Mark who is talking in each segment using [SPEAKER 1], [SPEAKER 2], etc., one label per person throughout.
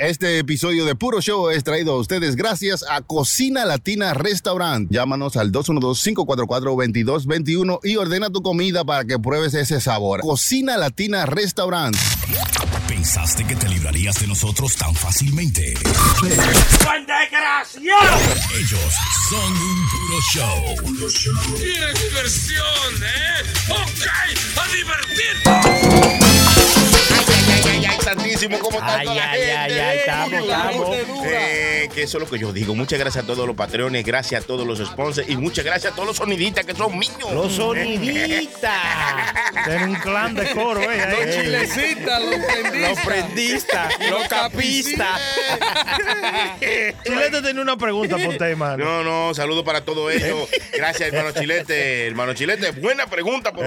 [SPEAKER 1] Este episodio de Puro Show es traído a ustedes gracias a Cocina Latina Restaurant. Llámanos al 212-544-2221 y ordena tu comida para que pruebes ese sabor. Cocina Latina Restaurant.
[SPEAKER 2] ¿Pensaste que te librarías de nosotros tan fácilmente?
[SPEAKER 3] ¡Buen desgraciado!
[SPEAKER 2] Ellos son un puro show.
[SPEAKER 3] diversión, eh! ¡Ok! ¡A divertir!
[SPEAKER 4] Santísimo, ¿cómo está
[SPEAKER 5] Ay,
[SPEAKER 4] toda la
[SPEAKER 5] ay,
[SPEAKER 4] gente?
[SPEAKER 5] ay, ay, estamos,
[SPEAKER 4] Eh,
[SPEAKER 5] estamos.
[SPEAKER 4] eh, que eso es lo que yo digo. Muchas gracias a todos los patrones, gracias a todos los sponsors y muchas gracias a todos los sonidistas que son míos.
[SPEAKER 5] Los soniditas. Era un clan de coro, eh.
[SPEAKER 6] Los
[SPEAKER 5] eh.
[SPEAKER 6] chilecitas, los
[SPEAKER 5] Los
[SPEAKER 6] prendistas.
[SPEAKER 5] prendistas, los capistas. Chilete tenía una pregunta por tema.
[SPEAKER 4] No, no, saludo para todo
[SPEAKER 5] Eh.
[SPEAKER 4] eso. Gracias, hermano Chilete. Hermano Chilete, buena pregunta por
[SPEAKER 5] Eh,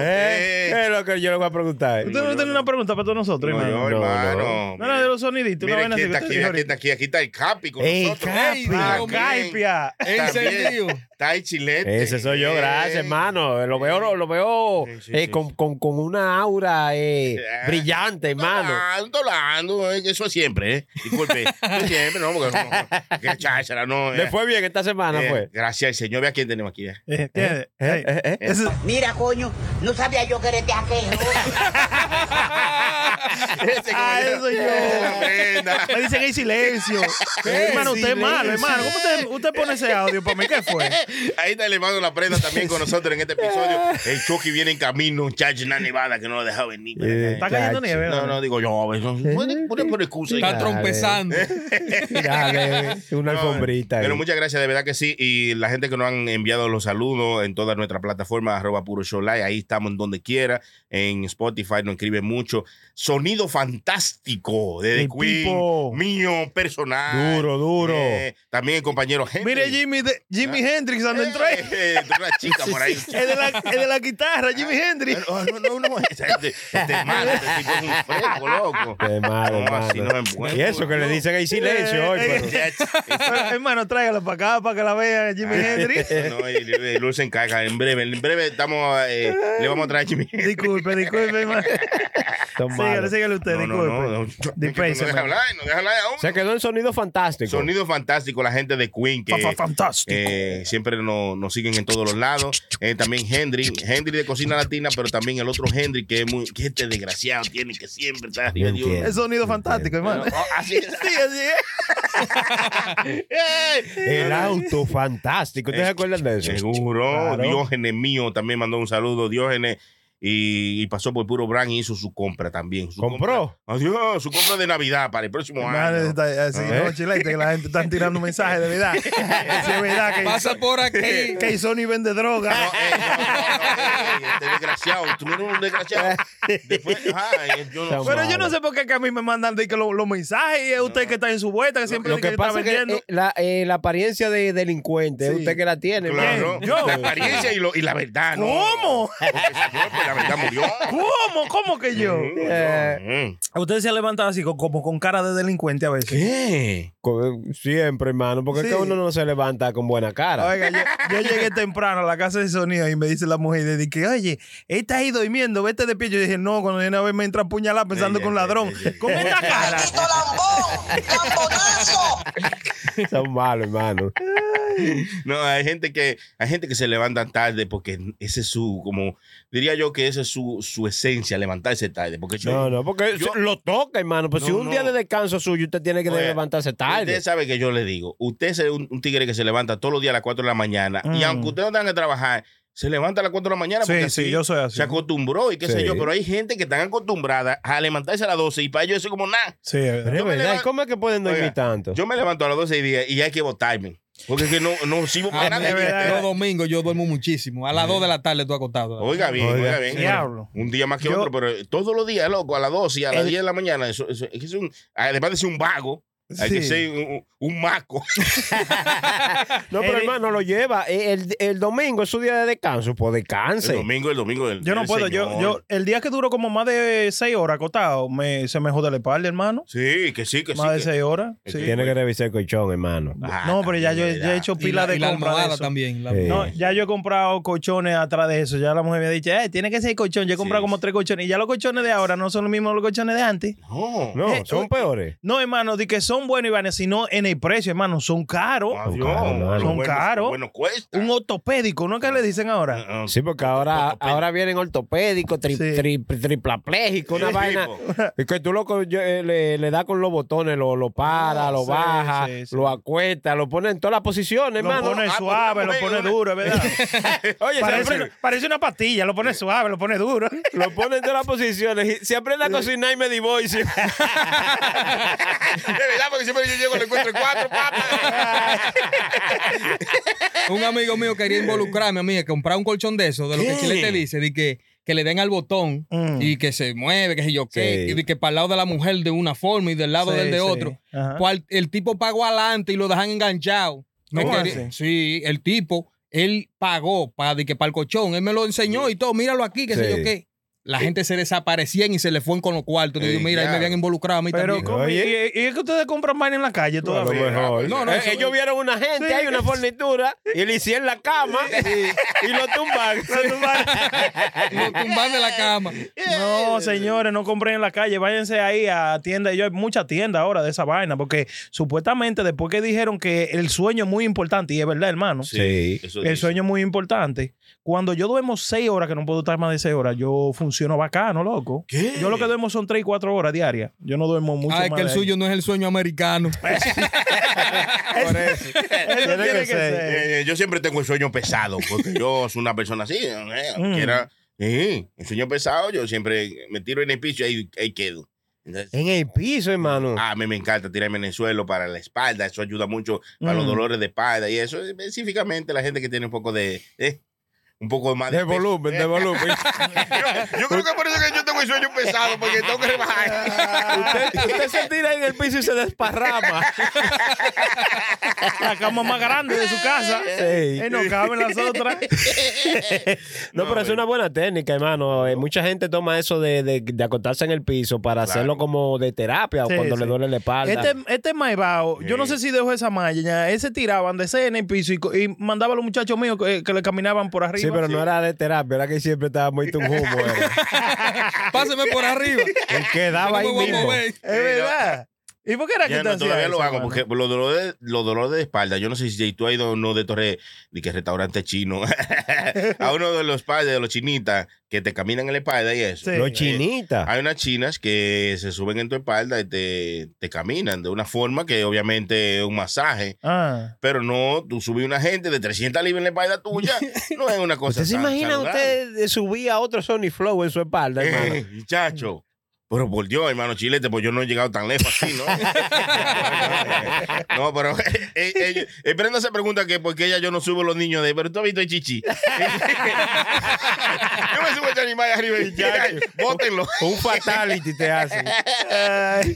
[SPEAKER 4] usted.
[SPEAKER 5] es lo que yo le voy a preguntar. ¿Usted no tiene una pregunta para todos nosotros,
[SPEAKER 4] No,
[SPEAKER 5] hermano?
[SPEAKER 4] yo, hermano.
[SPEAKER 5] No, no, de los soniditos. una
[SPEAKER 4] Mira,
[SPEAKER 5] vaina
[SPEAKER 4] aquí
[SPEAKER 5] así que
[SPEAKER 4] está,
[SPEAKER 5] usted
[SPEAKER 4] aquí, aquí
[SPEAKER 5] dijo
[SPEAKER 4] está,
[SPEAKER 5] ahorita.
[SPEAKER 4] aquí, aquí está el Capi con
[SPEAKER 5] ¡Ey,
[SPEAKER 4] nosotros.
[SPEAKER 5] Capi!
[SPEAKER 6] Dios mío.
[SPEAKER 4] Eh,
[SPEAKER 5] ¡Caipia!
[SPEAKER 4] También
[SPEAKER 6] Encendido.
[SPEAKER 4] Está el Chilete.
[SPEAKER 5] Ese soy yo, gracias,
[SPEAKER 4] Eh,
[SPEAKER 5] hermano. Lo veo, lo veo
[SPEAKER 4] Sí, sí,
[SPEAKER 5] eh,
[SPEAKER 4] sí,
[SPEAKER 5] con, Con, con una aura eh,
[SPEAKER 4] Ah.
[SPEAKER 5] brillante, hermano.
[SPEAKER 4] Hablando, hablando, eh, eso es siempre, ¿eh? Disculpe, eso es siempre, no, porque no, que cháchara, no. eh.
[SPEAKER 5] Le fue bien esta semana,
[SPEAKER 4] Eh,
[SPEAKER 5] pues.
[SPEAKER 4] Gracias al Señor, vea quién tenemos aquí. eh.
[SPEAKER 5] Eh, eh, eh.
[SPEAKER 7] Mira, coño, no sabía yo que eres de aquel.
[SPEAKER 4] Ese
[SPEAKER 5] Ah,
[SPEAKER 4] caballero.
[SPEAKER 5] eso yo.
[SPEAKER 4] Esa prenda.
[SPEAKER 5] Me dicen que hay silencio. hermano, usted es malo, hermano. ¿Cómo usted, usted pone ese audio para mí? ¿Qué fue?
[SPEAKER 4] Ahí está el hermano La Prenda también con nosotros en este episodio. El Chucky viene en camino, un chacho, una nevada que no lo deja venir. para acá.
[SPEAKER 5] Está cayendo nieve.
[SPEAKER 4] No, no, digo yo, eso. Pone pone por excusa.
[SPEAKER 6] Está
[SPEAKER 4] hija.
[SPEAKER 6] trompezando.
[SPEAKER 5] Dale, eh, una
[SPEAKER 4] No,
[SPEAKER 5] alfombrita.
[SPEAKER 4] Pero
[SPEAKER 5] eh.
[SPEAKER 4] muchas gracias, de verdad que sí. Y la gente que nos han enviado los saludos en todas nuestras plataformas, arroba puro show live, ahí estamos en donde quiera. En Spotify nos escribe mucho. Sonido fantástico de The
[SPEAKER 5] El
[SPEAKER 4] Queen,
[SPEAKER 5] Pipo.
[SPEAKER 4] mío personal.
[SPEAKER 5] Duro, duro.
[SPEAKER 4] Eh, también el compañero Henry.
[SPEAKER 5] Mire Jimmy, de- Jimi Hendrix anda en
[SPEAKER 4] Eh,
[SPEAKER 5] tren.
[SPEAKER 4] eh, entró una chica por ahí.
[SPEAKER 5] Es de la, es de la guitarra, Jimi Hendrix.
[SPEAKER 4] No, no, no, no, este, este- este es malo, este tipo es un fresco, loco. No, así no es bueno.
[SPEAKER 5] y eso que le dicen que hay silencio
[SPEAKER 6] Eh,
[SPEAKER 5] hoy.
[SPEAKER 6] eh,
[SPEAKER 5] pero-
[SPEAKER 4] Ya,
[SPEAKER 6] Hermano, tráigalo para acá para que la vea Jimmy Hendrix.
[SPEAKER 4] No, y, y Luz se encarga. En breve, en breve estamos, eh, le vamos a traer a Jimmy.
[SPEAKER 6] Disculpe, disculpe, hermano.
[SPEAKER 5] Son malos.
[SPEAKER 6] sígale usted,
[SPEAKER 4] No, no, no, no, pues, yo-
[SPEAKER 6] Dispense,
[SPEAKER 4] es que tú no
[SPEAKER 6] man.
[SPEAKER 4] deja hablar, no deja hablar aún.
[SPEAKER 5] Se quedó en sonido fantástico.
[SPEAKER 4] Sonido fantástico, la gente de Queen que
[SPEAKER 6] Fantástico.
[SPEAKER 4] eh, siempre nos, nos siguen en todos los lados. Eh, también Henry, Henry de Cocina Latina, pero también el otro Henry que es muy, que este desgraciado tiene que siempre estar arriba de uno.
[SPEAKER 5] entiendo.
[SPEAKER 6] Es sonido fantástico, hermano.
[SPEAKER 4] Eh, Oh, así es.
[SPEAKER 5] El auto fantástico. ¿Ustedes se acuerdan de eso?
[SPEAKER 4] Seguro.
[SPEAKER 5] Claro.
[SPEAKER 4] Diógenes mío también mandó un saludo. Diógenes. Y, y pasó por puro brand y hizo su compra también. Su
[SPEAKER 5] ¿Compró?
[SPEAKER 4] compra- Adiós, su compra de Navidad para el próximo
[SPEAKER 6] Hermano,
[SPEAKER 4] año.
[SPEAKER 6] está así,
[SPEAKER 4] Eh.
[SPEAKER 5] Ah.
[SPEAKER 6] no, chilete, que la gente está tirando mensajes de verdad. Sí, es verdad que,
[SPEAKER 8] Pasa por aquí.
[SPEAKER 6] que Sony vende droga.
[SPEAKER 4] No, eh, no, no, no, eh, este desgraciado, tú no eres un desgraciado. Después, ajá, eh, yo no-
[SPEAKER 5] Pero
[SPEAKER 6] Pero yo no sé por qué que a mí me mandan de que lo- los mensajes y es usted que está en su vuelta, que siempre
[SPEAKER 5] Lo
[SPEAKER 6] dice
[SPEAKER 5] que
[SPEAKER 6] que, está
[SPEAKER 5] pasa es que
[SPEAKER 6] vendiendo.
[SPEAKER 5] eh, la, eh, la apariencia de delincuente es usted que la tiene.
[SPEAKER 4] Claro,
[SPEAKER 5] man.
[SPEAKER 4] la apariencia y, lo- y la verdad. ¿no?
[SPEAKER 6] ¿Cómo?
[SPEAKER 4] Porque el señor, pues, la verdad murió. Mm,
[SPEAKER 6] ¿Cómo? ¿Cómo que yo?
[SPEAKER 4] Eh,
[SPEAKER 6] A ustedes se han levantado así co- como con cara de delincuente a veces.
[SPEAKER 4] ¿Qué?
[SPEAKER 5] Co- eh, Siempre, hermano, porque es que
[SPEAKER 6] Sí.
[SPEAKER 5] uno no se levanta con buena cara.
[SPEAKER 6] Oiga, yo, yo llegué temprano a la casa de sonido y me dice la mujer, de que, oye, está ahí durmiendo, vete de pie. Yo dije, no, cuando una vez me entra a puñalar pensando
[SPEAKER 4] Ey,
[SPEAKER 6] que un
[SPEAKER 4] ey,
[SPEAKER 6] ladrón.
[SPEAKER 4] ey, ey, ey.
[SPEAKER 6] Con esta cara.
[SPEAKER 7] ¡Maldito lambón! ¡Lambonazo!
[SPEAKER 5] Son malos, hermano.
[SPEAKER 4] No, hay gente que hay gente que se levanta tarde porque ese es su como diría yo que esa es su, su esencia levantarse tarde porque yo
[SPEAKER 5] No, no, porque
[SPEAKER 4] yo-
[SPEAKER 5] se- lo toca, hermano. Pues
[SPEAKER 4] No,
[SPEAKER 5] si un día
[SPEAKER 4] no.
[SPEAKER 5] de descanso suyo, usted tiene que
[SPEAKER 4] Oye,
[SPEAKER 5] levantarse tarde.
[SPEAKER 4] Usted sabe que yo le digo, usted es un, un tigre que se levanta todos los días a las 4 de la mañana y
[SPEAKER 6] Mm.
[SPEAKER 4] aunque usted no tenga que trabajar, se levanta a las 4 de la mañana
[SPEAKER 6] Sí,
[SPEAKER 4] porque
[SPEAKER 6] sí,
[SPEAKER 4] así
[SPEAKER 6] yo soy así.
[SPEAKER 4] se acostumbró y qué sé
[SPEAKER 5] Sí.
[SPEAKER 4] yo, pero hay gente que están acostumbrada a levantarse a las 12 y para ellos eso es como nada.
[SPEAKER 6] Sí, es verdad.
[SPEAKER 5] Pero es
[SPEAKER 4] yo me
[SPEAKER 5] verdad,
[SPEAKER 4] levan-
[SPEAKER 5] ¿y ¿cómo es que pueden dormir
[SPEAKER 4] Oiga,
[SPEAKER 5] tanto?
[SPEAKER 4] Yo me levanto a las 12 y día y hay que votarme porque es que no, no sirvo
[SPEAKER 6] Ah,
[SPEAKER 4] para
[SPEAKER 8] A mí,
[SPEAKER 4] nada.
[SPEAKER 8] Los domingos yo duermo muchísimo.
[SPEAKER 6] Eh.
[SPEAKER 8] A las 2 de la tarde estoy acostado.
[SPEAKER 6] Oh,
[SPEAKER 4] Oiga bien, oiga,
[SPEAKER 5] Oiga,
[SPEAKER 4] bien.
[SPEAKER 6] diablo.
[SPEAKER 4] Un día más que
[SPEAKER 6] Yo-
[SPEAKER 4] otro, pero todos los días, loco, a las 12 y a las 10 de la mañana, eso, eso- es que es un, además de ser un vago, hay que
[SPEAKER 6] Sí.
[SPEAKER 4] ser un, un maco.
[SPEAKER 5] No, pero
[SPEAKER 6] El-
[SPEAKER 5] hermano, lo lleva. Eh, El, el domingo es su día de descanso, pues descanse.
[SPEAKER 4] El domingo, el domingo. del-
[SPEAKER 6] Yo no
[SPEAKER 4] del
[SPEAKER 6] puedo, yo,
[SPEAKER 4] Señor.
[SPEAKER 6] yo, el día que duro como más de seis horas acotado, me, se me jode la espalda, hermano.
[SPEAKER 4] Sí, que sí, que Pues sí.
[SPEAKER 6] más de
[SPEAKER 4] que-
[SPEAKER 6] seis horas.
[SPEAKER 4] Es
[SPEAKER 6] sí.
[SPEAKER 4] que-
[SPEAKER 5] Tiene que revisar el colchón, hermano.
[SPEAKER 4] Ah,
[SPEAKER 6] no, pero ya yo,
[SPEAKER 4] también,
[SPEAKER 6] ya he hecho
[SPEAKER 8] Y
[SPEAKER 6] pila
[SPEAKER 8] la-
[SPEAKER 6] de
[SPEAKER 8] y la
[SPEAKER 6] compra de
[SPEAKER 8] almohada
[SPEAKER 6] eso. Eh.
[SPEAKER 8] también. la-
[SPEAKER 5] Sí.
[SPEAKER 6] No, ya yo he comprado colchones atrás de eso. Ya la mujer me ha dicho, eh, tiene que ser colchón. Yo he comprado
[SPEAKER 4] Sí,
[SPEAKER 6] como
[SPEAKER 4] sí.
[SPEAKER 6] tres colchones. Y ya los colchones de ahora no son los mismos los colchones de antes.
[SPEAKER 4] No.
[SPEAKER 5] No,
[SPEAKER 6] Eh,
[SPEAKER 5] son
[SPEAKER 6] oye.
[SPEAKER 5] peores.
[SPEAKER 6] No, hermano, di que son son buenos y vaina, sino en el precio, hermano, son caros.
[SPEAKER 4] Adiós.
[SPEAKER 1] caros,
[SPEAKER 6] son
[SPEAKER 4] Bueno,
[SPEAKER 6] caros.
[SPEAKER 4] Bueno, cuesta.
[SPEAKER 6] Un ortopédico, ¿no es que le dicen ahora?
[SPEAKER 4] Ah, ah.
[SPEAKER 5] Sí, porque ahora,
[SPEAKER 4] Ortopédico.
[SPEAKER 5] ahora vienen ortopédicos, tri,
[SPEAKER 6] Sí.
[SPEAKER 5] tri- triplapléjicos, una
[SPEAKER 4] Sí,
[SPEAKER 5] vaina.
[SPEAKER 4] tipo.
[SPEAKER 5] Es que tú lo, co- yo, eh, le, le da con los botones, lo, lo para,
[SPEAKER 6] Ah,
[SPEAKER 5] lo
[SPEAKER 6] sí,
[SPEAKER 5] baja,
[SPEAKER 6] sí, sí.
[SPEAKER 5] lo acuesta, lo pone en todas las posiciones,
[SPEAKER 6] Lo
[SPEAKER 5] hermano.
[SPEAKER 6] pone
[SPEAKER 4] ah,
[SPEAKER 6] suave, lo
[SPEAKER 4] pues,
[SPEAKER 6] pone
[SPEAKER 4] una-
[SPEAKER 6] duro, es ¿verdad?
[SPEAKER 5] Oye,
[SPEAKER 6] parece,
[SPEAKER 5] siempre
[SPEAKER 6] parece una pastilla, lo pone suave, lo pone duro.
[SPEAKER 5] lo pone en todas las posiciones. Y Si aprende a cocinar y me divorcio.
[SPEAKER 4] De verdad, porque siempre yo llego y le encuentro cuatro papas.
[SPEAKER 8] Un amigo mío quería
[SPEAKER 6] Eh.
[SPEAKER 8] involucrarme a mí, a comprar un colchón de eso, de lo que Chile te dice, de que, que le den al botón
[SPEAKER 6] Mm.
[SPEAKER 8] y que se mueve, que sé yo qué,
[SPEAKER 5] Sí.
[SPEAKER 8] y de que para el lado de la mujer de una forma y del lado
[SPEAKER 6] Sí,
[SPEAKER 8] del de
[SPEAKER 6] sí.
[SPEAKER 8] otro.
[SPEAKER 6] Ajá.
[SPEAKER 8] Cual- el tipo pagó adelante y lo dejan enganchado. Me
[SPEAKER 6] ¿Cómo
[SPEAKER 8] quería-
[SPEAKER 6] así?
[SPEAKER 8] Sí, el tipo, él pagó para que para el colchón, él me lo enseñó y todo, míralo aquí, que sé
[SPEAKER 5] Sí.
[SPEAKER 8] yo qué. La gente se desaparecían y se le fueron con los cuartos. Digo,
[SPEAKER 4] Ey,
[SPEAKER 8] mira, ahí
[SPEAKER 4] ya.
[SPEAKER 8] me habían involucrado a mí
[SPEAKER 6] Pero,
[SPEAKER 8] también.
[SPEAKER 6] ¿cómo- y, y es que ustedes compran vaina en la calle
[SPEAKER 5] A lo
[SPEAKER 6] todavía. Ah, pues,
[SPEAKER 5] mejor.
[SPEAKER 4] No, no,
[SPEAKER 5] Eh,
[SPEAKER 4] eso-
[SPEAKER 5] ellos vieron una gente,
[SPEAKER 6] Sí.
[SPEAKER 5] hay una fornitura, y le hicieron la cama y, y lo tumban.
[SPEAKER 8] Lo tumban de la cama.
[SPEAKER 6] No, señores, no compren en la calle. Váyanse ahí a tienda. Yo hay mucha tienda ahora de esa vaina, porque supuestamente después que dijeron que el sueño es muy importante, y es verdad, hermano.
[SPEAKER 5] Sí.
[SPEAKER 4] Eso
[SPEAKER 6] El
[SPEAKER 4] dice.
[SPEAKER 6] sueño es muy importante. Cuando yo duermo seis horas, que no puedo estar más de seis horas, yo funciono bacano, loco.
[SPEAKER 4] ¿Qué?
[SPEAKER 6] Yo lo que duermo son tres y cuatro horas diarias. Yo no duermo mucho.
[SPEAKER 8] Ah, es
[SPEAKER 6] más
[SPEAKER 8] que el
[SPEAKER 6] de ahí.
[SPEAKER 8] suyo no es el sueño americano.
[SPEAKER 5] Por eso.
[SPEAKER 6] Eso tiene que ser.
[SPEAKER 4] Eh, yo siempre tengo el sueño pesado, porque yo soy una persona así. eh,
[SPEAKER 6] Mm.
[SPEAKER 4] que era, eh, el sueño pesado, yo siempre me tiro en el piso y ahí, ahí quedo. Entonces,
[SPEAKER 5] En el piso, hermano.
[SPEAKER 4] Ah, a mí me encanta tirarme en el suelo para la espalda, eso ayuda mucho para los
[SPEAKER 6] Mm.
[SPEAKER 4] dolores de espalda y eso, específicamente la gente que tiene un poco de... eh, un poco más
[SPEAKER 5] De
[SPEAKER 4] peso.
[SPEAKER 5] volumen, de volumen.
[SPEAKER 4] Yo, yo creo que por eso que yo tengo el sueño pesado, porque tengo que rebajar.
[SPEAKER 5] usted, usted se tira en el piso y se desparrama.
[SPEAKER 6] La cama más grande de su casa.
[SPEAKER 5] Sí.
[SPEAKER 6] Eh, no caben las otras.
[SPEAKER 5] No, pero es una buena técnica, hermano. Eh, mucha gente toma eso de, de, de acostarse en el piso para hacerlo como de terapia
[SPEAKER 6] Sí,
[SPEAKER 5] o cuando
[SPEAKER 6] sí.
[SPEAKER 5] le duele la espalda.
[SPEAKER 6] Este, este Maibao, yo no
[SPEAKER 4] Sí.
[SPEAKER 6] sé si dejó esa malla, ya, ese tiraban de ese en el piso y, co- y mandaba a los muchachos míos que, que le caminaban por arriba.
[SPEAKER 5] sí, pero no era de terapia, era que siempre estaba muy tunjumo. era.
[SPEAKER 8] Pásame por arriba.
[SPEAKER 5] Y Quedaba ahí
[SPEAKER 8] Yo no me voy a
[SPEAKER 5] mismo.
[SPEAKER 8] mover.
[SPEAKER 6] Es verdad. ¿Y por qué era
[SPEAKER 4] Ya
[SPEAKER 6] que te
[SPEAKER 4] no,
[SPEAKER 6] hacía
[SPEAKER 4] todavía lo
[SPEAKER 6] eso,
[SPEAKER 4] hago
[SPEAKER 6] mano?
[SPEAKER 4] porque los dolores, los dolores de espalda, yo no sé si tú has ido a uno de torre de que restaurante chino, a uno de los padres de los chinitas que te caminan en la espalda y eso.
[SPEAKER 6] Sí.
[SPEAKER 5] Los chinitas.
[SPEAKER 4] Hay unas chinas que se suben en tu espalda y te, te caminan de una forma que obviamente es un masaje,
[SPEAKER 6] Ah.
[SPEAKER 4] pero no, tú subes una gente de 300 libras en la espalda tuya, no es una cosa
[SPEAKER 5] ¿Usted se
[SPEAKER 4] pues, sal-
[SPEAKER 5] imagina
[SPEAKER 4] saludable.
[SPEAKER 5] usted eh, subir a otro Sony Flow en su espalda, hermano?
[SPEAKER 4] Eh, muchacho. Pero por Dios, hermano Chilete, pues yo no he llegado tan lejos así, ¿no? no, pero eh, eh, eh, eh, Brenda se pregunta que por qué ella yo no subo los niños de, pero tú has visto el chichi. yo me subo este animal arriba y ya, bótenlo.
[SPEAKER 5] Un fatality te hace.
[SPEAKER 4] Ay,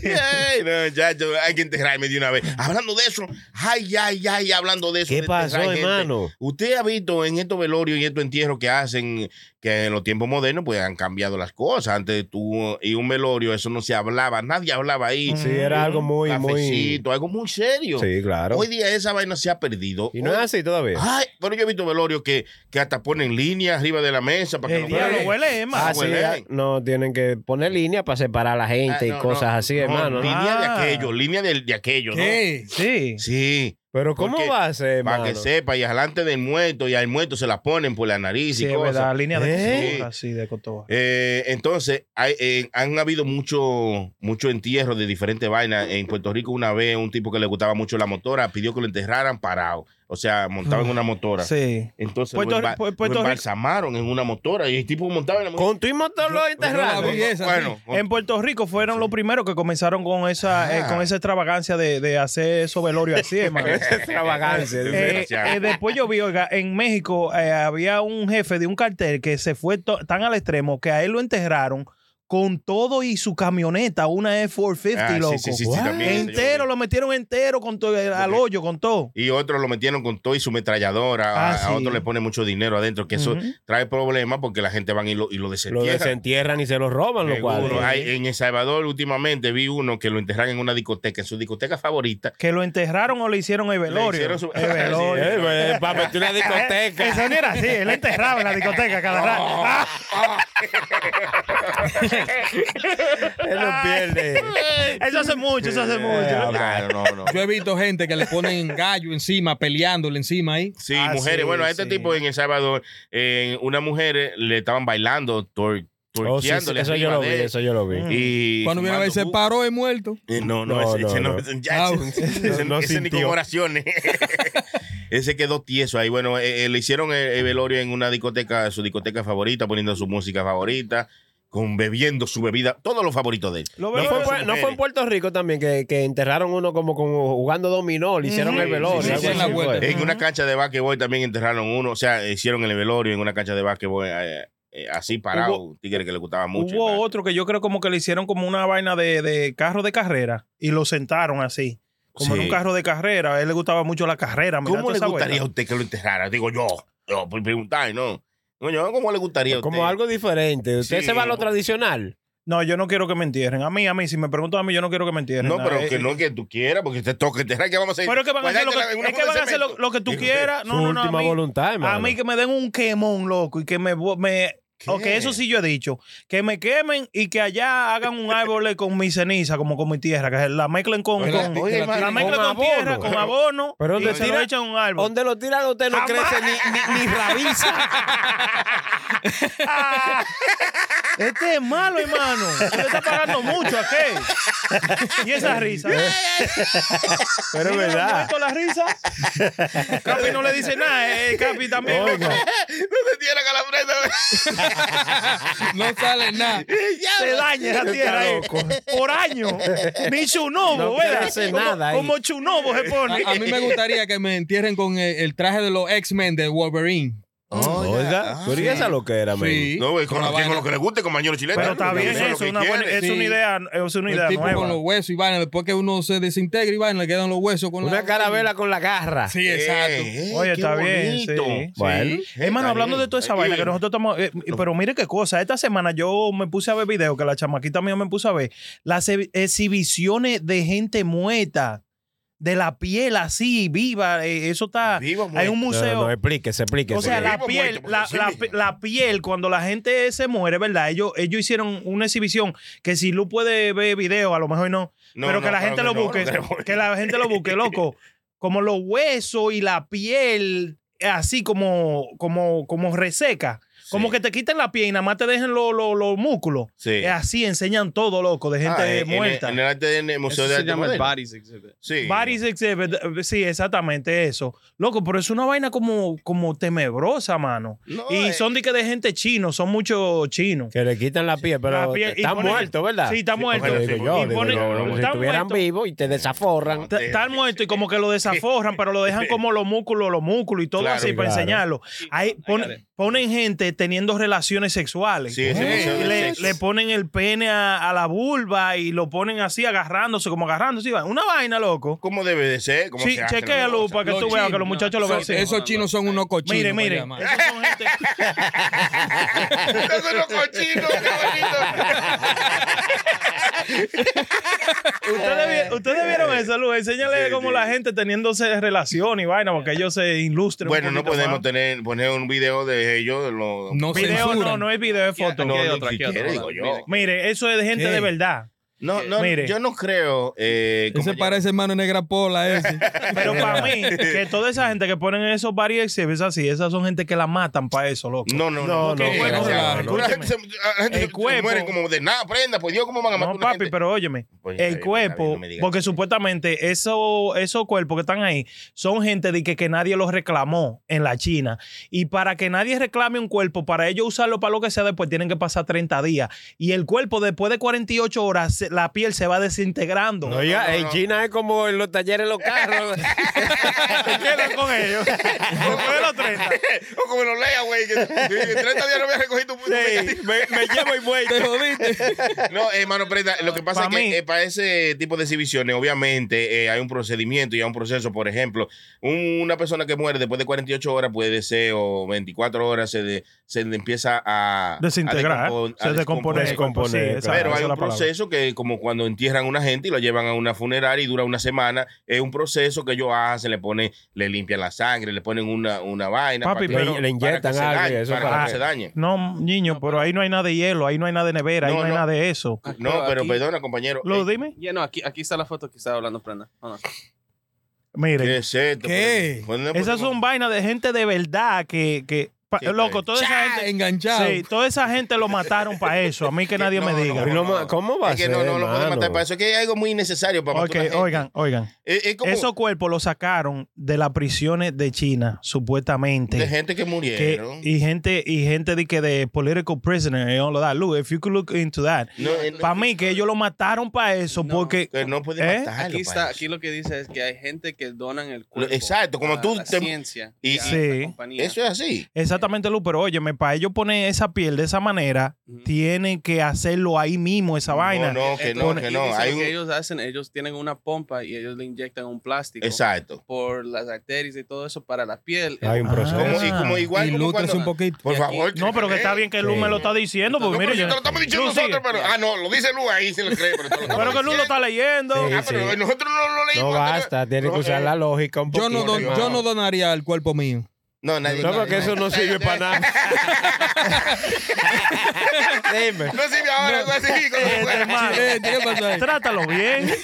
[SPEAKER 4] no, muchacho, hay que enterrarme de una vez. Hablando de eso, ay, ay, ay, hablando de eso.
[SPEAKER 5] ¿Qué
[SPEAKER 4] de
[SPEAKER 5] pasó,
[SPEAKER 4] enterrar gente.
[SPEAKER 5] hermano?
[SPEAKER 4] Usted ha visto en estos velorios y estos entierros que hacen, que en los tiempos modernos, pues han cambiado las cosas. Antes tú y un velorio, eso no se hablaba, nadie hablaba ahí.
[SPEAKER 5] Sí, era algo muy, muy.
[SPEAKER 4] Cafecito, algo muy serio.
[SPEAKER 5] Sí, claro.
[SPEAKER 4] Hoy día esa vaina se ha perdido.
[SPEAKER 5] Y no es
[SPEAKER 4] Hoy-
[SPEAKER 5] así todavía.
[SPEAKER 4] Ay, pero yo he visto velorios que, que hasta ponen línea arriba de la mesa para que
[SPEAKER 6] El
[SPEAKER 4] lo
[SPEAKER 6] diablo
[SPEAKER 4] vean.
[SPEAKER 6] huele, eh, mano.
[SPEAKER 5] Ah,
[SPEAKER 4] Ah,
[SPEAKER 5] sí,
[SPEAKER 4] huele.
[SPEAKER 5] ah, no, tienen que poner línea para separar a la gente
[SPEAKER 4] Ah,
[SPEAKER 5] y
[SPEAKER 4] no,
[SPEAKER 5] cosas
[SPEAKER 4] no,
[SPEAKER 5] así,
[SPEAKER 4] no,
[SPEAKER 5] hermano. ¿no?
[SPEAKER 4] Línea de
[SPEAKER 6] Ah.
[SPEAKER 4] aquello, línea de, de aquello,
[SPEAKER 8] ¿Qué?
[SPEAKER 6] Sí.
[SPEAKER 4] ¿no? Sí.
[SPEAKER 5] Pero ¿cómo
[SPEAKER 4] Porque-
[SPEAKER 5] va a ser,
[SPEAKER 4] Para
[SPEAKER 5] hermano?
[SPEAKER 4] que sepa, y adelante del muerto, y al muerto se la ponen por la nariz
[SPEAKER 6] Sí,
[SPEAKER 4] y
[SPEAKER 6] es
[SPEAKER 4] cosas.
[SPEAKER 6] verdad. Línea de
[SPEAKER 4] ¿Eh?
[SPEAKER 6] cotoba, sí, de cotoba.
[SPEAKER 4] Eh, entonces, hay, eh, han habido mucho, mucho entierro de diferentes vainas. En Puerto Rico, una vez, un tipo que le gustaba mucho la motora pidió que lo enterraran parado. O sea, montaba en una motora.
[SPEAKER 6] Sí.
[SPEAKER 4] Entonces,
[SPEAKER 6] Puerto-
[SPEAKER 4] lo, emba-
[SPEAKER 6] Pu-
[SPEAKER 4] lo
[SPEAKER 6] Puerto Rico-
[SPEAKER 4] embalsamaron en una motora y el tipo montaba en la motora. Ah,
[SPEAKER 5] Con tu motor lo
[SPEAKER 8] yo
[SPEAKER 5] enterrado.
[SPEAKER 8] la vi. esa,
[SPEAKER 4] bueno,
[SPEAKER 6] En Puerto Rico fueron los primeros que comenzaron con esa, eh,
[SPEAKER 4] Ah.
[SPEAKER 6] con esa extravagancia de, de hacer esos velorios así, hermano.
[SPEAKER 5] Extravagancia.
[SPEAKER 4] Eh,
[SPEAKER 5] dice.
[SPEAKER 6] Eh, eh, después yo vi, oiga, en México eh, había un jefe de un cartel que se fue to- tan al extremo que a él lo enterraron con todo y su camioneta, una F-450,
[SPEAKER 4] Ah, sí,
[SPEAKER 6] loco.
[SPEAKER 4] sí, sí, sí,
[SPEAKER 6] Wow.
[SPEAKER 4] también, señor.
[SPEAKER 6] entero, lo metieron entero con todo, eh, al
[SPEAKER 4] Ok.
[SPEAKER 6] hoyo, con todo.
[SPEAKER 4] y otros lo metieron con todo y su metralladora.
[SPEAKER 6] Ah,
[SPEAKER 4] a, a
[SPEAKER 6] sí.
[SPEAKER 4] otros le pone mucho dinero adentro, que eso
[SPEAKER 6] Ujú.
[SPEAKER 4] trae problemas porque la gente van y lo, y lo
[SPEAKER 5] lo
[SPEAKER 4] desentierra.
[SPEAKER 5] desentierran y se lo roban, lo
[SPEAKER 4] Seguro.
[SPEAKER 5] cual.
[SPEAKER 4] Hay- en El Salvador últimamente vi uno que lo enterran en una discoteca, en su discoteca favorita.
[SPEAKER 6] Que lo enterraron o le hicieron el velorio.
[SPEAKER 4] hicieron su-
[SPEAKER 6] El velorio.
[SPEAKER 4] Sí,
[SPEAKER 5] para eh, pues, meter una discoteca.
[SPEAKER 6] Eso no era así, él enterraba en la discoteca cada rato.
[SPEAKER 5] Él no pierde.
[SPEAKER 6] Eso hace mucho, eso hace mucho.
[SPEAKER 4] Eh, Claro, no, no.
[SPEAKER 8] Yo he visto gente que le ponen gallo encima, peleándole encima ahí.
[SPEAKER 4] Sí,
[SPEAKER 6] Ah,
[SPEAKER 4] mujeres.
[SPEAKER 6] sí,
[SPEAKER 4] bueno, a este
[SPEAKER 6] sí.
[SPEAKER 4] tipo en El Salvador, eh, unas mujeres le estaban bailando, tor
[SPEAKER 5] Oh, sí, sí,
[SPEAKER 4] torqueándole
[SPEAKER 5] eso yo
[SPEAKER 4] arriba
[SPEAKER 5] lo vi,
[SPEAKER 4] de él. Mm.
[SPEAKER 5] eso yo lo vi.
[SPEAKER 4] Y
[SPEAKER 8] Cuando viene a ver, se
[SPEAKER 4] fumando jugo.
[SPEAKER 8] paró, es muerto.
[SPEAKER 4] Eh, No, no,
[SPEAKER 5] No,
[SPEAKER 4] ese, ese
[SPEAKER 5] no,
[SPEAKER 4] no,
[SPEAKER 5] no.
[SPEAKER 4] ese- ya,
[SPEAKER 8] Ah,
[SPEAKER 4] ese- ese-
[SPEAKER 5] no
[SPEAKER 4] ese ni con
[SPEAKER 5] sintió.
[SPEAKER 4] oraciones. ese quedó tieso ahí. Bueno, eh, eh, le hicieron el, el velorio en una discoteca, su discoteca favorita, poniendo su música favorita, con bebiendo su bebida, todos los favoritos de él.
[SPEAKER 6] Lo
[SPEAKER 5] No
[SPEAKER 6] veo-
[SPEAKER 5] fue, en
[SPEAKER 4] Pero son
[SPEAKER 5] Pue- no fue en
[SPEAKER 4] mujeres.
[SPEAKER 5] Puerto Rico también que, que enterraron uno como, como jugando dominó, le hicieron
[SPEAKER 4] Ujú.
[SPEAKER 5] el velorio.
[SPEAKER 4] Sí, sí,
[SPEAKER 5] algo
[SPEAKER 4] sí,
[SPEAKER 5] así
[SPEAKER 8] la
[SPEAKER 5] fue.
[SPEAKER 8] vuelta.
[SPEAKER 4] En una cancha de básquetbol también enterraron uno, o sea, hicieron el velorio en una cancha de básquetbol eh, eh, así parado, un tigre que le gustaba mucho.
[SPEAKER 6] Hubo otro que yo creo como que le hicieron como una vaina de, de carro de carrera y lo sentaron así, como en
[SPEAKER 4] Sí.
[SPEAKER 6] un carro de carrera. A él le gustaba mucho la carrera. mira,
[SPEAKER 4] ¿Cómo
[SPEAKER 6] toda
[SPEAKER 4] le
[SPEAKER 6] esa
[SPEAKER 4] gustaría a
[SPEAKER 6] vaina.
[SPEAKER 4] usted que lo enterrara? Digo yo, yo por preguntar, no. No, yo, ¿cómo le gustaría a usted?
[SPEAKER 5] Pues Como algo diferente. Usted
[SPEAKER 4] Sí.
[SPEAKER 5] se va a lo tradicional.
[SPEAKER 6] No, yo no quiero que me entierren. A mí, a mí, si me preguntan a mí, yo no quiero que me entierren.
[SPEAKER 4] No, pero
[SPEAKER 6] Eh,
[SPEAKER 4] que no que tú quieras, porque te toca enterrar, que vamos a hacer?
[SPEAKER 6] Pero es que van a hacer lo que,
[SPEAKER 4] Guardártela en una
[SPEAKER 6] es que
[SPEAKER 4] bolsa
[SPEAKER 6] van a
[SPEAKER 4] de
[SPEAKER 6] hacer lo,
[SPEAKER 4] cemento.
[SPEAKER 6] lo que tú
[SPEAKER 4] Digo,
[SPEAKER 6] quieras. No,
[SPEAKER 5] Su
[SPEAKER 6] no, no. a
[SPEAKER 5] última
[SPEAKER 6] mí-
[SPEAKER 5] voluntad,
[SPEAKER 6] A
[SPEAKER 5] hermano.
[SPEAKER 6] mí que me den un quemón, loco, y que me... vo- me
[SPEAKER 4] ¿Qué?
[SPEAKER 6] ok, eso sí yo he dicho. Que me quemen y que allá hagan un árbol con mi ceniza, como con mi tierra, que la mezclen con...
[SPEAKER 8] Que la-
[SPEAKER 6] con-
[SPEAKER 8] que la
[SPEAKER 6] la
[SPEAKER 8] tiren
[SPEAKER 6] mezclen con,
[SPEAKER 5] con
[SPEAKER 6] tierra,
[SPEAKER 5] abono.
[SPEAKER 6] con abono,
[SPEAKER 5] Pero
[SPEAKER 6] y
[SPEAKER 5] donde
[SPEAKER 6] se lo
[SPEAKER 5] tira-
[SPEAKER 6] echan a un árbol.
[SPEAKER 5] Donde lo tiran usted no crece ni, ni, ni rabiza.
[SPEAKER 6] Este es malo, hermano. Usted está pagando mucho a qué. Y esa risa.
[SPEAKER 5] Pero es verdad.
[SPEAKER 6] ¿Con la risa? Capi no le dice nada. eh, Capi también.
[SPEAKER 4] No te tiene la calambreta.
[SPEAKER 8] No sale nada.
[SPEAKER 6] se daña esa tierra ahí. Por año. Ni chunobo,
[SPEAKER 5] No
[SPEAKER 6] ¿verdad?
[SPEAKER 5] quiere hacer
[SPEAKER 6] como,
[SPEAKER 5] nada ahí.
[SPEAKER 6] como chunobo se pone.
[SPEAKER 8] A, a mí me gustaría que me entierren con el, el traje de los X-Men de Wolverine.
[SPEAKER 5] Oiga, pero ¿y esa loquera, men?
[SPEAKER 8] Sí.
[SPEAKER 4] No, güey, con,
[SPEAKER 8] Una
[SPEAKER 4] lo que- con
[SPEAKER 8] vaina.
[SPEAKER 4] lo que le guste, con mañana chileno.
[SPEAKER 6] Pero está bien
[SPEAKER 4] Eso es lo
[SPEAKER 6] eso,
[SPEAKER 4] que
[SPEAKER 6] una buena-
[SPEAKER 4] quiere.
[SPEAKER 6] es una
[SPEAKER 8] Sí.
[SPEAKER 6] idea, es una
[SPEAKER 8] El
[SPEAKER 6] idea
[SPEAKER 8] tipo con los
[SPEAKER 6] nueva.
[SPEAKER 8] huesos y vaina. Después que uno se desintegra y vaina, le quedan los huesos con
[SPEAKER 5] Una
[SPEAKER 8] la...
[SPEAKER 5] carabela con la garra.
[SPEAKER 8] Sí, exacto.
[SPEAKER 4] Eh, eh,
[SPEAKER 6] Oye,
[SPEAKER 4] qué
[SPEAKER 6] está bien, sí.
[SPEAKER 4] bonito.
[SPEAKER 5] Bueno.
[SPEAKER 4] Sí,
[SPEAKER 6] Hermano,
[SPEAKER 4] está
[SPEAKER 6] hablando
[SPEAKER 4] bien.
[SPEAKER 6] de toda esa
[SPEAKER 4] Está
[SPEAKER 6] vaina que
[SPEAKER 4] bien.
[SPEAKER 6] nosotros estamos. eh, pero mire qué cosa. Esta semana yo me puse a ver videos que la chamaquita mía me puso a ver. Las e- exhibiciones de gente muerta, de la piel así, viva. eh, eso está.
[SPEAKER 4] Vivo,
[SPEAKER 6] hay un
[SPEAKER 5] No,
[SPEAKER 6] museo.
[SPEAKER 5] no, no, explíquese, explíquese.
[SPEAKER 6] O sea,
[SPEAKER 4] Porque
[SPEAKER 6] la
[SPEAKER 4] vivo
[SPEAKER 6] piel,
[SPEAKER 4] muerto,
[SPEAKER 6] la,
[SPEAKER 4] porque
[SPEAKER 6] la-
[SPEAKER 4] sí mismo.
[SPEAKER 6] la piel, cuando la gente se muere, ¿verdad? Ellos, ellos hicieron una exhibición que si Lu puede ver video, a lo mejor no,
[SPEAKER 4] No,
[SPEAKER 6] pero que
[SPEAKER 4] no,
[SPEAKER 6] la
[SPEAKER 4] claro
[SPEAKER 6] gente
[SPEAKER 4] que
[SPEAKER 6] lo
[SPEAKER 4] no, no
[SPEAKER 6] busque,
[SPEAKER 4] queremos-
[SPEAKER 6] que la gente lo busque, loco. Como los huesos y la piel eh, así como, como, como reseca. Como
[SPEAKER 4] Sí.
[SPEAKER 6] que te quiten la piel y nada más te dejen lo- lo- los músculos.
[SPEAKER 4] Sí.
[SPEAKER 6] Es así, enseñan todo, loco, de gente
[SPEAKER 4] Ah, en- en el-
[SPEAKER 6] muerta.
[SPEAKER 4] En el arte de- en el Museo de Arte Moderno. Sí.
[SPEAKER 6] Bodies exhibit, eh, sí, exactamente eso. Loco, pero es una vaina como, como temebrosa, mano.
[SPEAKER 4] No,
[SPEAKER 6] y
[SPEAKER 4] eh.
[SPEAKER 6] son de que de gente chino, son muchos chinos.
[SPEAKER 5] Que le quitan la piel, pero
[SPEAKER 6] La piel- y
[SPEAKER 5] está
[SPEAKER 6] ponen-
[SPEAKER 5] muerto, ¿verdad?
[SPEAKER 6] Sí, está
[SPEAKER 4] Sí,
[SPEAKER 6] muerto.
[SPEAKER 4] porque
[SPEAKER 5] Bueno,
[SPEAKER 4] lo
[SPEAKER 5] digo
[SPEAKER 4] sí,
[SPEAKER 5] yo,
[SPEAKER 6] y
[SPEAKER 5] digo
[SPEAKER 6] ponen- está
[SPEAKER 5] yo, si estuvieran
[SPEAKER 6] muerto.
[SPEAKER 5] vivos y te desaforran.
[SPEAKER 4] Eh,
[SPEAKER 6] T- Están muertos y como que lo desaforran, pero lo dejan como los músculos, los músculos y todo
[SPEAKER 4] Claro,
[SPEAKER 6] así para
[SPEAKER 5] claro.
[SPEAKER 6] enseñarlo. Ahí ponen, ponen gente teniendo relaciones sexuales.
[SPEAKER 4] Sí, ese
[SPEAKER 8] Ey,
[SPEAKER 4] museo
[SPEAKER 6] Y
[SPEAKER 4] del
[SPEAKER 6] le,
[SPEAKER 4] sexo.
[SPEAKER 6] le ponen el pene a, a la vulva y lo ponen así agarrándose, como agarrándose. Una vaina, loco.
[SPEAKER 4] ¿Cómo debe de ser? ¿Cómo
[SPEAKER 6] Sí,
[SPEAKER 4] se hace la
[SPEAKER 6] chequéalo
[SPEAKER 4] cosa?
[SPEAKER 6] para que
[SPEAKER 8] Los
[SPEAKER 6] tú veas que
[SPEAKER 8] chinos,
[SPEAKER 6] los muchachos lo
[SPEAKER 8] no.
[SPEAKER 6] ven
[SPEAKER 8] Son-
[SPEAKER 6] así.
[SPEAKER 8] Esos chinos son unos cochinos.
[SPEAKER 6] Mire, mire.
[SPEAKER 8] vaya, man.
[SPEAKER 6] esos son gente-
[SPEAKER 4] Esos son los cochinos, qué
[SPEAKER 6] Ustedes, vi- ustedes vieron eso, Luz. Enséñale cómo la gente teniéndose relación y vaina, porque ellos se ilustren.
[SPEAKER 4] bonito.
[SPEAKER 6] un
[SPEAKER 4] Bueno, no
[SPEAKER 6] poquito
[SPEAKER 4] podemos
[SPEAKER 6] más.
[SPEAKER 4] tener, poner un video de ellos. Los,
[SPEAKER 8] No
[SPEAKER 6] Video
[SPEAKER 8] censuran.
[SPEAKER 6] no, no es video, es foto.
[SPEAKER 4] no, ni siquiera, digo yo.
[SPEAKER 6] Mire, eso es de gente
[SPEAKER 8] ¿Qué?
[SPEAKER 6] de verdad.
[SPEAKER 4] No, no,
[SPEAKER 6] Mire.
[SPEAKER 4] yo no creo. Eh, ¿cómo
[SPEAKER 8] Ese
[SPEAKER 4] llama?
[SPEAKER 8] parece hermano negra pola ese.
[SPEAKER 6] Pero para mí, que toda esa gente que ponen esos body exhibits así, esas son gente que la matan para eso, loco.
[SPEAKER 4] No, no, no.
[SPEAKER 5] No, no,
[SPEAKER 4] Porque
[SPEAKER 8] no,
[SPEAKER 4] o sea,
[SPEAKER 8] no,
[SPEAKER 4] la
[SPEAKER 6] no.
[SPEAKER 4] gente se, la gente
[SPEAKER 6] El
[SPEAKER 4] se- se
[SPEAKER 6] cuerpo-
[SPEAKER 4] muere como de nada, prenda. Por Dios, ¿cómo van a matar
[SPEAKER 6] No,
[SPEAKER 4] una
[SPEAKER 6] papi,
[SPEAKER 4] gente?
[SPEAKER 6] pero óyeme,
[SPEAKER 4] Pues, está bien,
[SPEAKER 6] el
[SPEAKER 4] está
[SPEAKER 6] cuerpo,
[SPEAKER 4] bien, no me digas
[SPEAKER 6] porque
[SPEAKER 4] eso.
[SPEAKER 6] supuestamente eso- esos cuerpos que están ahí son gente de que, que nadie los reclamó en la China. Y para que nadie reclame un cuerpo, para ellos usarlo para lo que sea, después tienen que pasar 30 días. Y el cuerpo, después de 48 horas, se- la piel se va desintegrando.
[SPEAKER 5] No, Oiga, en China es como en los talleres de los carros.
[SPEAKER 6] ¿Te quedas con ellos? Después de los 30.
[SPEAKER 4] o como lo lea, güey. Que, que en 30 días no voy a recoger tu puto.
[SPEAKER 5] Sí, me, me llevo y muerto.
[SPEAKER 8] Te jodiste.
[SPEAKER 4] No, eh, hermano, prenda, lo que pasa
[SPEAKER 6] Pa'
[SPEAKER 4] es que
[SPEAKER 6] mí.
[SPEAKER 4] eh, para ese tipo de exhibiciones, obviamente, eh, hay un procedimiento y hay un proceso. Por ejemplo, un- una persona que muere después de 48 horas puede ser, o 24 horas, se, de- se le empieza a... a
[SPEAKER 6] Desintegrar,
[SPEAKER 4] descompon- a
[SPEAKER 6] se descompone.
[SPEAKER 5] descomponer.
[SPEAKER 6] el cuerpo, sí,
[SPEAKER 5] Descomponer,
[SPEAKER 6] exacto,
[SPEAKER 5] claro.
[SPEAKER 4] Pero
[SPEAKER 6] esa es la
[SPEAKER 4] hay un
[SPEAKER 6] palabra.
[SPEAKER 4] proceso que como cuando entierran a una gente y lo llevan a una funeraria y dura una semana. Es un proceso que ellos hacen, le ponen, le limpian la sangre, le ponen una, una vaina.
[SPEAKER 6] Papi,
[SPEAKER 4] que-
[SPEAKER 6] pero-
[SPEAKER 4] que
[SPEAKER 5] le inyectan
[SPEAKER 4] se
[SPEAKER 5] algo y
[SPEAKER 4] dañe,
[SPEAKER 5] eso
[SPEAKER 4] para que
[SPEAKER 5] para
[SPEAKER 4] no
[SPEAKER 5] que-
[SPEAKER 4] se dañe.
[SPEAKER 6] No, niño, pero ahí no hay nada de hielo, ahí no hay nada de nevera, ahí
[SPEAKER 4] No,
[SPEAKER 6] no hay
[SPEAKER 4] no.
[SPEAKER 6] nada de eso.
[SPEAKER 4] No, pero
[SPEAKER 9] Aquí-
[SPEAKER 4] perdona, compañero.
[SPEAKER 6] Lo
[SPEAKER 4] Eh,
[SPEAKER 6] dime.
[SPEAKER 9] Ya no, aquí, aquí está la foto que estaba hablando Prenda. No, no.
[SPEAKER 4] ¿Qué
[SPEAKER 6] Mire,
[SPEAKER 4] es esto?
[SPEAKER 8] ¿Qué?
[SPEAKER 4] Ponle- ponle-
[SPEAKER 6] esas son vainas de gente de verdad que, que pa-
[SPEAKER 4] Sí,
[SPEAKER 6] loco, toda esa
[SPEAKER 8] Cha,
[SPEAKER 6] gente,
[SPEAKER 8] enganchado.
[SPEAKER 6] sí, toda esa gente lo mataron para eso. A mí que nadie
[SPEAKER 4] No,
[SPEAKER 6] me
[SPEAKER 4] no,
[SPEAKER 6] diga.
[SPEAKER 5] Pero no ma- ¿Cómo va
[SPEAKER 4] Es que
[SPEAKER 5] a
[SPEAKER 4] no,
[SPEAKER 5] ser,
[SPEAKER 4] no lo pueden
[SPEAKER 5] mano?
[SPEAKER 4] matar para eso. Es que es algo muy innecesario para
[SPEAKER 6] Ok,
[SPEAKER 4] matar a la gente.
[SPEAKER 6] oigan, oigan.
[SPEAKER 4] Es, es como
[SPEAKER 6] Esos cuerpos los sacaron de las prisiones de China, supuestamente.
[SPEAKER 4] de gente que
[SPEAKER 6] que-
[SPEAKER 4] murieron.
[SPEAKER 6] y gente y gente de que de political prisoner y all of that. Look, if you could look into that.
[SPEAKER 4] No, eh, no,
[SPEAKER 6] Para mí que ellos lo mataron para eso
[SPEAKER 9] No.
[SPEAKER 6] porque
[SPEAKER 4] que no pueden
[SPEAKER 6] ¿Eh?
[SPEAKER 4] matarlo
[SPEAKER 9] Aquí,
[SPEAKER 4] para
[SPEAKER 9] está,
[SPEAKER 4] eso.
[SPEAKER 9] aquí lo que dice es que hay gente que donan el cuerpo.
[SPEAKER 4] exacto, como
[SPEAKER 9] a
[SPEAKER 4] tú
[SPEAKER 9] La
[SPEAKER 4] te-
[SPEAKER 9] ciencia.
[SPEAKER 4] y-
[SPEAKER 9] a
[SPEAKER 6] Sí.
[SPEAKER 9] la compañía.
[SPEAKER 4] Eso es así.
[SPEAKER 6] exactamente Lu, pero óyeme, para ellos poner esa piel de esa manera,
[SPEAKER 9] Ujú.
[SPEAKER 6] tienen que hacerlo ahí mismo esa vaina.
[SPEAKER 4] No, no, que no,
[SPEAKER 9] Entonces,
[SPEAKER 4] que
[SPEAKER 9] aquí
[SPEAKER 4] no.
[SPEAKER 9] dice
[SPEAKER 4] Hay
[SPEAKER 9] lo
[SPEAKER 4] un-
[SPEAKER 9] que ellos hacen, ellos tienen una pompa y ellos le inyectan un plástico.
[SPEAKER 4] Exacto.
[SPEAKER 9] Por las arterias y todo eso para la piel.
[SPEAKER 5] Hay un
[SPEAKER 6] Ah.
[SPEAKER 5] proceso.
[SPEAKER 4] Como, y como igual como
[SPEAKER 8] Ilústrese
[SPEAKER 4] cuando-
[SPEAKER 8] un poquito.
[SPEAKER 4] Por
[SPEAKER 9] Y aquí-
[SPEAKER 4] favor.
[SPEAKER 6] No, pero que está bien que Lu
[SPEAKER 5] Sí.
[SPEAKER 6] me lo está diciendo, porque
[SPEAKER 4] No,
[SPEAKER 6] mire,
[SPEAKER 4] pero
[SPEAKER 6] yo-
[SPEAKER 4] si te lo estamos diciendo
[SPEAKER 6] Lu, sigue.
[SPEAKER 4] nosotros, pero- Ah, no, lo dice Lu, ahí se lo cree. Pero, te lo
[SPEAKER 6] Pero
[SPEAKER 4] estamos
[SPEAKER 6] que Lu lo está leyendo.
[SPEAKER 4] diciendo.
[SPEAKER 5] Sí.
[SPEAKER 4] Ah, pero nosotros no lo
[SPEAKER 5] No
[SPEAKER 4] leímos.
[SPEAKER 5] basta, tiene que
[SPEAKER 4] No,
[SPEAKER 5] usar
[SPEAKER 4] eh,
[SPEAKER 5] la lógica un
[SPEAKER 8] Yo
[SPEAKER 5] poquito.
[SPEAKER 8] no, don- yo no donaría el cuerpo mío.
[SPEAKER 4] No, nadie.
[SPEAKER 5] No, porque
[SPEAKER 4] nadie,
[SPEAKER 5] eso no sirve para nada. Dime.
[SPEAKER 4] No sirve ahora, no, sirve como
[SPEAKER 6] Este,
[SPEAKER 4] fuera.
[SPEAKER 6] hermano,
[SPEAKER 8] Eh, ¿qué pasa ahí?
[SPEAKER 6] Trátalo bien.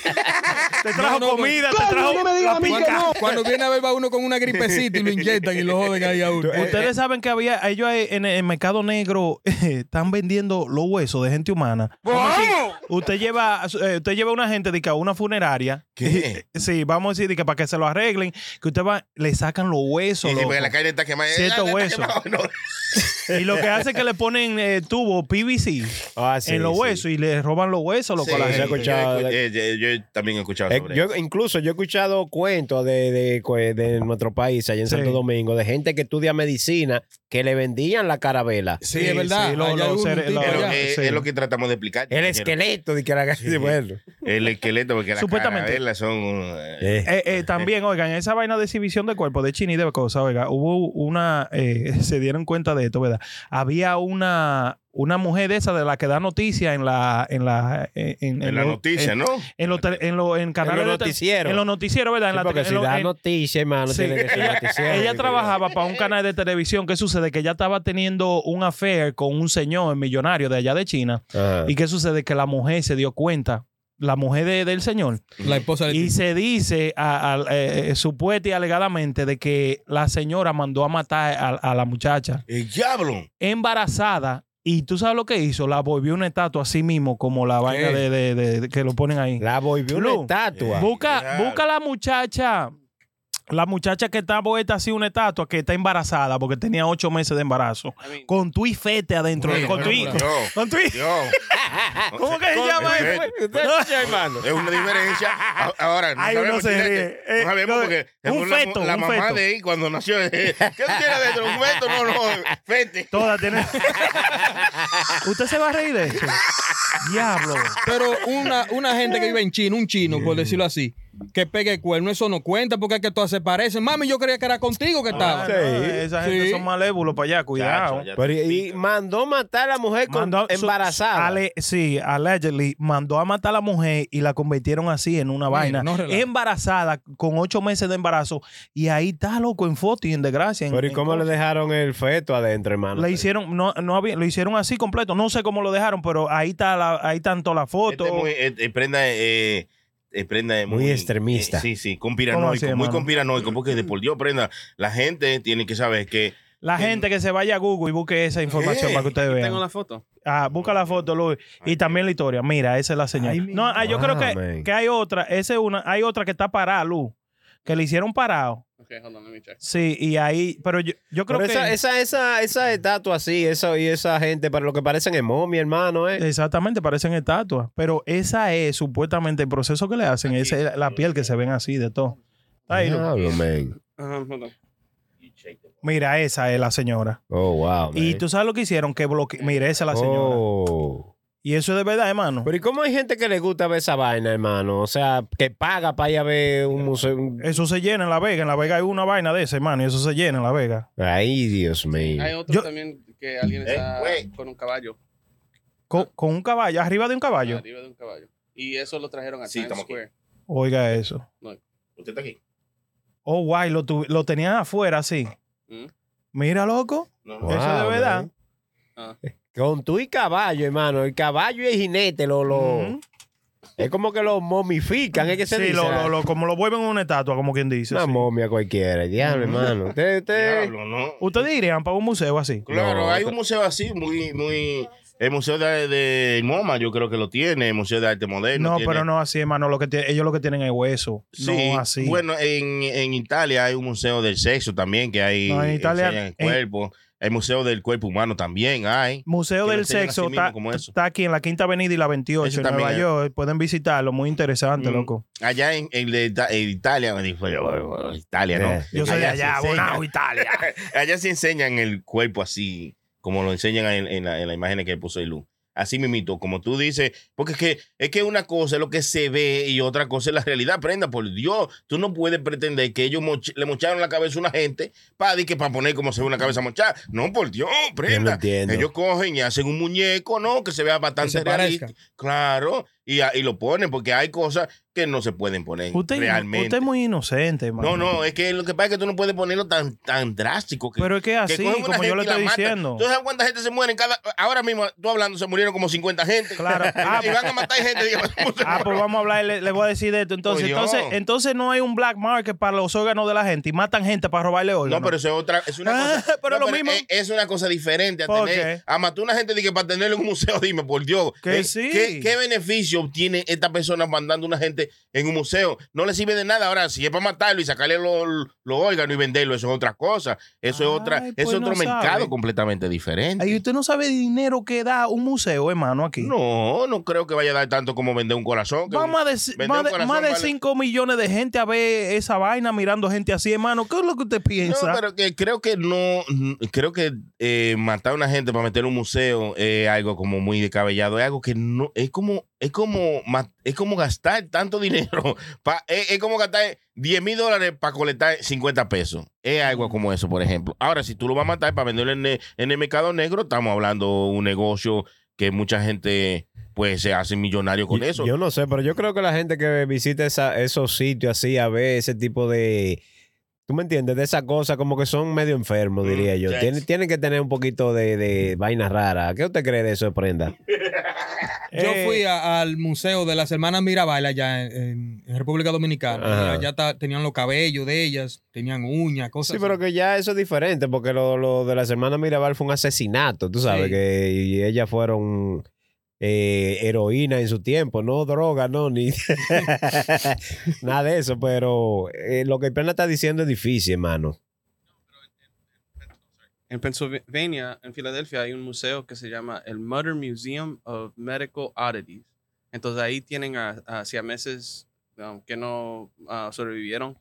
[SPEAKER 6] Te trajo
[SPEAKER 8] no,
[SPEAKER 6] comida, te trajo la pica.
[SPEAKER 8] Cuando viene a ver va uno con una gripecita y lo inyectan y lo joden ahí a
[SPEAKER 5] eh,
[SPEAKER 6] Eh,
[SPEAKER 8] uno.
[SPEAKER 4] Eh.
[SPEAKER 6] Ustedes saben que había ellos ahí en el mercado negro están vendiendo los huesos de gente humana. Como si Usted lleva, eh, usted lleva una gente de que a una funeraria.
[SPEAKER 4] ¿Qué?
[SPEAKER 6] Sí, vamos a decir de que para que se lo arreglen, que usted va, le sacan los huesos.
[SPEAKER 4] Y sí,
[SPEAKER 6] loco.
[SPEAKER 4] porque la carne está quemada.
[SPEAKER 6] Siento
[SPEAKER 4] Ah, está
[SPEAKER 6] hueso.
[SPEAKER 4] quemado, no.
[SPEAKER 6] Y lo que hace es que le ponen eh, tubo PVC
[SPEAKER 5] Ah, sí,
[SPEAKER 6] en los
[SPEAKER 5] sí.
[SPEAKER 6] huesos y le roban los huesos, loco,
[SPEAKER 4] Sí,
[SPEAKER 6] a la
[SPEAKER 5] se
[SPEAKER 4] yo he
[SPEAKER 6] gente.
[SPEAKER 5] escucha- escuchado.
[SPEAKER 4] escu- eh, Yo yo también he escuchado
[SPEAKER 5] Eh,
[SPEAKER 4] sobre eso.
[SPEAKER 5] Yo, incluso yo he escuchado cuentos de, de, cue- de nuestro país, allá en
[SPEAKER 6] Sí.
[SPEAKER 5] Santo Domingo, de gente que estudia medicina que le vendían la carabela.
[SPEAKER 8] Sí, es verdad.
[SPEAKER 6] sí, lo-
[SPEAKER 8] Allá
[SPEAKER 6] lo-
[SPEAKER 8] hay uno,
[SPEAKER 6] cere-
[SPEAKER 8] un tipo
[SPEAKER 6] lo-
[SPEAKER 4] Es lo,
[SPEAKER 8] allá.
[SPEAKER 4] eh,
[SPEAKER 6] sí.
[SPEAKER 4] es lo que tratamos de explicar.
[SPEAKER 5] El
[SPEAKER 4] compañero.
[SPEAKER 5] esqueleto de que la
[SPEAKER 4] Sí.
[SPEAKER 5] bueno.
[SPEAKER 4] El esqueleto, porque las
[SPEAKER 6] Supuestamente.
[SPEAKER 4] carabelas son. eh,
[SPEAKER 5] Eh,
[SPEAKER 6] Eh, eh, también, oigan, esa vaina de exhibición de cuerpo de China y de cosas, oiga, hubo una, eh, se dieron cuenta de esto, ¿verdad? Había una, una mujer de esa de la que da noticia en la, en la, eh, en,
[SPEAKER 4] en la
[SPEAKER 6] lo-
[SPEAKER 4] noticia,
[SPEAKER 6] en-
[SPEAKER 4] ¿no?
[SPEAKER 6] En los tele- en los- en canales
[SPEAKER 5] los
[SPEAKER 6] de tele-
[SPEAKER 5] noticieros.
[SPEAKER 6] En los noticieros, ¿verdad? En
[SPEAKER 5] sí,
[SPEAKER 6] la
[SPEAKER 5] porque
[SPEAKER 6] tele- en
[SPEAKER 5] si
[SPEAKER 6] lo-
[SPEAKER 5] da
[SPEAKER 6] en-
[SPEAKER 5] noticias, hermano,
[SPEAKER 6] Sí.
[SPEAKER 5] Ah, tiene que ser noticiero.
[SPEAKER 6] ella trabajaba para un canal de televisión. ¿Qué sucede? Que ella estaba teniendo un affair con un señor millonario de allá de China.
[SPEAKER 5] Ajá.
[SPEAKER 6] ¿Y qué sucede? Que la mujer se dio cuenta, la mujer de- del señor,
[SPEAKER 8] La esposa del
[SPEAKER 6] y
[SPEAKER 8] tipo.
[SPEAKER 6] se dice, a, a- eh, eh, supuesta y alegadamente, de que la señora mandó a matar a, a la muchacha
[SPEAKER 4] El diablo.
[SPEAKER 6] embarazada. Y tú sabes lo que hizo, la volvió una estatua así mismo, como la vaina de, de- de- de- que lo ponen ahí.
[SPEAKER 5] La volvió
[SPEAKER 6] Lu.
[SPEAKER 5] una estatua.
[SPEAKER 6] Busca,
[SPEAKER 4] Claro.
[SPEAKER 6] busca la muchacha, la muchacha que está vuelta así una estatua, que está embarazada porque tenía ocho meses de embarazo.
[SPEAKER 9] I mean,
[SPEAKER 6] Con tu y fete adentro,
[SPEAKER 4] Bueno,
[SPEAKER 6] con tu y-
[SPEAKER 4] pero Dios,
[SPEAKER 6] con tu y-
[SPEAKER 4] Dios.
[SPEAKER 6] ¿Cómo que se
[SPEAKER 4] Con
[SPEAKER 6] llama
[SPEAKER 5] eh.
[SPEAKER 4] tu y-
[SPEAKER 6] eso?
[SPEAKER 5] ¿Usted
[SPEAKER 6] No.
[SPEAKER 5] escucha, hermano?
[SPEAKER 4] Es una diferencia. A- Ahora, no
[SPEAKER 6] Ay, uno
[SPEAKER 4] sabemos
[SPEAKER 6] se
[SPEAKER 4] quién es
[SPEAKER 6] ríe.
[SPEAKER 4] que-
[SPEAKER 6] Eh,
[SPEAKER 4] No sabemos
[SPEAKER 6] no,
[SPEAKER 4] porque
[SPEAKER 6] un
[SPEAKER 4] según la-
[SPEAKER 6] feto,
[SPEAKER 4] la
[SPEAKER 6] un
[SPEAKER 4] mamá
[SPEAKER 6] feto.
[SPEAKER 4] de ahí cuando nació. eh, ¿Qué tú tienes dentro? ¿Un feto? No, no. Fete.
[SPEAKER 6] Todas tienen. ¿Usted se va a reír de eso? Diablo.
[SPEAKER 8] Pero una, una gente que vive en China, un chino, por decirlo así, que pegue el cuerno, eso no cuenta porque es que todas se parecen. Mami, yo creía que era contigo que
[SPEAKER 6] Ah,
[SPEAKER 8] estaba.
[SPEAKER 6] no, esa gente
[SPEAKER 8] Sí.
[SPEAKER 6] son malévolos para allá, cuidado.
[SPEAKER 4] Chacho, ya
[SPEAKER 5] Pero,
[SPEAKER 4] te
[SPEAKER 5] y, y
[SPEAKER 4] pica.
[SPEAKER 5] mandó matar a la mujer con-
[SPEAKER 6] Mandó- su-
[SPEAKER 5] embarazada.
[SPEAKER 6] ale- sí, allegedly mandó a matar a la mujer y la convirtieron así en una vaina.
[SPEAKER 8] no relajo.
[SPEAKER 6] embarazada, con ocho meses de embarazo. Y ahí está loco en foto y en desgracia. en-
[SPEAKER 5] Pero ¿y
[SPEAKER 6] en
[SPEAKER 5] cómo le
[SPEAKER 6] cosas.
[SPEAKER 5] dejaron el feto adentro, hermano?
[SPEAKER 6] Le hicieron, no, no había, lo hicieron así completo. No sé cómo lo dejaron, pero ahí está la, ahí tanto la foto.
[SPEAKER 4] Este es muy, eh, eh, prenda, eh, eh, prenda es
[SPEAKER 5] Muy extremista.
[SPEAKER 4] eh, sí, sí,
[SPEAKER 6] ¿Cómo así,
[SPEAKER 4] conspiranoico, muy
[SPEAKER 6] hermano?
[SPEAKER 4] conspiranoico, porque de por Dios, prenda, la gente tiene que saber que
[SPEAKER 6] la gente que se vaya a Google y busque esa información
[SPEAKER 4] Eh,
[SPEAKER 6] para que ustedes vean.
[SPEAKER 9] tengo la foto.
[SPEAKER 6] Ah, busca la foto, Luis. Y también la historia. Mira, esa es la señal.
[SPEAKER 5] Ay, mi
[SPEAKER 6] no, ah, yo creo que,
[SPEAKER 5] madre.
[SPEAKER 6] que hay otra. Esa es una. Hay otra que está parada, Luz. Que le hicieron parado.
[SPEAKER 9] Ok, hold on, let me check.
[SPEAKER 6] Sí, y ahí. Pero yo, yo creo
[SPEAKER 5] Pero
[SPEAKER 6] que.
[SPEAKER 5] esa, esa, esa, esa estatua así, eso y esa gente, para lo que parecen es momia, hermano, ¿eh?
[SPEAKER 6] Exactamente, parecen estatuas. Pero esa es supuestamente el proceso que le hacen. Esa es la piel que se ven así de todo. Está ahí, Lu.
[SPEAKER 5] Diablo, man.
[SPEAKER 9] Ajá, hold on.
[SPEAKER 6] Mira, esa es la señora.
[SPEAKER 5] Oh, wow.
[SPEAKER 6] Y
[SPEAKER 5] man.
[SPEAKER 6] tú sabes lo que hicieron, que bloquearon. Mira, esa es la señora.
[SPEAKER 5] Oh.
[SPEAKER 6] Y eso es de verdad, hermano.
[SPEAKER 5] Pero ¿y cómo hay gente que le gusta ver esa vaina, hermano? O sea, que paga para ir a ver un museo. un-
[SPEAKER 6] Eso se llena en La Vega. En La Vega hay una vaina de esa, hermano. Y eso se llena en La Vega.
[SPEAKER 5] Ay, Dios mío.
[SPEAKER 9] Hay otro
[SPEAKER 6] Yo-
[SPEAKER 9] también que alguien
[SPEAKER 4] Eh,
[SPEAKER 9] está
[SPEAKER 4] güey.
[SPEAKER 9] con un caballo.
[SPEAKER 6] Con, con un caballo, arriba de un caballo.
[SPEAKER 9] Arriba de un caballo. Y eso lo trajeron a
[SPEAKER 4] Sí,
[SPEAKER 9] Times
[SPEAKER 4] estamos aquí.
[SPEAKER 9] Square.
[SPEAKER 6] Oiga eso.
[SPEAKER 4] Usted está aquí.
[SPEAKER 6] Oh, guay, lo, tuvi- lo tenían afuera así.
[SPEAKER 9] Mm.
[SPEAKER 6] Mira, loco.
[SPEAKER 4] No,
[SPEAKER 5] Wow,
[SPEAKER 6] eso es de verdad.
[SPEAKER 5] man. Con tú y caballo, hermano. El caballo y el jinete lo. lo
[SPEAKER 6] Ujú.
[SPEAKER 5] Es como que lo momifican. Es que se
[SPEAKER 6] Sí,
[SPEAKER 5] dice.
[SPEAKER 6] lo, lo- lo- como lo vuelven una estatua, como quien dice.
[SPEAKER 5] Una
[SPEAKER 6] sí.
[SPEAKER 5] momia cualquiera. Diablo, hermano. Usted, usted-
[SPEAKER 4] Diablo, no.
[SPEAKER 6] Ustedes irían para un museo así.
[SPEAKER 4] Claro,
[SPEAKER 5] No,
[SPEAKER 4] hay
[SPEAKER 5] eso-
[SPEAKER 4] un museo así, muy, muy. El museo de, de MoMA, yo creo que lo tiene, el museo de arte moderno.
[SPEAKER 6] No,
[SPEAKER 4] tiene-
[SPEAKER 6] pero no así, hermano. Lo que tie- ellos lo que tienen es hueso.
[SPEAKER 4] Sí,
[SPEAKER 6] no así.
[SPEAKER 4] Bueno, en, en Italia hay un museo del sexo también, que hay eh,
[SPEAKER 6] No, en Italia-
[SPEAKER 4] enseñan el
[SPEAKER 6] en-
[SPEAKER 4] cuerpo. Hay museo del cuerpo humano también, hay.
[SPEAKER 6] Museo
[SPEAKER 4] que lo
[SPEAKER 6] del
[SPEAKER 4] enseñan
[SPEAKER 6] Sexo
[SPEAKER 4] así mismo,
[SPEAKER 6] está,
[SPEAKER 4] como eso.
[SPEAKER 6] está aquí en la Quinta Avenida y la 28
[SPEAKER 4] Eso
[SPEAKER 6] en Nueva
[SPEAKER 4] también, eh.
[SPEAKER 6] York. Pueden visitarlo, muy interesante,
[SPEAKER 4] Mm.
[SPEAKER 6] loco.
[SPEAKER 4] Allá en, en la Ita- en Italia, me dijo yo, "Oh, Italia,
[SPEAKER 5] Eh,
[SPEAKER 4] no.
[SPEAKER 6] Yo soy de allá,
[SPEAKER 4] se enseña-
[SPEAKER 6] Bonao, Italia.
[SPEAKER 4] allá se enseñan el cuerpo así, como lo enseñan en, en la, en la imagen que puso Ilú. Así mismito, como tú dices, porque es que, es que una cosa es lo que se ve y otra cosa es la realidad. Prenda, por Dios, tú no puedes pretender que ellos moch- le mocharon la cabeza a una gente para que para poner como se ve una cabeza mochada. No, por Dios, prenda.
[SPEAKER 5] entiendo.
[SPEAKER 4] ellos cogen y hacen un muñeco, ¿no? Que se vea bastante
[SPEAKER 8] se parezca.
[SPEAKER 4] realista. Claro, y, a- y lo ponen porque hay cosas que no se pueden poner
[SPEAKER 6] Usted,
[SPEAKER 4] realmente.
[SPEAKER 6] usted es muy inocente, hermano.
[SPEAKER 4] No, no, es que lo que pasa es que tú no puedes ponerlo tan, tan drástico. Que,
[SPEAKER 6] Pero es que es así,
[SPEAKER 4] cogen una
[SPEAKER 6] como yo
[SPEAKER 4] gente
[SPEAKER 6] le
[SPEAKER 4] y la
[SPEAKER 6] estoy
[SPEAKER 4] matan.
[SPEAKER 6] diciendo.
[SPEAKER 4] ¿Tú sabes cuánta gente se muere en cada... Ahora mismo, tú hablando, se murieron como 50 gente.
[SPEAKER 6] Claro.
[SPEAKER 4] Y,
[SPEAKER 6] Ah,
[SPEAKER 4] y van a matar gente. digo, ¿cómo se
[SPEAKER 6] Ah, pues
[SPEAKER 4] murió?
[SPEAKER 6] vamos a hablar, le, le voy a decir de esto. Entonces,
[SPEAKER 4] Por Dios.
[SPEAKER 6] entonces, entonces no hay un black market para los órganos de la gente y matan gente para robarle
[SPEAKER 4] No,
[SPEAKER 6] órganos.
[SPEAKER 4] pero eso es otra... Es una
[SPEAKER 6] Ah,
[SPEAKER 4] cosa,
[SPEAKER 6] pero
[SPEAKER 4] no,
[SPEAKER 6] lo mismo.
[SPEAKER 4] Es, es una cosa diferente a
[SPEAKER 6] ¿Por
[SPEAKER 4] tener...
[SPEAKER 6] qué?
[SPEAKER 4] A matar una gente de que para tenerlo en un museo, dime, por Dios.
[SPEAKER 6] Que
[SPEAKER 4] ¿eh?
[SPEAKER 6] sí.
[SPEAKER 4] ¿qué, qué beneficio obtiene esta persona mandando una gente en un museo? No le sirve de nada. Ahora, si es para matarlo y sacarle los los órganos y venderlo, eso es otra cosa. Eso
[SPEAKER 6] Ay,
[SPEAKER 4] es otra...
[SPEAKER 6] pues
[SPEAKER 4] es otro
[SPEAKER 6] no
[SPEAKER 4] mercado
[SPEAKER 6] sabe.
[SPEAKER 4] completamente diferente.
[SPEAKER 6] Ay, usted no sabe el dinero que da un museo, hermano, aquí.
[SPEAKER 4] No, no creo que vaya a dar tanto como vender un corazón. que
[SPEAKER 6] Va
[SPEAKER 4] un-
[SPEAKER 6] más de,
[SPEAKER 4] vender
[SPEAKER 6] más
[SPEAKER 4] un
[SPEAKER 6] de,
[SPEAKER 4] corazón
[SPEAKER 6] más de
[SPEAKER 4] vale-
[SPEAKER 6] 5 millones de gente a ver esa vaina mirando gente así, hermano. ¿Qué es lo que usted
[SPEAKER 4] No,
[SPEAKER 6] piensa?
[SPEAKER 4] pero que creo que no, creo que eh, matar a una gente para meter un museo es algo como muy descabellado, es algo que no, es como, es como, ma- es como gastar tanto dinero, pa- es, es como gastar 10 mil dólares para colectar 50 pesos, es algo como eso, por ejemplo. Ahora, si tú lo vas a matar para venderlo en, el- en el mercado negro, estamos hablando de un negocio que mucha gente pues se hace millonario con
[SPEAKER 5] Yo-
[SPEAKER 4] eso.
[SPEAKER 5] Yo no sé, pero yo creo que la gente que visita esa- esos sitios así a ver ese tipo de. ¿Tú me entiendes? De esas cosas como que son medio enfermos, diría yo.
[SPEAKER 4] yes.
[SPEAKER 5] Tienen, tienen que tener un poquito de, de vainas raras. ¿Qué usted cree de eso, Prenda?
[SPEAKER 8] Yo
[SPEAKER 6] Eh,
[SPEAKER 8] fui a- al museo de las hermanas Mirabal allá en, en- en República Dominicana.
[SPEAKER 5] Ajá.
[SPEAKER 8] Y Allá ta- tenían los cabellos de ellas, tenían uñas, cosas.
[SPEAKER 5] Sí, pero
[SPEAKER 8] así.
[SPEAKER 5] que ya eso es diferente, porque lo, lo de las hermanas Mirabal fue un asesinato, tú sabes,
[SPEAKER 8] Sí.
[SPEAKER 5] que y ellas fueron eh, heroína en su tiempo, no droga, no, ni nada de eso, pero eh, lo que Prenda está diciendo es difícil, hermano.
[SPEAKER 9] En Pennsylvania, en Filadelfia, hay un museo que se llama el Murder Museum of Medical Oddities. Entonces ahí tienen a, a siameses um, que no ah, sobrevivieron.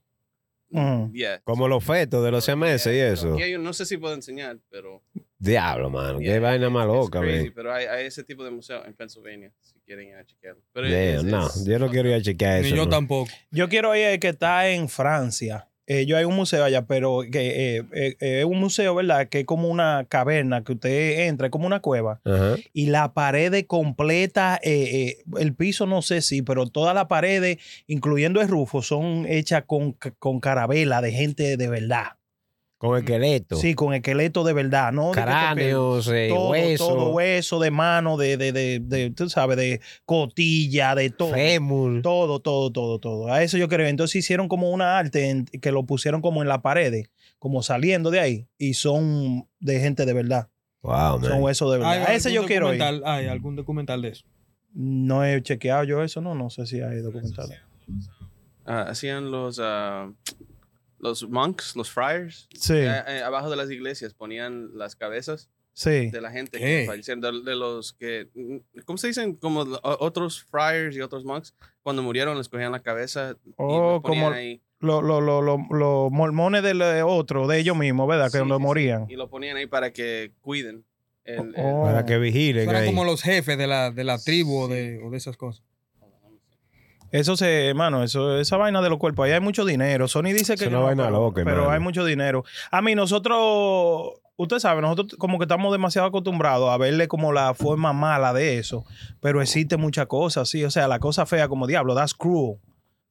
[SPEAKER 6] Mm.
[SPEAKER 9] Yeah.
[SPEAKER 5] Como los fetos de los CMS y
[SPEAKER 9] Yeah,
[SPEAKER 5] eso.
[SPEAKER 9] pero aquí hay un- no sé si puedo enseñar, pero.
[SPEAKER 5] Diablo, mano,
[SPEAKER 9] Yeah,
[SPEAKER 5] qué vaina más
[SPEAKER 9] it's
[SPEAKER 5] loca,
[SPEAKER 9] crazy,
[SPEAKER 5] man.
[SPEAKER 9] Pero hay, hay ese tipo de museo en Pennsylvania, si quieren ir a chequearlo. Pero
[SPEAKER 5] Yeah,
[SPEAKER 9] es-
[SPEAKER 5] no,
[SPEAKER 9] es-
[SPEAKER 5] yo no quiero ir a chequear
[SPEAKER 8] Ni
[SPEAKER 5] eso.
[SPEAKER 8] yo
[SPEAKER 5] no.
[SPEAKER 8] tampoco.
[SPEAKER 6] Yo quiero ir al que está en Francia. Eh, yo hay un museo allá, pero que eh, eh, eh, es un museo, ¿verdad? Que es como una caverna que usted entra, es como una cueva.
[SPEAKER 5] Ajá.
[SPEAKER 6] Y la pared es completa, eh, eh, el piso no sé si, pero todas las paredes, incluyendo el rufo, son hechas con, con carabela de gente de verdad.
[SPEAKER 5] Con esqueleto,
[SPEAKER 6] Sí, con esqueleto de verdad, ¿no? De que te
[SPEAKER 5] cráneos, eh,
[SPEAKER 6] pe- todo,
[SPEAKER 5] hueso,
[SPEAKER 6] todo hueso de mano, de, de, de, de, tú sabes, de cotilla, de todo.
[SPEAKER 5] fémur.
[SPEAKER 6] Todo, todo, todo, todo. A eso yo creo. Entonces hicieron como una arte en- que lo pusieron como en las paredes, como saliendo de ahí. Y son de gente de verdad.
[SPEAKER 5] Wow,
[SPEAKER 6] Son
[SPEAKER 5] man.
[SPEAKER 6] huesos de verdad. A
[SPEAKER 8] ¿Hay
[SPEAKER 6] ese
[SPEAKER 8] algún
[SPEAKER 6] yo quiero ir.
[SPEAKER 8] documental? Hay algún documental de eso.
[SPEAKER 6] No he chequeado yo eso, no. No sé si hay documental.
[SPEAKER 9] ah, hacían los, ah, los monks, los friars.
[SPEAKER 6] Sí,
[SPEAKER 9] Ah, eh, abajo de las iglesias ponían las cabezas
[SPEAKER 6] sí.
[SPEAKER 9] de la gente
[SPEAKER 8] ¿Qué?
[SPEAKER 9] que fallecieron, de, de los que, mm, ¿cómo se dicen? Como lo- o- otros friars y otros monks, cuando murieron les cogían la cabeza y
[SPEAKER 6] Oh,
[SPEAKER 9] los ponían
[SPEAKER 6] como
[SPEAKER 9] ahí.
[SPEAKER 6] los lo, lo- lo- los mormones del eh, otro, de ellos mismos, ¿verdad? Que
[SPEAKER 9] Sí,
[SPEAKER 6] cuando
[SPEAKER 9] sí, sí.
[SPEAKER 6] morían.
[SPEAKER 9] Y lo ponían ahí para que cuiden. el- el-
[SPEAKER 6] Oh.
[SPEAKER 5] Para que vigilen
[SPEAKER 8] Eran
[SPEAKER 5] ahí.
[SPEAKER 8] como los jefes de la, de la tribu o de, o de esas cosas.
[SPEAKER 6] Eso se, hermano, eso, esa vaina de los cuerpos, ahí hay mucho dinero. Sony dice que.
[SPEAKER 5] Es una
[SPEAKER 6] no,
[SPEAKER 5] vaina
[SPEAKER 6] pero,
[SPEAKER 5] loca,
[SPEAKER 6] pero
[SPEAKER 5] hermano.
[SPEAKER 6] hay mucho dinero. A mí, nosotros usted sabe, nosotros como que estamos demasiado acostumbrados a verle como la forma mala de eso, pero existe muchas cosas, sí. O sea, la cosa fea como diablo, that's cruel.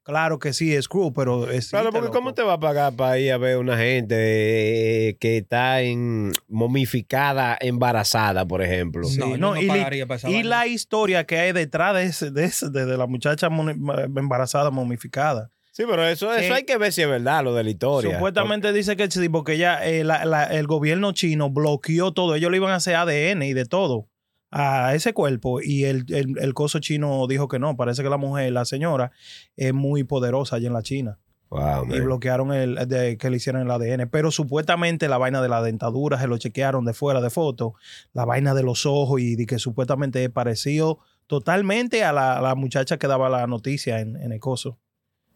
[SPEAKER 6] Claro que sí, es cruel, pero es.
[SPEAKER 5] Claro, porque ¿cómo te va a pagar para ir a ver una gente eh, que está en, momificada, embarazada, por ejemplo?
[SPEAKER 6] Sí, no, y, li- y la historia que hay detrás de, ese- de ese- de- de la muchacha moni- embarazada momificada.
[SPEAKER 5] Sí, pero eso, eso
[SPEAKER 6] Eh,
[SPEAKER 5] hay que ver si es verdad lo de la historia.
[SPEAKER 6] Supuestamente dice que sí, porque ya eh, la- la- el gobierno chino bloqueó todo. Ellos le iban a hacer ADN y de todo a ese cuerpo. Y el, el- el coso chino dijo que no. Parece que la mujer, la señora, es muy poderosa allá en la China.
[SPEAKER 5] Oh, Wow,
[SPEAKER 6] y bloquearon el de- que le hicieron el ADN. Pero supuestamente la vaina de la dentadura se lo chequearon de fuera de foto. La vaina de los ojos y, de que supuestamente es parecido totalmente a la, a la muchacha que daba la noticia en, en el coso.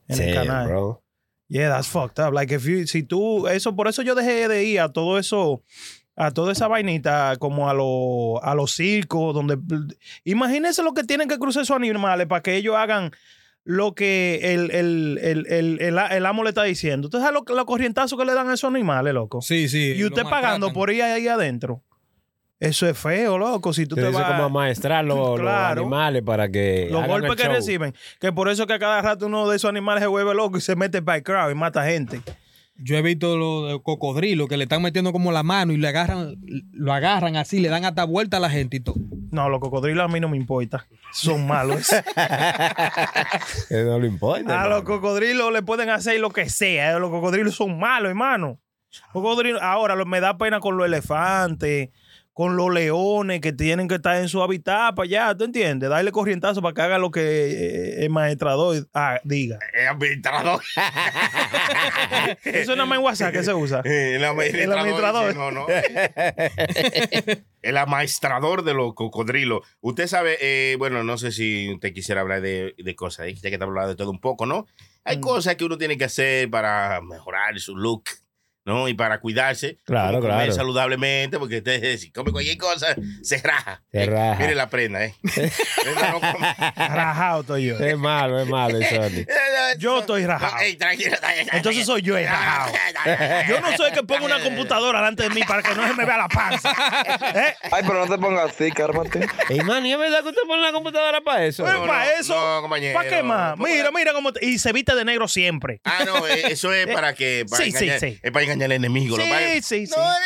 [SPEAKER 6] En el
[SPEAKER 5] Damn,
[SPEAKER 6] canal.
[SPEAKER 5] bro.
[SPEAKER 6] Yeah, that's fucked up. Like if you, si tú, eso, por eso yo dejé de ir a todo eso, a toda esa vainita, como a los a los circos, donde imagínense lo que tienen que cruzar esos animales para que ellos hagan lo que el, el, el, el, el, el amo le está diciendo. Entonces, ¿sabes lo, los corrientazos que le dan a esos animales, loco?
[SPEAKER 8] Sí, sí.
[SPEAKER 6] Y usted
[SPEAKER 8] lo
[SPEAKER 6] pagando por e- ir ahí adentro. Eso es feo, loco. Si tú te
[SPEAKER 5] Entonces,
[SPEAKER 6] vas
[SPEAKER 5] eso es como amaestrar los, los
[SPEAKER 6] Claro.
[SPEAKER 5] animales para que.
[SPEAKER 6] los
[SPEAKER 5] hagan
[SPEAKER 6] golpes
[SPEAKER 5] el
[SPEAKER 6] que
[SPEAKER 5] show.
[SPEAKER 6] reciben, que por eso que a cada rato uno de esos animales se vuelve loco y se mete para el crowd y mata gente.
[SPEAKER 8] Yo he visto los de cocodrilos que le están metiendo como la mano y le agarran, lo agarran así, le dan hasta vuelta a la gente y todo.
[SPEAKER 6] No, los cocodrilos a mí no me importa. Son malos.
[SPEAKER 5] Eh, no le importa.
[SPEAKER 6] a
[SPEAKER 5] hermano.
[SPEAKER 6] los cocodrilos le pueden hacer lo que sea. Los cocodrilos son malos, hermano. Cocodrilos- Ahora lo- me da pena con los elefantes, con los leones que tienen que estar en su hábitat para allá. ¿Tú entiendes? Darle corrientazo para que haga lo que eh, el maestrador ah, diga.
[SPEAKER 4] El administrador.
[SPEAKER 6] Eso es nada más en WhatsApp que se usa.
[SPEAKER 4] Eh, El administrador.
[SPEAKER 6] administrador.
[SPEAKER 4] dice, No, no. El amaestrador de los cocodrilos. Usted sabe, eh, bueno, no sé si usted quisiera hablar de, de cosas, eh, ya que te hablando de todo un poco, ¿no? Hay
[SPEAKER 6] Mm.
[SPEAKER 4] cosas que uno tiene que hacer para mejorar su look, ¿no? Y para cuidarse.
[SPEAKER 5] Claro,
[SPEAKER 4] Como comer
[SPEAKER 5] claro.
[SPEAKER 4] saludablemente, porque usted eh, si come cualquier cosa, se raja.
[SPEAKER 5] Se
[SPEAKER 4] Eh,
[SPEAKER 5] raja.
[SPEAKER 4] mire la prenda, ¿eh? Prenda no come.
[SPEAKER 6] Rajado estoy yo.
[SPEAKER 5] Es malo, es malo, Sony.
[SPEAKER 6] Yo estoy rajado.
[SPEAKER 4] Ey, tranquilo, tranquilo,
[SPEAKER 6] Entonces soy yo el rajado. Yo no soy el que pongo una computadora delante de mí para que no se me vea la panza. ¿Eh?
[SPEAKER 10] Ay, pero no te pongas así, cármate.
[SPEAKER 5] Ey, man, ¿y es verdad que usted pone la computadora para eso?
[SPEAKER 6] Pero para eso,
[SPEAKER 4] no, compañero.
[SPEAKER 6] ¿para qué más? Mira, mira cómo. te- Y se viste de negro siempre.
[SPEAKER 4] Ah, no, eh, eso es para que. Para
[SPEAKER 6] Sí, sí,
[SPEAKER 4] engañar,
[SPEAKER 6] sí.
[SPEAKER 4] Es para engañar al enemigo. lo para-
[SPEAKER 6] Sí, sí, sí.
[SPEAKER 4] No, eh,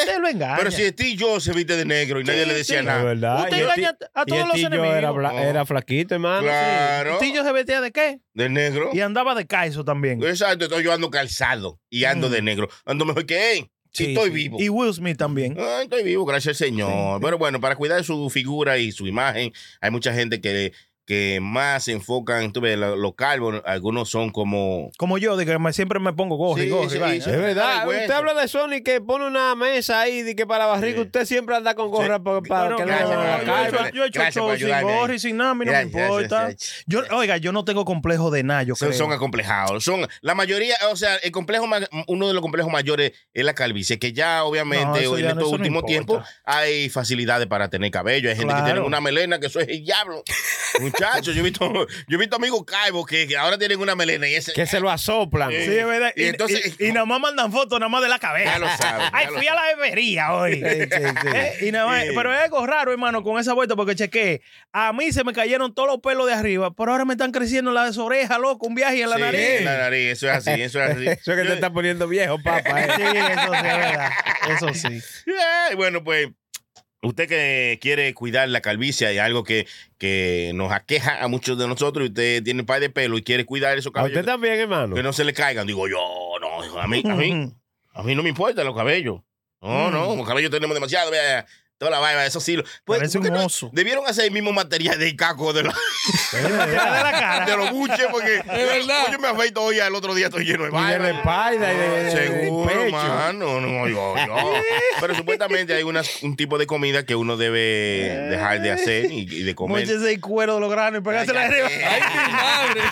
[SPEAKER 6] Usted lo engaña.
[SPEAKER 4] Pero si Steve Jobs se viste de negro y nadie le decía
[SPEAKER 6] sí.
[SPEAKER 5] Es
[SPEAKER 4] nada.
[SPEAKER 5] verdad.
[SPEAKER 6] Usted
[SPEAKER 5] y el
[SPEAKER 6] engaña
[SPEAKER 5] ti-
[SPEAKER 6] a
[SPEAKER 5] y el
[SPEAKER 6] todos los
[SPEAKER 5] tillo
[SPEAKER 6] enemigos.
[SPEAKER 5] Era, bla- era flaquito,
[SPEAKER 6] Ah,
[SPEAKER 5] hermano.
[SPEAKER 4] Claro.
[SPEAKER 6] Tillo se vestía de qué?
[SPEAKER 4] De negro.
[SPEAKER 6] Y andaba de caizo también.
[SPEAKER 4] Exacto, entonces yo ando calzado y ando de negro. Ando mejor que él. Sí,
[SPEAKER 6] Mm. Sí,
[SPEAKER 4] estoy
[SPEAKER 6] sí.
[SPEAKER 4] vivo.
[SPEAKER 6] Y Will Smith también.
[SPEAKER 4] Ah, estoy vivo, gracias al Señor. Pero bueno, para cuidar su figura y su imagen, hay mucha gente que, que más se enfocan, tú ves, lo- los calvos, algunos son como...
[SPEAKER 6] Como yo, de que me- siempre me pongo gorri,
[SPEAKER 4] Sí,
[SPEAKER 6] gorri,
[SPEAKER 4] sí,
[SPEAKER 6] vaina.
[SPEAKER 4] sí.
[SPEAKER 5] Es
[SPEAKER 4] Ah,
[SPEAKER 5] verdad,
[SPEAKER 4] bueno.
[SPEAKER 5] usted habla de Sony que pone una mesa ahí de que para la barriga
[SPEAKER 4] Sí.
[SPEAKER 5] usted siempre anda con gorra pa- para
[SPEAKER 6] Bueno,
[SPEAKER 5] que no
[SPEAKER 4] gracias,
[SPEAKER 5] le vean la
[SPEAKER 6] yo
[SPEAKER 4] hermano.
[SPEAKER 6] he
[SPEAKER 5] cara.
[SPEAKER 6] hecho- yo he hecho
[SPEAKER 4] Gracias por
[SPEAKER 6] show sin
[SPEAKER 4] ayudarme.
[SPEAKER 6] gorri, sin nada, a mí no me
[SPEAKER 4] Gracias, gracias,
[SPEAKER 6] importa.
[SPEAKER 4] gracias.
[SPEAKER 6] Yo, oiga, yo no tengo complejo de nada, yo
[SPEAKER 4] Son,
[SPEAKER 6] creo.
[SPEAKER 4] son acomplejados. Son, la mayoría, o sea, el complejo ma- uno de los complejos mayores es la calvicie, que ya
[SPEAKER 6] No,
[SPEAKER 4] obviamente
[SPEAKER 6] eso
[SPEAKER 4] en
[SPEAKER 6] ya no-
[SPEAKER 4] estos
[SPEAKER 6] eso no
[SPEAKER 4] últimos
[SPEAKER 6] importa.
[SPEAKER 4] tiempos hay facilidades para tener cabello. Hay gente que
[SPEAKER 6] Claro.
[SPEAKER 4] tiene una melena que eso es el diablo. Muchachos, yo he visto, yo he visto amigos calvos que, que ahora tienen una melena y ese.
[SPEAKER 5] Que se lo asoplan.
[SPEAKER 4] Sí.
[SPEAKER 6] Sí, es verdad.
[SPEAKER 4] Y
[SPEAKER 6] Y,
[SPEAKER 4] entonces-
[SPEAKER 6] y- y nada más mandan fotos, nada más de la cabeza.
[SPEAKER 4] Ya lo saben, ya
[SPEAKER 6] Ay,
[SPEAKER 4] lo
[SPEAKER 6] fui a la bebería hoy.
[SPEAKER 5] Sí, sí, sí.
[SPEAKER 6] Eh, y nada más-
[SPEAKER 4] Sí.
[SPEAKER 6] Pero es algo raro, hermano, con esa vuelta, porque chequé. A mí se me cayeron todos los pelos de arriba, pero ahora me están creciendo las orejas, loco, un viaje en la
[SPEAKER 4] Sí,
[SPEAKER 6] nariz.
[SPEAKER 4] en la nariz, eso es así, eso es así.
[SPEAKER 5] Eso que
[SPEAKER 4] Yo-
[SPEAKER 5] te está poniendo viejo, papá. eh.
[SPEAKER 6] Sí, eso sí, es verdad. Eso sí.
[SPEAKER 4] Ay, Bueno, pues usted que quiere cuidar la calvicie, hay algo que, que nos aqueja a muchos de nosotros y usted tiene un par de pelo y quiere cuidar esos
[SPEAKER 5] A
[SPEAKER 4] cabellos.
[SPEAKER 5] usted también, hermano.
[SPEAKER 4] que no se le caigan. Digo yo, no, hijo, a mí, a mí, a mí no me importan los cabellos. No,
[SPEAKER 6] Mm.
[SPEAKER 4] no, los cabellos tenemos demasiado, vea, toda la vaina, eso sí. lo- Pues,
[SPEAKER 6] Parece
[SPEAKER 4] ¿por qué
[SPEAKER 6] un
[SPEAKER 4] no?
[SPEAKER 6] oso.
[SPEAKER 4] Debieron hacer el mismo material de caco de, la-
[SPEAKER 6] Te la de la
[SPEAKER 4] de
[SPEAKER 6] cara.
[SPEAKER 4] los buches, porque
[SPEAKER 8] verdad.
[SPEAKER 4] yo me afeito hoy, al otro día estoy lleno de
[SPEAKER 5] Y de
[SPEAKER 4] vaina. Ah,
[SPEAKER 5] la espalda y de, de- de- del
[SPEAKER 4] Seguro,
[SPEAKER 5] pecho.
[SPEAKER 4] mano. No, yo, yo. Pero supuestamente hay unas- un tipo de comida que uno debe dejar de hacer y, y de comer.
[SPEAKER 6] Móchese el cuero de los granos y pegársela arriba.
[SPEAKER 4] Ay, mi madre.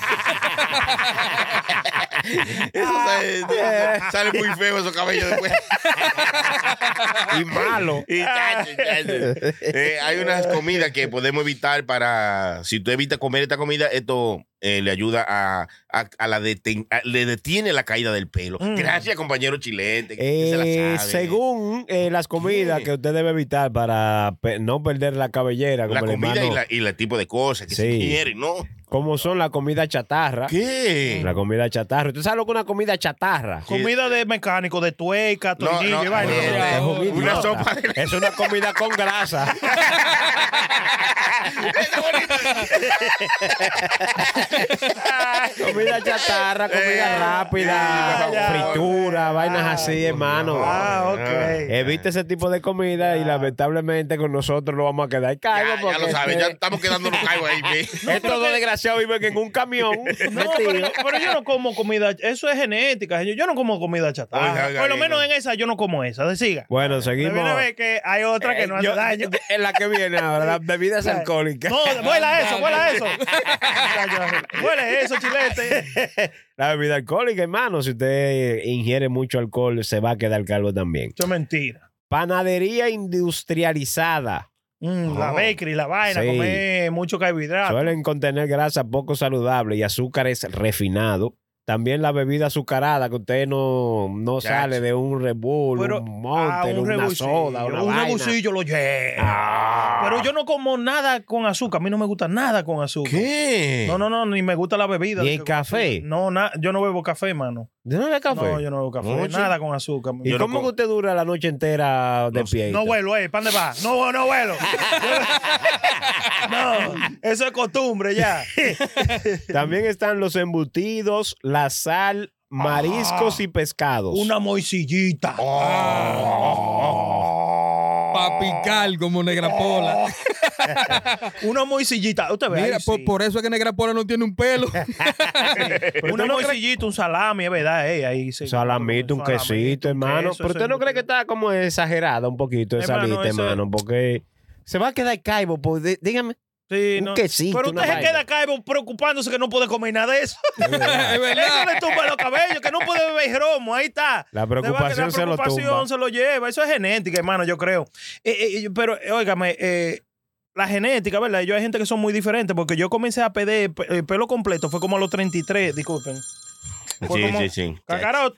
[SPEAKER 4] Eso
[SPEAKER 5] Ah.
[SPEAKER 4] sale, sale muy feo esos cabellos después.
[SPEAKER 5] Y malo.
[SPEAKER 4] Y chacho, chacho. Eh, hay unas comidas que podemos evitar para. Si tú evitas comer esta comida, esto eh, le ayuda a, a- a la deten- a- le detiene la caída del pelo.
[SPEAKER 5] Mm.
[SPEAKER 4] Gracias, compañero chilete. que se la
[SPEAKER 5] Eh,
[SPEAKER 4] sabe.
[SPEAKER 5] según eh, las comidas que usted debe evitar para pe- no perder la cabellera, como
[SPEAKER 4] la
[SPEAKER 5] el
[SPEAKER 4] comida y,
[SPEAKER 5] hermano-
[SPEAKER 4] la- y el tipo de cosas que se
[SPEAKER 5] Sí.
[SPEAKER 4] quieren, ¿no?
[SPEAKER 5] como son la comida chatarra.
[SPEAKER 4] ¿Qué?
[SPEAKER 5] La comida chatarra. ¿Usted sabe lo que es una comida chatarra?
[SPEAKER 6] Comida de mecánico, de tueca,
[SPEAKER 5] No,
[SPEAKER 6] tornillo
[SPEAKER 5] no,
[SPEAKER 6] y vaina.
[SPEAKER 5] no, no, no, no, una
[SPEAKER 6] Idiota.
[SPEAKER 5] sopa Es una comida con grasa. comida
[SPEAKER 6] Eh,
[SPEAKER 5] chatarra, comida rápida, fritura, vainas así, hermano.
[SPEAKER 6] Ah, ok.
[SPEAKER 5] Evite ese tipo de comida y lamentablemente con nosotros lo vamos a quedar calvo.
[SPEAKER 4] Ya, ya
[SPEAKER 5] porque
[SPEAKER 4] lo sabes,
[SPEAKER 5] este-
[SPEAKER 4] ya estamos quedándonos caigos ahí. ve.
[SPEAKER 5] Estos dos desgraciados viven en un camión.
[SPEAKER 6] No, pero, pero yo no como comida, eso es genética, señor. Yo no como comida chatarra.
[SPEAKER 5] Oiga, oiga,
[SPEAKER 6] Por lo
[SPEAKER 5] oiga.
[SPEAKER 6] menos en esa yo no como esa, de siga.
[SPEAKER 5] Bueno, seguimos.
[SPEAKER 6] Viene a ver que hay otra que no hace
[SPEAKER 5] Eh, yo-
[SPEAKER 6] daño.
[SPEAKER 5] Es la que viene ahora, las bebidas alcohólicas.
[SPEAKER 6] No, vuela eso, vuela eso. Huele eso, chilete.
[SPEAKER 5] La bebida alcohólica, hermano, si usted ingiere mucho alcohol, se va a quedar calvo también.
[SPEAKER 6] Eso es mentira.
[SPEAKER 5] Panadería industrializada.
[SPEAKER 6] Mm, La
[SPEAKER 5] Oh.
[SPEAKER 6] bakery, la vaina,
[SPEAKER 5] Sí.
[SPEAKER 6] comer mucho carbohidrato.
[SPEAKER 5] Suelen contener grasa poco saludable y azúcares refinados. También la bebida azucarada, que usted no, no
[SPEAKER 6] Chacho.
[SPEAKER 5] sale de un Red Bull,
[SPEAKER 6] Pero,
[SPEAKER 5] un
[SPEAKER 6] Ah,
[SPEAKER 5] Monster, una soda, una
[SPEAKER 6] un
[SPEAKER 5] vaina.
[SPEAKER 6] rebusillo lo llevo.
[SPEAKER 5] Ah.
[SPEAKER 6] Pero yo no como nada con azúcar. A mí no me gusta nada con azúcar.
[SPEAKER 4] ¿Qué?
[SPEAKER 6] No, no, no, ni me gusta la bebida.
[SPEAKER 5] ¿Y el
[SPEAKER 6] Con azúcar.
[SPEAKER 5] café?
[SPEAKER 6] No, na- yo no bebo café, mano.
[SPEAKER 5] ¿Yo no bebo café?
[SPEAKER 6] No, yo no bebo café.
[SPEAKER 5] Oye.
[SPEAKER 6] Nada con azúcar.
[SPEAKER 5] ¿Y
[SPEAKER 6] Yo no
[SPEAKER 5] cómo
[SPEAKER 6] como-
[SPEAKER 5] que usted dura la noche entera de pie?
[SPEAKER 6] No vuelo, eh, ¿para dónde va? No, no vuelo. no, eso es costumbre ya.
[SPEAKER 5] También están los embutidos, la sal, mariscos y pescados.
[SPEAKER 6] Ah. Una moisillita.
[SPEAKER 5] Oh.
[SPEAKER 6] Ah.
[SPEAKER 8] Para picar como negra pola.
[SPEAKER 6] Una moisillita. Usted ve.
[SPEAKER 8] Mira,
[SPEAKER 6] Ah, ahí,
[SPEAKER 8] por,
[SPEAKER 6] sí.
[SPEAKER 8] por eso es que negra pola no tiene un pelo.
[SPEAKER 6] Pero Una moisillita, un salami, es verdad, eh, ahí sí.
[SPEAKER 5] Salamito, un
[SPEAKER 6] Salamito,
[SPEAKER 5] quesito, hermano.
[SPEAKER 6] queso,
[SPEAKER 5] Pero
[SPEAKER 6] eso
[SPEAKER 5] usted
[SPEAKER 6] es
[SPEAKER 5] no cree que está como exagerada un poquito de
[SPEAKER 6] Hermano,
[SPEAKER 5] salita,
[SPEAKER 6] eso-
[SPEAKER 5] hermano, porque se va a quedar caibo, pues dí- dígame.
[SPEAKER 6] Sí,
[SPEAKER 5] un
[SPEAKER 6] no.
[SPEAKER 5] quesito,
[SPEAKER 6] Pero
[SPEAKER 5] una
[SPEAKER 6] usted se
[SPEAKER 5] vaina.
[SPEAKER 6] queda acá preocupándose que no puede comer nada de eso. Es
[SPEAKER 5] verdad.
[SPEAKER 6] Eso le tumba los cabellos, que no puede beber romo. Ahí está. Le va
[SPEAKER 5] La
[SPEAKER 6] a quedar-
[SPEAKER 5] preocupación se lo tumba.
[SPEAKER 6] se lo lleva. Eso es genética, hermano, yo creo. Eh, eh, eh, pero, eh, óigame, eh, la genética, ¿verdad? Yo hay gente que son muy diferentes porque yo comencé a pedir pe- eh, pelo completo. Fue como a los 33, disculpen. Fue
[SPEAKER 4] Sí,
[SPEAKER 6] como-
[SPEAKER 4] sí, sí.
[SPEAKER 6] Cacarot.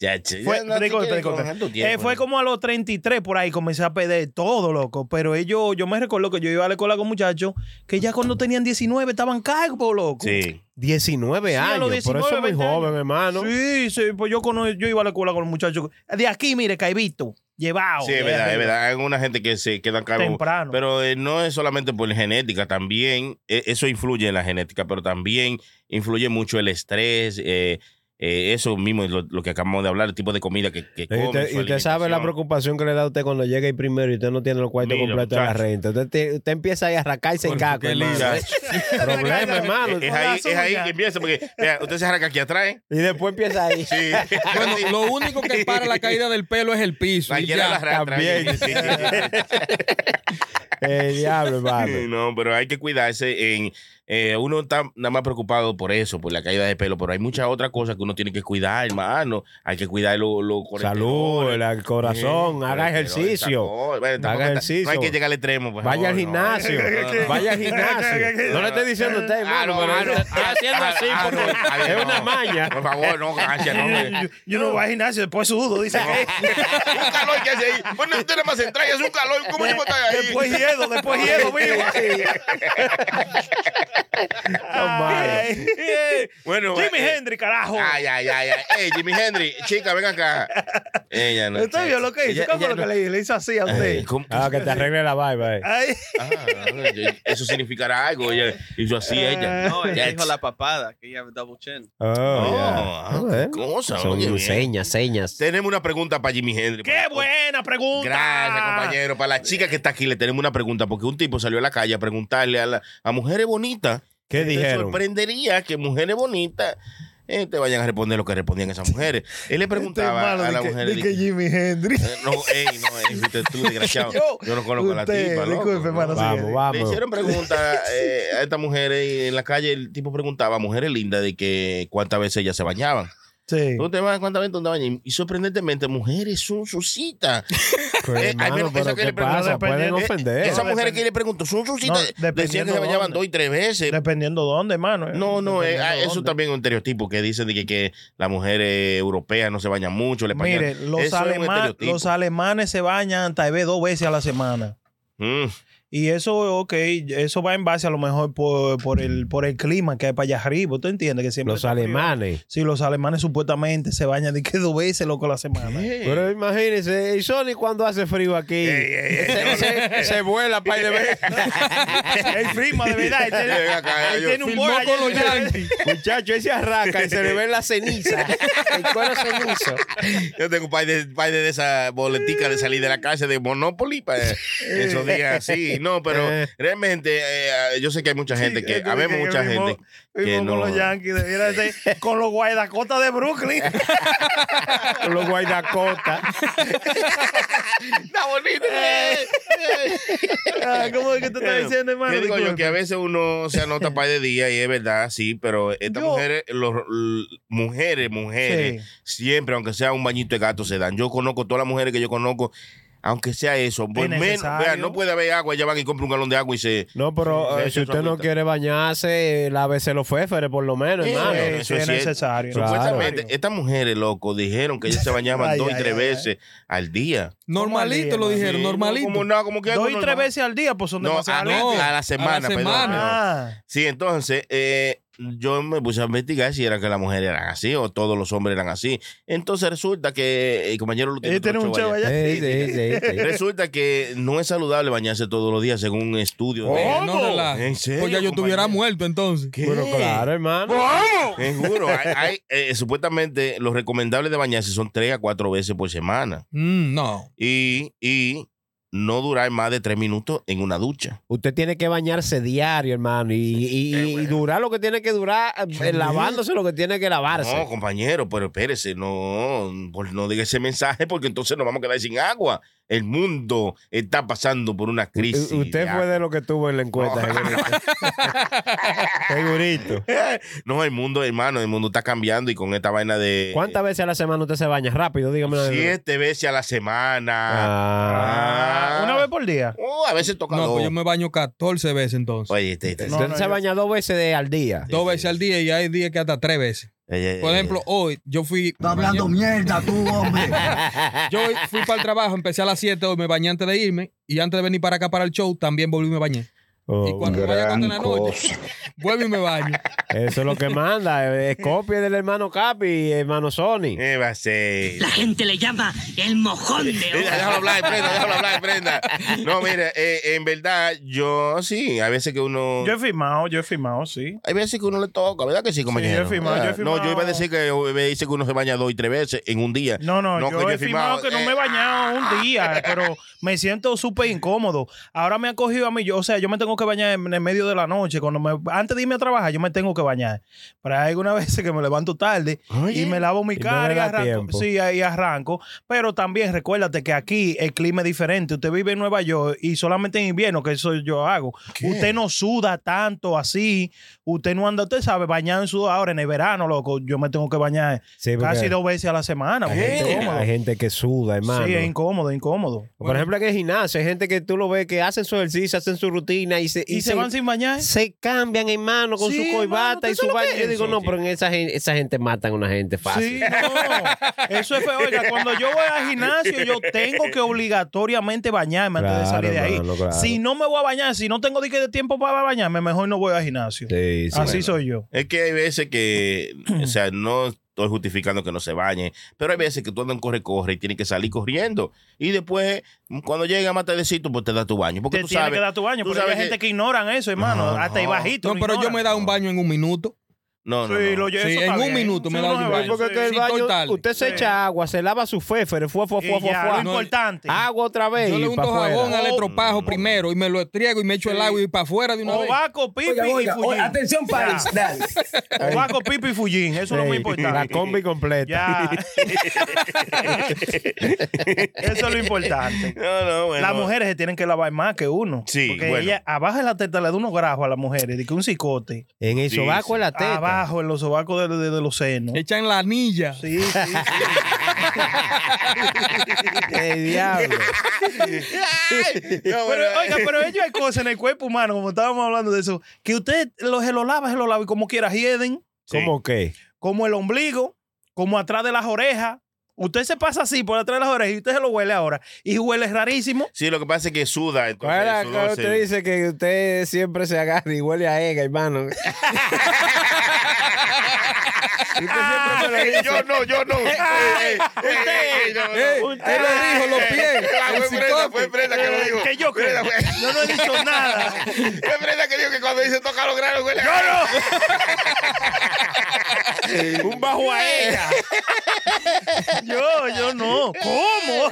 [SPEAKER 4] Ya, che,
[SPEAKER 6] Fue,
[SPEAKER 4] ya, no, tú
[SPEAKER 6] disculpe,
[SPEAKER 4] quieres
[SPEAKER 6] disculpe.
[SPEAKER 4] coger tu
[SPEAKER 6] Eh,
[SPEAKER 4] tiempo,
[SPEAKER 6] fue
[SPEAKER 4] ¿no?
[SPEAKER 6] como a los 33 por ahí comencé a pedir todo, loco. Pero ellos, yo me recuerdo que yo iba a la escuela con muchachos que ya cuando tenían 19 estaban cargos, loco.
[SPEAKER 4] Sí.
[SPEAKER 5] 19
[SPEAKER 6] Sí, a
[SPEAKER 5] años,
[SPEAKER 6] los
[SPEAKER 5] por eso
[SPEAKER 6] 19,
[SPEAKER 5] muy
[SPEAKER 6] 20 años.
[SPEAKER 5] joven, hermano.
[SPEAKER 6] Sí, sí, pues yo, cono- yo iba a la escuela con los muchachos. De aquí, mire, Caibito, llevado.
[SPEAKER 4] Sí, es verdad, es verdad. Hay alguna gente que se quedan calvos.
[SPEAKER 6] Temprano.
[SPEAKER 4] Pero eh, no es solamente por genética, también eh, eso influye en la genética, pero también influye mucho el estrés, eh, eh, eso mismo es lo, lo que acabamos de hablar, el tipo de comida que, que
[SPEAKER 5] Y
[SPEAKER 4] comes,
[SPEAKER 5] usted,
[SPEAKER 4] su
[SPEAKER 5] y usted sabe la
[SPEAKER 4] alimentación.
[SPEAKER 5] preocupación que le da a usted cuando llega y primero y usted no tiene los cuartos
[SPEAKER 4] Mira,
[SPEAKER 5] completos de la
[SPEAKER 4] muchacho.
[SPEAKER 5] renta. Usted, te- usted empieza ahí a arrancarse en caco, hermano. Problema, hermano.
[SPEAKER 4] Eh, Es, es ahí, es ahí que empieza, porque vea, usted se arranca aquí atrás. ¿eh?
[SPEAKER 5] Y después empieza ahí.
[SPEAKER 4] Sí.
[SPEAKER 8] Bueno, lo único que para la caída del pelo es el piso. y
[SPEAKER 4] Cualquiera
[SPEAKER 8] ya.
[SPEAKER 4] la arrastra.
[SPEAKER 8] También.
[SPEAKER 4] Sí, sí, sí, sí.
[SPEAKER 5] El diablo, hermano.
[SPEAKER 4] No, pero hay que cuidarse. En, eh, uno está nada más preocupado por eso, por la caída de pelo, pero hay muchas otras cosas que uno tiene que cuidar, hermano. Hay que cuidar lo, lo
[SPEAKER 5] Salud, el, el corazón,
[SPEAKER 4] Sí,
[SPEAKER 5] haga
[SPEAKER 4] colesterol,
[SPEAKER 5] ejercicio.
[SPEAKER 4] tampoco- bueno, tampoco
[SPEAKER 5] haga
[SPEAKER 4] está-
[SPEAKER 5] ejercicio.
[SPEAKER 4] no hay que llegar al extremo. por
[SPEAKER 5] Vaya al
[SPEAKER 4] favor, no.
[SPEAKER 5] gimnasio. Vaya al gimnasio. No le estoy diciendo a usted, hermano,
[SPEAKER 4] no,
[SPEAKER 5] pero
[SPEAKER 4] ah, no.
[SPEAKER 5] está haciendo así
[SPEAKER 4] Ah,
[SPEAKER 5] porque
[SPEAKER 4] no, ah,
[SPEAKER 5] es
[SPEAKER 4] no.
[SPEAKER 5] una maña.
[SPEAKER 4] Por favor, no, gracias, no. hombre.
[SPEAKER 6] Yo, yo no voy al gimnasio, después sudo, dice.
[SPEAKER 4] un calor que hace ahí. Bueno, tú tienes más entrañas, es un calor. ¿Cómo yo está ahí?
[SPEAKER 6] Después hiedo, después hiedo, vivo. Ay.
[SPEAKER 4] Bueno,
[SPEAKER 6] Jimi
[SPEAKER 4] eh,
[SPEAKER 6] Hendrix, carajo.
[SPEAKER 4] Ay, ay, ay, ay. Ey, Jimi Hendrix, chica, ven acá. Ella no.
[SPEAKER 6] ¿Usted vio lo que hizo?
[SPEAKER 4] Ella-
[SPEAKER 6] ¿Cómo
[SPEAKER 4] ella
[SPEAKER 6] lo que
[SPEAKER 4] no-
[SPEAKER 6] le, le hizo así a usted?
[SPEAKER 4] Ay, ¿cómo?
[SPEAKER 5] Ah, que te arregle la barba. eh.
[SPEAKER 6] Ay.
[SPEAKER 4] Ah, yo- eso significará algo. Ella hizo así Ah. ella.
[SPEAKER 9] No, ella
[SPEAKER 4] Ya, Oh,
[SPEAKER 9] dijo la papada, que ella double chin.
[SPEAKER 5] Oh, ya.
[SPEAKER 4] ah,
[SPEAKER 5] Ah, eh.
[SPEAKER 4] cosa,
[SPEAKER 5] Son
[SPEAKER 4] oye, bien.
[SPEAKER 5] señas, señas.
[SPEAKER 4] Tenemos una pregunta para Jimi Hendrix.
[SPEAKER 6] ¡Qué buena pregunta! Este
[SPEAKER 4] Gracias, compañero. Para la chica que está aquí, le tenemos una pregunta, porque un tipo salió a la calle a preguntarle a, la- a mujeres bonitas.
[SPEAKER 5] ¿Qué
[SPEAKER 4] Te
[SPEAKER 5] dijeron?
[SPEAKER 4] sorprendería que mujeres bonitas eh, te vayan a responder lo que respondían esas mujeres. Él le preguntaba a la mujer. Eh,
[SPEAKER 6] que Jimi Hendrix.
[SPEAKER 4] no, ey, no, ey, viste tú, desgraciado.
[SPEAKER 6] Yo-
[SPEAKER 4] Yo, no conozco a la
[SPEAKER 6] usted,
[SPEAKER 4] tipa, loco.
[SPEAKER 6] disculpe, hermano,
[SPEAKER 4] No.
[SPEAKER 5] Vamos,
[SPEAKER 4] Le
[SPEAKER 5] vamos.
[SPEAKER 4] hicieron preguntas eh, a estas mujeres y en la calle el tipo preguntaba a mujeres lindas de que cuántas veces ellas se bañaban.
[SPEAKER 6] Sí.
[SPEAKER 4] Tú te vas a cuántas veces tú te bañas. Y- Y sorprendentemente, mujeres son susitas.
[SPEAKER 5] Pero,
[SPEAKER 4] Eh, al
[SPEAKER 5] hermano,
[SPEAKER 4] menos
[SPEAKER 5] pero
[SPEAKER 4] esa que
[SPEAKER 5] ¿qué
[SPEAKER 4] le pregunto-
[SPEAKER 5] pasa? Pueden
[SPEAKER 4] Eh,
[SPEAKER 5] ofender.
[SPEAKER 4] Esas
[SPEAKER 5] No,
[SPEAKER 4] mujeres que le pregunto, ¿son
[SPEAKER 6] No,
[SPEAKER 4] susitas? Decían que
[SPEAKER 6] dependiendo
[SPEAKER 4] se bañaban
[SPEAKER 6] dónde.
[SPEAKER 4] dos y tres veces.
[SPEAKER 6] Dependiendo dónde, hermano.
[SPEAKER 4] No, no, eh, ah, eso también es un estereotipo que dicen de que, que las mujeres europeas no se bañan mucho, el español.
[SPEAKER 6] Mire, los,
[SPEAKER 4] Eso es un
[SPEAKER 6] alema-
[SPEAKER 4] estereotipo.
[SPEAKER 6] los alemanes se bañan tal vez dos veces a la semana.
[SPEAKER 4] Mm.
[SPEAKER 6] Y eso, ok, eso va en base a lo mejor por, por el, por el clima que hay para allá arriba. ¿Tú entiendes que siempre
[SPEAKER 5] Los
[SPEAKER 6] está frío?
[SPEAKER 5] alemanes.
[SPEAKER 6] Sí, los alemanes supuestamente se bañan de que dos veces, loco, a la semana.
[SPEAKER 5] Pero imagínense, y Sony cuando hace frío aquí, se, se- se vuela para de vez.
[SPEAKER 6] el primo, de verdad. Él tiene,
[SPEAKER 5] Venga acá,
[SPEAKER 6] él
[SPEAKER 5] yo.
[SPEAKER 6] tiene un
[SPEAKER 5] Filmó
[SPEAKER 6] boy
[SPEAKER 5] con
[SPEAKER 6] allá en
[SPEAKER 5] los
[SPEAKER 6] el-
[SPEAKER 5] Yankees. Muchacho, ese arranca y se le ven las cenizas. El cuero cenizo.
[SPEAKER 4] Yo tengo un par de, par de esas boleticas de salir de la casa de Monopoly para esos días así. No, pero realmente eh, yo sé que hay mucha gente que,
[SPEAKER 5] eh,
[SPEAKER 4] habemos mucha
[SPEAKER 6] vimos-
[SPEAKER 4] gente que
[SPEAKER 6] vimos
[SPEAKER 4] no.
[SPEAKER 6] con los Yankees, debiera ser con los guaidacotas de Brooklyn.
[SPEAKER 5] los guaidacotas.
[SPEAKER 4] Está bonito.
[SPEAKER 6] ¿Cómo es que tú estás diciendo, hermano?
[SPEAKER 4] Yo digo yo
[SPEAKER 6] Disculpa.
[SPEAKER 4] que a veces uno se anota par de días y es verdad, sí, pero estas mujeres, los, l- mujeres, mujeres, siempre, aunque sea un bañito de gato, se dan. Yo conozco todas las mujeres que yo conozco, aunque sea eso, por menos,
[SPEAKER 5] necesario.
[SPEAKER 4] vea, no puede haber agua, ya van y compran un galón de agua y se.
[SPEAKER 5] No, pero
[SPEAKER 4] se
[SPEAKER 5] eh,
[SPEAKER 4] echa
[SPEAKER 5] si
[SPEAKER 4] su
[SPEAKER 5] usted no
[SPEAKER 4] agüita.
[SPEAKER 5] quiere bañarse, lávese los féferes por lo menos,
[SPEAKER 4] Sí,
[SPEAKER 5] hermano.
[SPEAKER 4] bueno, eso cierto. Supuestamente, estas mujeres, loco, dijeron que ellas se bañaban
[SPEAKER 5] Ay,
[SPEAKER 4] dos y
[SPEAKER 5] ay,
[SPEAKER 4] tres
[SPEAKER 5] ay,
[SPEAKER 4] veces al día.
[SPEAKER 8] Normalito lo dijeron,
[SPEAKER 4] Sí, no,
[SPEAKER 8] normalito.
[SPEAKER 4] Como, no, como que algo
[SPEAKER 6] Dos y tres
[SPEAKER 4] normal.
[SPEAKER 6] veces al día, pues son
[SPEAKER 4] No,
[SPEAKER 6] demasiadas
[SPEAKER 4] ah, no,
[SPEAKER 6] lentes.
[SPEAKER 4] a la semana, perdón.
[SPEAKER 6] Ah.
[SPEAKER 4] Sí, entonces eh, yo me puse a investigar si era que las mujeres eran así o todos los hombres eran así. Entonces resulta que eh, el compañero lo tiene.
[SPEAKER 6] Él tiene
[SPEAKER 4] otro
[SPEAKER 6] un
[SPEAKER 4] chavo
[SPEAKER 6] chavo
[SPEAKER 4] allá.
[SPEAKER 6] allá.
[SPEAKER 5] Sí, sí, sí, sí.
[SPEAKER 4] Resulta que no es saludable bañarse todos los días según un estudio. de-
[SPEAKER 8] Eh, no
[SPEAKER 6] Oh.
[SPEAKER 8] relajes.
[SPEAKER 4] ¿En serio,
[SPEAKER 8] Pues ya yo estuviera
[SPEAKER 4] compañero?
[SPEAKER 8] muerto entonces.
[SPEAKER 5] Bueno, claro, hermano.
[SPEAKER 4] Te juro, hay- hay, eh, supuestamente los recomendables de bañarse son tres a cuatro veces por semana.
[SPEAKER 8] Mm, no.
[SPEAKER 4] Y, y no durar más de tres minutos en una ducha.
[SPEAKER 5] Usted tiene que bañarse diario, hermano, y, y- y- y durar lo que tiene que durar, eh, lavándose lo que tiene que lavarse.
[SPEAKER 4] No, compañero, pero espérese, no, por- no diga ese mensaje porque entonces nos vamos a quedar sin agua. El mundo está pasando por una crisis. Ah,
[SPEAKER 5] U- Eh, usted
[SPEAKER 4] de
[SPEAKER 5] fue de lo que tuvo en la encuesta,
[SPEAKER 4] Oh.
[SPEAKER 5] segurito. Segurito.
[SPEAKER 4] agua. No, el mundo, hermano, el mundo está cambiando y con esta vaina de
[SPEAKER 5] ¿Cuántas veces a la semana usted se baña? Rápido, dígame. la verdad.
[SPEAKER 4] siete veces a la semana.
[SPEAKER 5] Ah.
[SPEAKER 6] Una vez por día.
[SPEAKER 4] Oh, a veces toca
[SPEAKER 8] No,
[SPEAKER 4] dos.
[SPEAKER 8] pues yo me baño 14 veces entonces.
[SPEAKER 4] Oye, este- este-
[SPEAKER 5] Eh, Usted se baña dos veces de- al día.
[SPEAKER 8] Dos veces al día y hay días que hasta tres veces.
[SPEAKER 4] eh, eh,
[SPEAKER 8] Por ejemplo, hoy yo fui. yo-
[SPEAKER 10] mierda tú, hombre.
[SPEAKER 8] Yo hoy fui para el trabajo, empecé a las 7 hoy, me bañé antes de irme y antes de venir para acá para el show también volví y me bañé.
[SPEAKER 5] Oh.
[SPEAKER 8] y cuando vaya a contar la noche, vuelvo y me baño.
[SPEAKER 5] Eso es lo que manda. eh, Es copia del hermano Capi, hermano Sony.
[SPEAKER 4] eh, va a ser.
[SPEAKER 3] La gente le llama el mojón de
[SPEAKER 4] Mira,
[SPEAKER 3] oro.
[SPEAKER 4] déjalo hablar, prenda, déjalo hablar, prenda. No, mira, eh, en verdad, yo sí, a veces que uno.
[SPEAKER 6] Yo he firmado, yo he firmado, sí.
[SPEAKER 4] Hay veces que uno le toca, ¿verdad que sí,
[SPEAKER 6] yo
[SPEAKER 4] compañero?
[SPEAKER 6] he firmado,
[SPEAKER 4] Ah,
[SPEAKER 6] yo he firmado.
[SPEAKER 4] No, yo iba a decir que me dice que uno se baña dos y tres veces en un día.
[SPEAKER 6] No, no,
[SPEAKER 4] que
[SPEAKER 6] yo, he firmado que no me he
[SPEAKER 4] eh,
[SPEAKER 6] bañado un día, pero me siento súper incómodo. Ahora me ha cogido a mí, yo, o sea, yo me tengo que bañar en, en medio de la noche. cuando me, Antes de irme a trabajar, yo me tengo que bañar. Pero hay algunas veces que me levanto tarde
[SPEAKER 4] Oye.
[SPEAKER 6] y me lavo mi
[SPEAKER 5] Y no
[SPEAKER 6] cara
[SPEAKER 5] le
[SPEAKER 6] y
[SPEAKER 5] da
[SPEAKER 6] arranco.
[SPEAKER 5] tiempo.
[SPEAKER 6] Sí, ahí arranco. Pero también recuérdate que aquí el clima es diferente. Usted vive en Nueva York y solamente en invierno, que eso yo hago. Usted no suda tanto así. Usted no anda, usted sabe, bañado en sudor. Ahora en el verano, loco, yo me tengo que bañar
[SPEAKER 5] Sí, porque-
[SPEAKER 6] casi dos veces a la semana.
[SPEAKER 5] Hay
[SPEAKER 6] porque es
[SPEAKER 5] gente,
[SPEAKER 6] incómodo.
[SPEAKER 5] hay gente que suda, hermano.
[SPEAKER 6] Sí, es incómodo, es incómodo.
[SPEAKER 5] Por ejemplo, aquí en el gimnasio hay gente que tú lo ves que hacen su ejercicio, hacen su rutina y se,
[SPEAKER 6] Y, se, van sin bañar.
[SPEAKER 5] se cambian, hermano, con
[SPEAKER 6] Sí,
[SPEAKER 5] su
[SPEAKER 6] hermano,
[SPEAKER 5] coibata
[SPEAKER 6] ¿tú
[SPEAKER 5] y su
[SPEAKER 6] sabes lo
[SPEAKER 5] baño.
[SPEAKER 6] que
[SPEAKER 5] Yo
[SPEAKER 6] es
[SPEAKER 5] digo,
[SPEAKER 6] eso,
[SPEAKER 5] no, pero en esa, gen- esa gente matan a una gente
[SPEAKER 6] Sí, no.
[SPEAKER 5] fácil.
[SPEAKER 6] Eso es feo. Oiga, cuando yo voy al gimnasio, yo tengo que obligatoriamente bañarme antes de
[SPEAKER 5] Claro,
[SPEAKER 6] salir de ahí.
[SPEAKER 5] hermano, claro.
[SPEAKER 6] Si no me voy a bañar, si no tengo dique de tiempo para bañarme, mejor no voy al gimnasio.
[SPEAKER 5] Sí, sí.
[SPEAKER 6] Así soy yo.
[SPEAKER 4] Es que hay veces que, o sea, no estoy justificando que no se bañen, pero hay veces que tú andas en corre-corre y tienes que salir corriendo. Y después, cuando llega más tardecito, pues te da tu baño. Porque
[SPEAKER 6] Te
[SPEAKER 4] tú
[SPEAKER 6] tienes
[SPEAKER 4] sabes.
[SPEAKER 6] que dar tu baño,
[SPEAKER 4] tú
[SPEAKER 6] porque hay
[SPEAKER 4] sabes
[SPEAKER 6] gente que ignoran eso, hermano.
[SPEAKER 4] No,
[SPEAKER 6] hasta ahí
[SPEAKER 4] no.
[SPEAKER 6] bajito.
[SPEAKER 8] No,
[SPEAKER 6] lo
[SPEAKER 8] pero yo
[SPEAKER 6] ignoran.
[SPEAKER 8] me he dado un baño en un minuto.
[SPEAKER 4] No, no.
[SPEAKER 6] Sí,
[SPEAKER 4] no.
[SPEAKER 6] lo- eso
[SPEAKER 8] Sí,
[SPEAKER 6] está
[SPEAKER 8] en un
[SPEAKER 6] bien.
[SPEAKER 8] minuto me he
[SPEAKER 6] Sí,
[SPEAKER 8] dado
[SPEAKER 6] no
[SPEAKER 8] un
[SPEAKER 6] me
[SPEAKER 8] baño.
[SPEAKER 5] Porque es que el
[SPEAKER 8] Sí,
[SPEAKER 5] baño,
[SPEAKER 8] estoy tarde.
[SPEAKER 5] usted se echa agua, se lava su féfere, fue, fue,
[SPEAKER 6] Y
[SPEAKER 5] fue, fue,
[SPEAKER 6] ya,
[SPEAKER 5] fue.
[SPEAKER 6] Lo
[SPEAKER 8] No,
[SPEAKER 6] importante.
[SPEAKER 5] Agua otra vez.
[SPEAKER 8] Yo le
[SPEAKER 5] y pa'
[SPEAKER 8] unto
[SPEAKER 5] afuera.
[SPEAKER 8] jabón al
[SPEAKER 6] Oh.
[SPEAKER 8] estropajo primero y me lo estriego y me echo el agua y para afuera de una vez.
[SPEAKER 6] Obaco, pipi y fullín.
[SPEAKER 11] atención, Paris. Dale.
[SPEAKER 6] Obaco, pipi y fullín. Eso es lo más
[SPEAKER 5] Sí, La
[SPEAKER 6] importante.
[SPEAKER 5] combi completa.
[SPEAKER 6] Ya. Eso es lo importante.
[SPEAKER 4] No, no, bueno.
[SPEAKER 6] Las mujeres se tienen que lavar más que uno.
[SPEAKER 4] Sí,
[SPEAKER 6] Porque
[SPEAKER 4] bueno.
[SPEAKER 6] ella abajo en la teta le da unos grajos a las mujeres, de que un cicote.
[SPEAKER 5] En el
[SPEAKER 4] Sí,
[SPEAKER 5] sobaco
[SPEAKER 4] sí.
[SPEAKER 5] es la teta.
[SPEAKER 6] ajo en los sobacos de, de- de los senos.
[SPEAKER 8] Echan la anilla.
[SPEAKER 6] Sí, sí. sí.
[SPEAKER 5] ¡Qué diablo!
[SPEAKER 6] pero,
[SPEAKER 12] bueno.
[SPEAKER 6] oiga, pero ellos hay cosas en el cuerpo humano, como estábamos hablando de eso, que usted los lo lava, se lo lava y como quiera, hieden.
[SPEAKER 5] ¿Cómo qué?
[SPEAKER 6] como el ombligo, como atrás de las orejas. Usted se pasa así por atrás de las orejas y usted se lo huele ahora. Y huele rarísimo.
[SPEAKER 4] Sí, lo que pasa es que suda. Entonces,
[SPEAKER 5] Ahora,
[SPEAKER 4] el sudor
[SPEAKER 5] claro,
[SPEAKER 4] se-
[SPEAKER 5] usted dice que usted siempre se agarra y huele a ega, hermano.
[SPEAKER 4] yo no, yo no.
[SPEAKER 6] Eh,
[SPEAKER 12] Usted lo dijo, los pies.
[SPEAKER 4] Fue Brenda, fue Brenda que lo dijo.
[SPEAKER 12] Que yo creo. Yo no he dicho nada.
[SPEAKER 4] Fue Brenda que dijo que cuando dice toca los granos huele.
[SPEAKER 12] Yo no.
[SPEAKER 6] Un bajo a ella. yo, yo no. ¿Cómo?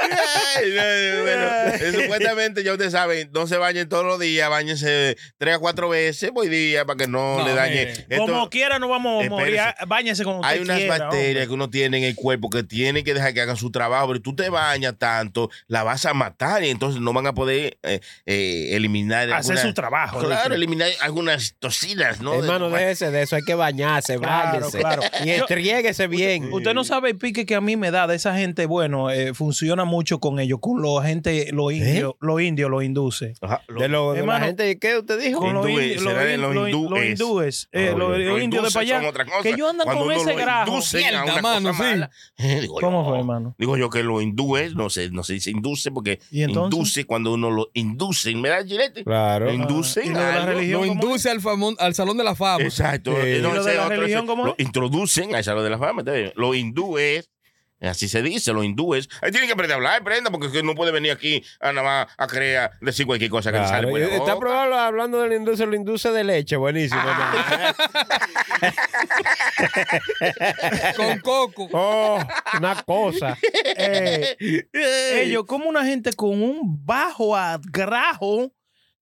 [SPEAKER 4] Ay, no, bueno, eh, supuestamente ya ustedes saben, no se bañen todos los días, bañense tres a cuatro veces por día para que no, le dañe. Esto-
[SPEAKER 6] eh, como quiera, no vamos a morir. Ah,
[SPEAKER 4] Espérese.
[SPEAKER 6] Báñese como usted
[SPEAKER 4] hay unas
[SPEAKER 6] quiera,
[SPEAKER 4] bacterias que uno tiene en el cuerpo que tienen que dejar que hagan su trabajo, pero tú te bañas tanto, la vas a matar y entonces no van a poder eh, eh, eliminar.
[SPEAKER 6] Hacer su trabajo,
[SPEAKER 4] Claro,
[SPEAKER 6] dice.
[SPEAKER 4] eliminar algunas toxinas, ¿no?
[SPEAKER 5] Hermano, déjese de eso, hay que bañarse,
[SPEAKER 6] Claro,
[SPEAKER 5] bañarse.
[SPEAKER 6] claro.
[SPEAKER 5] Y
[SPEAKER 6] Yo-
[SPEAKER 5] estriéguese bien.
[SPEAKER 6] Usted no sabe el pique que a mí me da de esa gente. Bueno, eh, funciona mucho con ellos, con los gente, los
[SPEAKER 4] ¿Eh?
[SPEAKER 6] indios, los indios, los induces.
[SPEAKER 5] de lo, de
[SPEAKER 6] Hermano,
[SPEAKER 5] la gente, ¿qué usted dijo?
[SPEAKER 6] Con los
[SPEAKER 4] Hindúes,
[SPEAKER 6] indios, los
[SPEAKER 4] será de
[SPEAKER 6] hin-
[SPEAKER 4] los
[SPEAKER 6] los hin- los
[SPEAKER 4] hindúes.
[SPEAKER 6] hindúes, eh,
[SPEAKER 4] No,
[SPEAKER 6] los
[SPEAKER 4] los
[SPEAKER 6] los indios de
[SPEAKER 4] hindúes
[SPEAKER 6] para
[SPEAKER 4] son
[SPEAKER 6] allá,
[SPEAKER 4] otra cosa.
[SPEAKER 6] que ellos andan
[SPEAKER 4] Cuando
[SPEAKER 6] con
[SPEAKER 4] uno
[SPEAKER 6] ese
[SPEAKER 4] lo
[SPEAKER 6] grajo.
[SPEAKER 4] inducen a una cosa mala. Digo yo,
[SPEAKER 5] oh,
[SPEAKER 6] ¿Cómo fue, hermano?
[SPEAKER 4] Digo yo que lo induce, no sé, no se dice induce porque
[SPEAKER 6] ¿Y entonces?
[SPEAKER 4] induce cuando uno lo induce, ¿me da el chilete?
[SPEAKER 5] Claro.
[SPEAKER 4] Lo inducen
[SPEAKER 8] lo,
[SPEAKER 4] a algo.
[SPEAKER 8] induce al, famón- al Salón de la Fama.
[SPEAKER 6] pues,
[SPEAKER 4] Exacto. Eh, no, ese otro, ese- Lo introducen a Salón de la Fama. ¿está bien? Los hindúes. Así se dice, los hindúes. Ahí tienen que aprender a hablar, prenda, porque es que no puede venir aquí a nada más a crear, decir cualquier cosa que le sale. pues, oh.
[SPEAKER 5] Claro,
[SPEAKER 6] eh,
[SPEAKER 4] por la
[SPEAKER 5] está
[SPEAKER 4] boca.
[SPEAKER 5] probable hablando de la industria, la industria de leche, buenísimo.
[SPEAKER 4] Ah.
[SPEAKER 8] Con coco.
[SPEAKER 5] Oh, una cosa.
[SPEAKER 6] Eh, ellos, como una gente con un bajo a grajo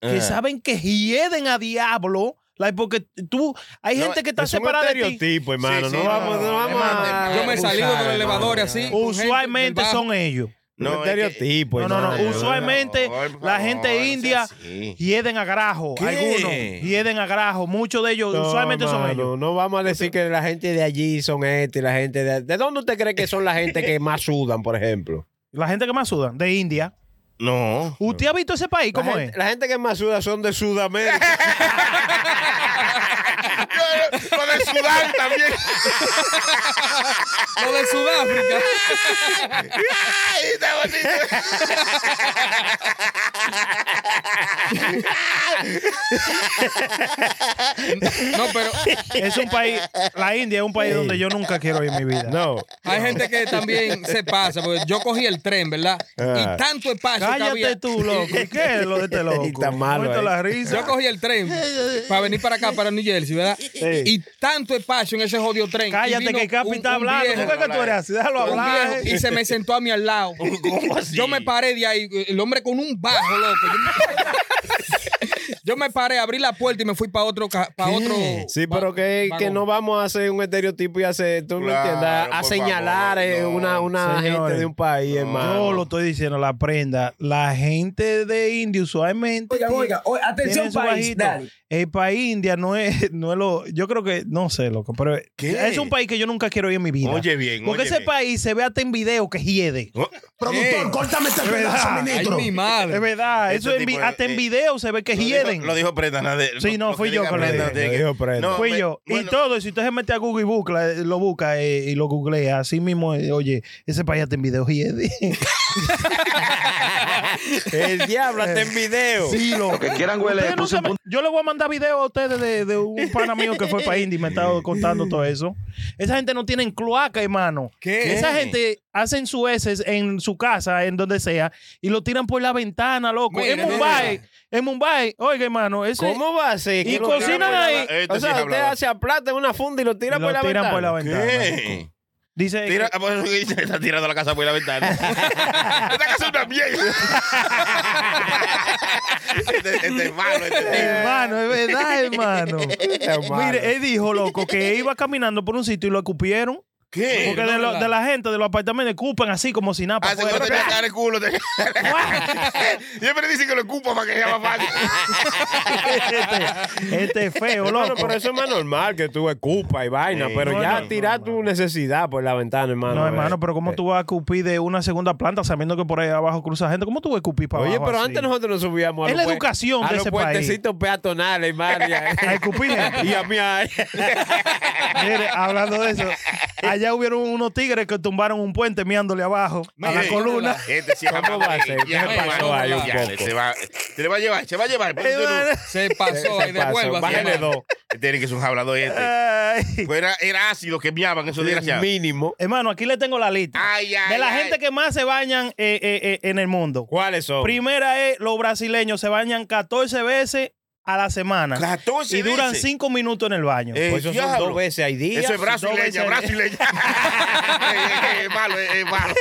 [SPEAKER 6] que
[SPEAKER 5] Ah.
[SPEAKER 6] saben que hieden a diablo. like, porque tú, hay gente que está
[SPEAKER 5] es un
[SPEAKER 6] separada de ti.
[SPEAKER 5] estereotipo, hermano, no vamos- no vamos
[SPEAKER 6] hermano,
[SPEAKER 5] a- Yo me he salido
[SPEAKER 6] Oh, usar,
[SPEAKER 5] con el
[SPEAKER 6] hermano.
[SPEAKER 5] elevador así, con gente
[SPEAKER 6] Usualmente
[SPEAKER 5] del bajo.
[SPEAKER 6] son ellos.
[SPEAKER 5] No,
[SPEAKER 4] es
[SPEAKER 5] estereotipo.
[SPEAKER 6] No, no, no.
[SPEAKER 5] hermano.
[SPEAKER 6] Usualmente la gente india hieden a grajo.
[SPEAKER 5] ¿Qué?
[SPEAKER 6] Algunos hieden a grajo. Muchos de ellos,
[SPEAKER 5] No,
[SPEAKER 6] usualmente son
[SPEAKER 5] mano,
[SPEAKER 6] ellos.
[SPEAKER 5] No vamos a decir que la gente de allí son este y la gente de. ¿De dónde usted cree que son la gente que más sudan, por ejemplo?
[SPEAKER 6] La gente que más sudan, de India.
[SPEAKER 4] No.
[SPEAKER 6] ¿Usted ha visto ese país?
[SPEAKER 5] La
[SPEAKER 6] ¿Cómo
[SPEAKER 5] gente-
[SPEAKER 6] es?
[SPEAKER 5] La gente que más suda son de Sudamérica.
[SPEAKER 4] Lo de Sudán también.
[SPEAKER 8] Lo de Sudáfrica.
[SPEAKER 4] ¡Ay, está bonito!
[SPEAKER 8] No, pero
[SPEAKER 6] es un país, la India es un país donde yo nunca quiero ir en mi vida.
[SPEAKER 5] No.
[SPEAKER 8] Hay gente que también se pasa, porque yo cogí el tren, ¿verdad?
[SPEAKER 6] Ah.
[SPEAKER 8] Y tanto espacio que
[SPEAKER 6] Cállate
[SPEAKER 8] había.
[SPEAKER 6] tú, loco. ¿Y ¿Qué es lo de este loco?
[SPEAKER 5] Está malo,
[SPEAKER 6] Muerto
[SPEAKER 5] eh.
[SPEAKER 6] la risa.
[SPEAKER 8] Yo cogí el tren para venir para acá, para New Jersey, ¿verdad? Y tanto espacio en ese jodido tren.
[SPEAKER 6] Cállate,
[SPEAKER 8] Y vino
[SPEAKER 6] que Capi
[SPEAKER 8] un-
[SPEAKER 6] está
[SPEAKER 8] un
[SPEAKER 6] hablando.
[SPEAKER 8] viejo-
[SPEAKER 6] ¿Tú crees que tú eres así? Déjalo
[SPEAKER 8] un
[SPEAKER 6] hablar,
[SPEAKER 8] viejo,
[SPEAKER 6] eh.
[SPEAKER 8] y se me sentó a mí al lado. Yo me paré de ahí. El hombre con un bajo, loco. Yo me, Yo me paré, abrí la puerta y me fui para otro, ca- para otro
[SPEAKER 5] Sí, pero que, que no vamos a hacer un estereotipo y hacer, tú me
[SPEAKER 8] Claro,
[SPEAKER 5] entiendes, a- a
[SPEAKER 8] por
[SPEAKER 5] señalar eh, una, una gente
[SPEAKER 6] Señores,
[SPEAKER 5] de un país, hermano.
[SPEAKER 6] Yo lo estoy diciendo, la prenda. La gente de India usualmente.
[SPEAKER 11] Oiga,
[SPEAKER 6] tiene-
[SPEAKER 11] oiga, o- atención,
[SPEAKER 6] tiene su
[SPEAKER 11] país,
[SPEAKER 6] bajito.
[SPEAKER 11] dale.
[SPEAKER 6] El país India no es, no es lo. Yo creo que, no sé, loco, pero
[SPEAKER 4] ¿Qué?
[SPEAKER 6] es un país que yo nunca quiero ir en mi vida.
[SPEAKER 4] Oye bien,
[SPEAKER 6] Porque
[SPEAKER 4] oye
[SPEAKER 6] ese
[SPEAKER 4] bien.
[SPEAKER 6] país se ve hasta en video que hiede.
[SPEAKER 11] Eh.
[SPEAKER 4] Productor, córtame este
[SPEAKER 6] Es
[SPEAKER 4] pedazo,
[SPEAKER 6] verdad.
[SPEAKER 4] ministro. Ay, mi madre.
[SPEAKER 6] Es verdad,
[SPEAKER 4] Este
[SPEAKER 6] eso en
[SPEAKER 4] tipo
[SPEAKER 6] vi-
[SPEAKER 4] de-
[SPEAKER 6] hasta en
[SPEAKER 4] eh,
[SPEAKER 6] video se ve que
[SPEAKER 4] lo dijo-
[SPEAKER 6] hieden.
[SPEAKER 4] lo dijo Prenda, nada de-
[SPEAKER 6] Sí,
[SPEAKER 4] lo-
[SPEAKER 6] no,
[SPEAKER 4] lo
[SPEAKER 6] fui
[SPEAKER 4] que
[SPEAKER 6] yo
[SPEAKER 4] diga
[SPEAKER 6] que lo
[SPEAKER 4] Prenda,
[SPEAKER 6] dije.
[SPEAKER 4] no tiene que- Lo dijo Prenda. No,
[SPEAKER 6] Fui
[SPEAKER 4] me-
[SPEAKER 6] yo. Y
[SPEAKER 4] bueno.
[SPEAKER 6] todo, si usted se mete a Google y busca, eh, lo busca eh, y lo googlea, así mismo, eh, oye, ese país hasta en video hiede.
[SPEAKER 5] El diablo hasta en video.
[SPEAKER 6] Sí,
[SPEAKER 5] Lo que quieran
[SPEAKER 6] Ustedes
[SPEAKER 5] huele, pues,
[SPEAKER 6] no
[SPEAKER 5] puse un
[SPEAKER 6] saben- Yo le voy a mandar video a ustedes de, de un pana mío que fue para Indy y me estaba contando todo eso. Esa gente no tiene cloaca, hermano.
[SPEAKER 8] ¿Qué?
[SPEAKER 6] Esa gente hacen su heces en su casa, en donde sea, y lo tiran por la ventana, loco.
[SPEAKER 5] Mira,
[SPEAKER 6] en Mumbai,
[SPEAKER 5] mira.
[SPEAKER 6] en Mumbai, oiga, hermano. ese-
[SPEAKER 5] ¿Cómo va a ser?
[SPEAKER 6] Y
[SPEAKER 5] que lo
[SPEAKER 6] cocinan
[SPEAKER 5] tiran por la-
[SPEAKER 6] ahí.
[SPEAKER 8] Este
[SPEAKER 5] o sea, usted hace aplata en una funda y lo tira
[SPEAKER 6] Lo
[SPEAKER 5] por la
[SPEAKER 6] tiran
[SPEAKER 5] ventana.
[SPEAKER 6] por la ventana.
[SPEAKER 4] ¿Qué?
[SPEAKER 6] Dice "Eh,
[SPEAKER 4] Tira, ah, por eso que dice, está tirando la casa por la ventana. Esta casa es una mierda. este, este es malo, este tipo.
[SPEAKER 6] Hermano, es verdad, hermano.
[SPEAKER 4] Hermano.
[SPEAKER 6] Mire, él dijo, loco, que iba caminando por un sitio y lo escupieron.
[SPEAKER 4] ¿Qué?
[SPEAKER 6] Porque de, lo- de la gente, de los apartamentos, escupen así como si nada.
[SPEAKER 4] Ah,
[SPEAKER 6] para
[SPEAKER 4] se te
[SPEAKER 6] afuera.
[SPEAKER 4] voy a sacar el culo. te- Siempre dicen que lo ocupa para que sea más fácil.
[SPEAKER 6] Este es feo,
[SPEAKER 5] Hermano,
[SPEAKER 6] loco.
[SPEAKER 5] pero eso es más normal que tú escupas y vaina,
[SPEAKER 4] Sí.
[SPEAKER 5] pero
[SPEAKER 6] No,
[SPEAKER 5] ya
[SPEAKER 6] no,
[SPEAKER 5] tirar tu necesidad por la ventana, hermano.
[SPEAKER 6] No,
[SPEAKER 5] eh.
[SPEAKER 6] hermano, pero ¿cómo tú vas a escupir de una segunda planta sabiendo que por ahí abajo cruza gente? ¿Cómo tú vas a escupir para
[SPEAKER 5] Oye,
[SPEAKER 6] abajo
[SPEAKER 5] pero
[SPEAKER 6] así?
[SPEAKER 5] antes nosotros nos subíamos a
[SPEAKER 6] Es la
[SPEAKER 5] los pue-
[SPEAKER 6] educación
[SPEAKER 5] a
[SPEAKER 6] de
[SPEAKER 5] los
[SPEAKER 6] ese país.
[SPEAKER 5] puentecitos peatonales, hermano. y a-
[SPEAKER 6] A escupir gente.
[SPEAKER 5] Y a mí, ay.
[SPEAKER 6] Mire, hablando de eso, allá hubieron unos tigres que tumbaron un puente miándole abajo a la
[SPEAKER 4] Mire,
[SPEAKER 6] columna.
[SPEAKER 4] Este sí es
[SPEAKER 5] ¿Cómo va a ser?
[SPEAKER 4] Ya,
[SPEAKER 5] ¿Qué le
[SPEAKER 4] ya,
[SPEAKER 5] pasó ahí
[SPEAKER 4] ya,
[SPEAKER 5] un
[SPEAKER 4] ya,
[SPEAKER 5] poco?
[SPEAKER 4] Se, va, se le va a llevar, se va a llevar.
[SPEAKER 6] Eh, bueno.
[SPEAKER 8] Se pasó
[SPEAKER 5] Se
[SPEAKER 8] y
[SPEAKER 5] pasó. Bájale
[SPEAKER 8] devuelva.
[SPEAKER 5] dos.
[SPEAKER 4] Tiene que ser un hablador este.
[SPEAKER 6] Ay.
[SPEAKER 4] Pues era, era ácido que miaban esos desgraciados.
[SPEAKER 5] Mínimo.
[SPEAKER 6] Hermano, aquí le tengo la lista.
[SPEAKER 4] Ay, ay,
[SPEAKER 6] de la
[SPEAKER 4] ay.
[SPEAKER 6] gente que más se bañan eh, eh, eh, en el mundo.
[SPEAKER 5] ¿Cuáles son?
[SPEAKER 6] Primera es los brasileños se bañan 14 veces a la semana
[SPEAKER 4] 14
[SPEAKER 6] y duran
[SPEAKER 4] veces.
[SPEAKER 6] 5 minutos en el baño.
[SPEAKER 4] Eh,
[SPEAKER 5] Pues eso son
[SPEAKER 4] diablo.
[SPEAKER 5] dos veces hay días.
[SPEAKER 4] Eso es brazo y
[SPEAKER 6] dos
[SPEAKER 4] leña,
[SPEAKER 6] veces.
[SPEAKER 4] brazo y leña. Eh, eh, Es malo, eh, es malo.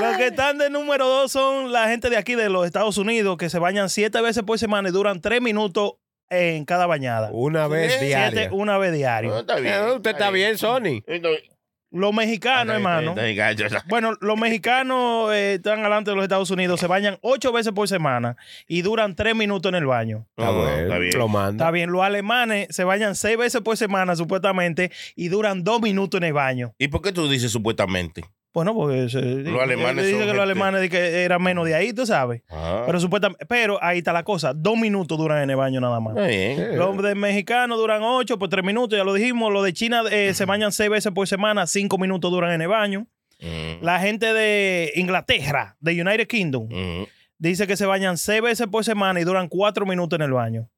[SPEAKER 6] Los que están de número 2 son la gente de aquí de los Estados Unidos que se bañan 7 veces por semana y duran 3 minutos en cada bañada.
[SPEAKER 4] Uh,
[SPEAKER 5] Una vez
[SPEAKER 4] Siete,
[SPEAKER 5] diaria.
[SPEAKER 6] Siete una vez
[SPEAKER 4] No,
[SPEAKER 6] diario.
[SPEAKER 4] está bien.
[SPEAKER 5] Eh, Usted está bien, Sony.
[SPEAKER 4] Entonces,
[SPEAKER 6] Los mexicanos, hermano.
[SPEAKER 4] está bien, gacho, está-
[SPEAKER 6] Bueno, los mexicanos eh, están adelante de los Estados Unidos, se bañan ocho veces por semana y duran tres minutos en el baño.
[SPEAKER 5] Está
[SPEAKER 4] No,
[SPEAKER 5] Ah, bueno,
[SPEAKER 4] está bien.
[SPEAKER 5] Lo manda.
[SPEAKER 6] Está bien, los alemanes se bañan seis veces por semana supuestamente y duran dos minutos en el baño.
[SPEAKER 4] ¿Y por qué tú dices supuestamente?
[SPEAKER 6] Bueno, porque se-
[SPEAKER 4] Los alemanes
[SPEAKER 6] dice
[SPEAKER 4] son
[SPEAKER 6] que los
[SPEAKER 4] gente-
[SPEAKER 6] alemanes di que eran menos de ahí, tú sabes.
[SPEAKER 4] Ah,
[SPEAKER 6] Pero supuestamente, pero ahí está la cosa, dos minutos duran en el baño nada más.
[SPEAKER 4] está
[SPEAKER 5] Eh.
[SPEAKER 4] bien.
[SPEAKER 6] Los de mexicanos duran ocho por tres minutos, ya lo dijimos. Los de China eh, se bañan seis veces por semana, cinco minutos duran en el baño.
[SPEAKER 4] Mm,
[SPEAKER 6] eh, La gente de Inglaterra, de United Kingdom,
[SPEAKER 4] mm.
[SPEAKER 6] dice que se bañan seis veces por semana y duran cuatro minutos en el baño.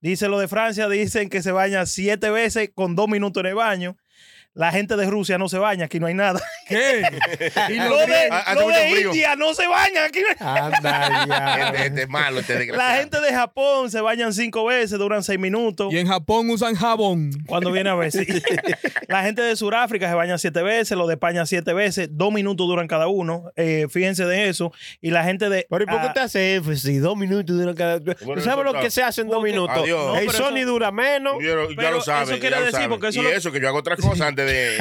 [SPEAKER 6] Dice lo de Francia, dicen que se bañan siete veces con dos minutos en el baño. La gente de Rusia no se baña, aquí no hay nada.
[SPEAKER 8] ¿Qué?
[SPEAKER 4] Ah,
[SPEAKER 8] Y
[SPEAKER 6] Lo
[SPEAKER 8] los
[SPEAKER 6] de,
[SPEAKER 4] hace
[SPEAKER 6] lo
[SPEAKER 4] mucho
[SPEAKER 6] de
[SPEAKER 4] frío.
[SPEAKER 6] India no se bañan, aquí no hay-
[SPEAKER 5] Anda, ya.
[SPEAKER 4] Este, este es malo, este desgraciado.
[SPEAKER 6] La gente de Japón se bañan cinco veces, duran seis minutos.
[SPEAKER 8] Y en Japón usan jabón.
[SPEAKER 6] Cuando viene a ver, sí. La gente de Sudáfrica se baña siete veces, los de España siete veces, dos minutos duran cada uno. Eh, fíjense de eso. Y la gente de.
[SPEAKER 5] Pero ¿y por qué
[SPEAKER 6] ah,
[SPEAKER 5] usted hace énfasis? Dos minutos duran cada. ¿Tú
[SPEAKER 4] eso
[SPEAKER 5] sabes lo
[SPEAKER 4] está-
[SPEAKER 5] que se hace en dos minutos?
[SPEAKER 4] Adiós. No,
[SPEAKER 5] el
[SPEAKER 6] pero
[SPEAKER 5] Sony
[SPEAKER 6] eso-
[SPEAKER 5] dura menos.
[SPEAKER 4] Ya lo- ya
[SPEAKER 6] Pero
[SPEAKER 4] lo sabes.
[SPEAKER 6] eso quiere
[SPEAKER 4] ya lo
[SPEAKER 6] decir,
[SPEAKER 4] sabes.
[SPEAKER 6] porque eso
[SPEAKER 4] y
[SPEAKER 6] lo-
[SPEAKER 4] eso que yo hago otra cosa antes de. de-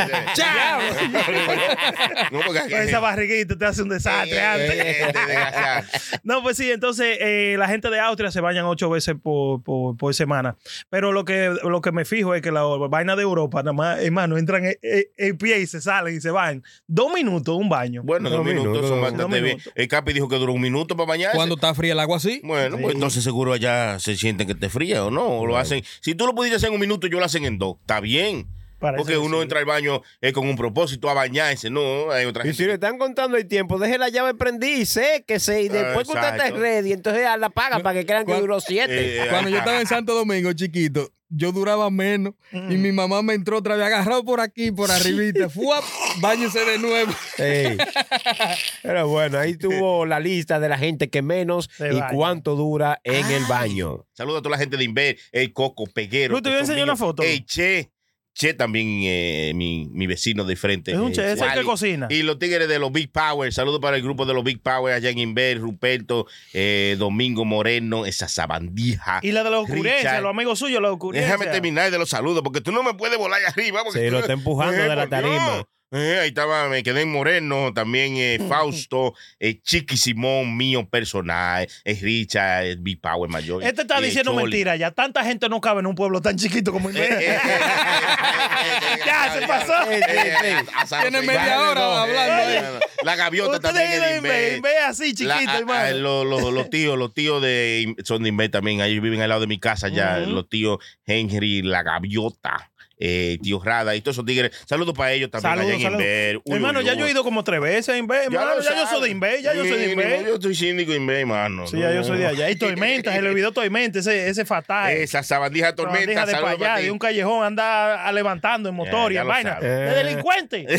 [SPEAKER 4] no, porque aquí-
[SPEAKER 6] Con esa barriguita te hace un desastre antes.
[SPEAKER 4] Este desgraciado.
[SPEAKER 6] No, pues sí, entonces eh, la gente de Austria se bañan ocho veces por, por- por semana. Pero lo que, lo que me fijo es que la vaina de Europa, nada más, hermano, entran en, en- en pie y se salen y se van. Dos minutos, un baño.
[SPEAKER 4] Bueno, dos
[SPEAKER 5] Dos
[SPEAKER 4] minutos,
[SPEAKER 5] minutos,
[SPEAKER 4] son
[SPEAKER 5] dos
[SPEAKER 4] bastante bien.
[SPEAKER 6] minutos.
[SPEAKER 4] El Capi dijo que duró un minuto para bañarse.
[SPEAKER 8] Cuando está fría el agua así.
[SPEAKER 4] Bueno, pues entonces seguro allá se sienten que esté fría o no. O lo hacen. Si tú lo pudiste hacer en un minuto, yo lo hacen en dos. Está bien.
[SPEAKER 6] Parece
[SPEAKER 4] Porque
[SPEAKER 6] que
[SPEAKER 4] uno
[SPEAKER 6] sí.
[SPEAKER 4] entra al baño eh, con un propósito a bañarse, no hay otra
[SPEAKER 5] Y si le
[SPEAKER 4] gente.
[SPEAKER 5] están contando el tiempo, deje la llave prendida y séquese. Y después que usted
[SPEAKER 4] Exacto.
[SPEAKER 5] esté ready, entonces ya la paga para que crean que
[SPEAKER 8] ¿Cuál-
[SPEAKER 5] duró siete.
[SPEAKER 4] Eh, eh,
[SPEAKER 8] Cuando yo
[SPEAKER 4] ah,
[SPEAKER 8] estaba en Santo Domingo, chiquito, yo duraba menos.
[SPEAKER 6] Mm.
[SPEAKER 12] Mm.
[SPEAKER 8] Y mi mamá me entró otra vez agarrado por aquí, por arribita. ¡Fuap! Báñese de nuevo.
[SPEAKER 5] Ey. Pero bueno, ahí tuvo la lista de la gente que menos
[SPEAKER 6] Se
[SPEAKER 5] y
[SPEAKER 6] baña.
[SPEAKER 5] cuánto dura en el baño.
[SPEAKER 4] Saluda a toda la gente de Inver, el Coco, Peguero.
[SPEAKER 6] Luis, te
[SPEAKER 4] que
[SPEAKER 6] voy a
[SPEAKER 4] son
[SPEAKER 6] enseñar una
[SPEAKER 4] míos.
[SPEAKER 6] foto.
[SPEAKER 4] El Che. Che también, eh, mi, mi vecino de frente.
[SPEAKER 6] Es un che, es el
[SPEAKER 4] Wally.
[SPEAKER 6] que cocina.
[SPEAKER 4] Y los tigres de los Big Power. Saludos para el grupo de los Big Power allá en Inver, Ruperto, eh, Domingo Moreno, esa sabandija.
[SPEAKER 6] Y la de la
[SPEAKER 4] Richard.
[SPEAKER 6] ocurrencia, los amigos suyos, la ocurrencia.
[SPEAKER 4] Déjame terminar de los saludos, porque tú no me puedes volar ahí arriba. Porque
[SPEAKER 5] Sí,
[SPEAKER 4] tú-
[SPEAKER 5] lo está empujando de la
[SPEAKER 4] por Dios.
[SPEAKER 5] tarima.
[SPEAKER 4] Eh, ahí estaba, me quedé en Moreno, también eh, Fausto, eh, Chiqui Simón, mío personal, es Richard, es Big Power mayor.
[SPEAKER 6] Este está
[SPEAKER 4] y el
[SPEAKER 6] diciendo
[SPEAKER 4] Choli.
[SPEAKER 6] mentira ya. Tanta gente no cabe en un pueblo tan chiquito como
[SPEAKER 4] Eh, eh, eh, eh,
[SPEAKER 6] India.
[SPEAKER 4] eh,
[SPEAKER 6] Ya, se pasó.
[SPEAKER 4] Eh, eh, eh, asado,
[SPEAKER 8] Tiene
[SPEAKER 4] sí,
[SPEAKER 8] media
[SPEAKER 4] vale,
[SPEAKER 8] hora
[SPEAKER 4] no,
[SPEAKER 8] hablando,
[SPEAKER 4] eh, no, no. La gaviota también es de
[SPEAKER 6] Ustedes ven,
[SPEAKER 4] Inver.
[SPEAKER 6] ven así
[SPEAKER 4] La-
[SPEAKER 6] chiquito,
[SPEAKER 4] a- a-
[SPEAKER 6] hermano.
[SPEAKER 4] los, los- los tíos, los tíos de In- son de Inver también. Ellos viven al lado de mi casa ya.
[SPEAKER 6] Ujú.
[SPEAKER 4] Los tíos Henry, la gaviota, eh, tío Rada y todos esos tigres. Saludos para ellos también
[SPEAKER 6] Saludos,
[SPEAKER 4] allá en
[SPEAKER 6] saludos.
[SPEAKER 4] Inver. Uy,
[SPEAKER 6] hermano,
[SPEAKER 4] uy,
[SPEAKER 6] ya
[SPEAKER 4] uy.
[SPEAKER 6] yo he ido como tres veces a Inver,
[SPEAKER 4] Ya
[SPEAKER 6] hermano.
[SPEAKER 4] lo
[SPEAKER 6] Ya, yo soy
[SPEAKER 4] saben.
[SPEAKER 6] de Inver, ya yo soy de
[SPEAKER 4] Mínimo,
[SPEAKER 6] Inver.
[SPEAKER 4] Yo estoy síndico de Inver, hermano.
[SPEAKER 6] Sí, ya yo soy de allá. Y Tormenta, se le olvidó Tormenta, ese, ese fatal.
[SPEAKER 4] Esa sabandija tormenta.
[SPEAKER 6] Tormenta de para
[SPEAKER 4] saludos para
[SPEAKER 6] allá,
[SPEAKER 4] ti.
[SPEAKER 6] de un callejón, anda a- levantando en motor
[SPEAKER 4] Ya, ya
[SPEAKER 6] y en
[SPEAKER 4] lo
[SPEAKER 6] vaina.
[SPEAKER 4] sabe.
[SPEAKER 6] De delincuente.
[SPEAKER 4] El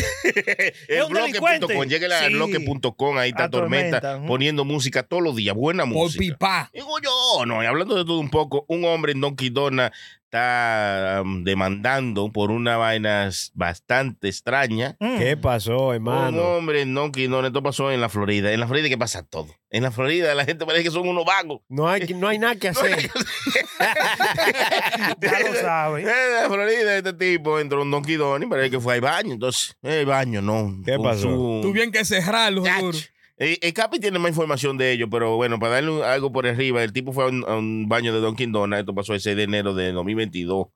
[SPEAKER 6] Es un delincuente.
[SPEAKER 4] bloque.com. Lleguen al
[SPEAKER 6] Sí.
[SPEAKER 4] bloque.com. Ahí está
[SPEAKER 6] A
[SPEAKER 4] tormenta,
[SPEAKER 6] Tormenta, ujú.
[SPEAKER 4] poniendo música todos los días. Buena
[SPEAKER 8] Por
[SPEAKER 4] música.
[SPEAKER 8] pipa.
[SPEAKER 4] Digo yo, no, y hablando de todo un poco, un hombre en Don Quidona está um, demandando por una vaina bastante extraña.
[SPEAKER 6] Mm.
[SPEAKER 5] ¿Qué pasó, hermano?
[SPEAKER 4] Un hombre, Mm. Oh, no, que no, esto pasó en la Florida. En la Florida, ¿qué pasa todo? En la Florida, la gente parece que son unos vagos.
[SPEAKER 5] No hay, no hay nada que hacer.
[SPEAKER 4] ya lo sabes. En la Florida, este tipo entró un Don Quidoni, parece que fue al baño. Entonces, el baño, no.
[SPEAKER 5] ¿Qué
[SPEAKER 4] Con
[SPEAKER 5] pasó?
[SPEAKER 4] su-
[SPEAKER 8] Tuvieron que cerrarlo, seguro.
[SPEAKER 4] eh, el Capi tiene más información de ello, pero bueno, para darle un- algo por arriba, el tipo fue a un, a un baño de Dunkin' Donuts, esto pasó el 6 de enero de 2022.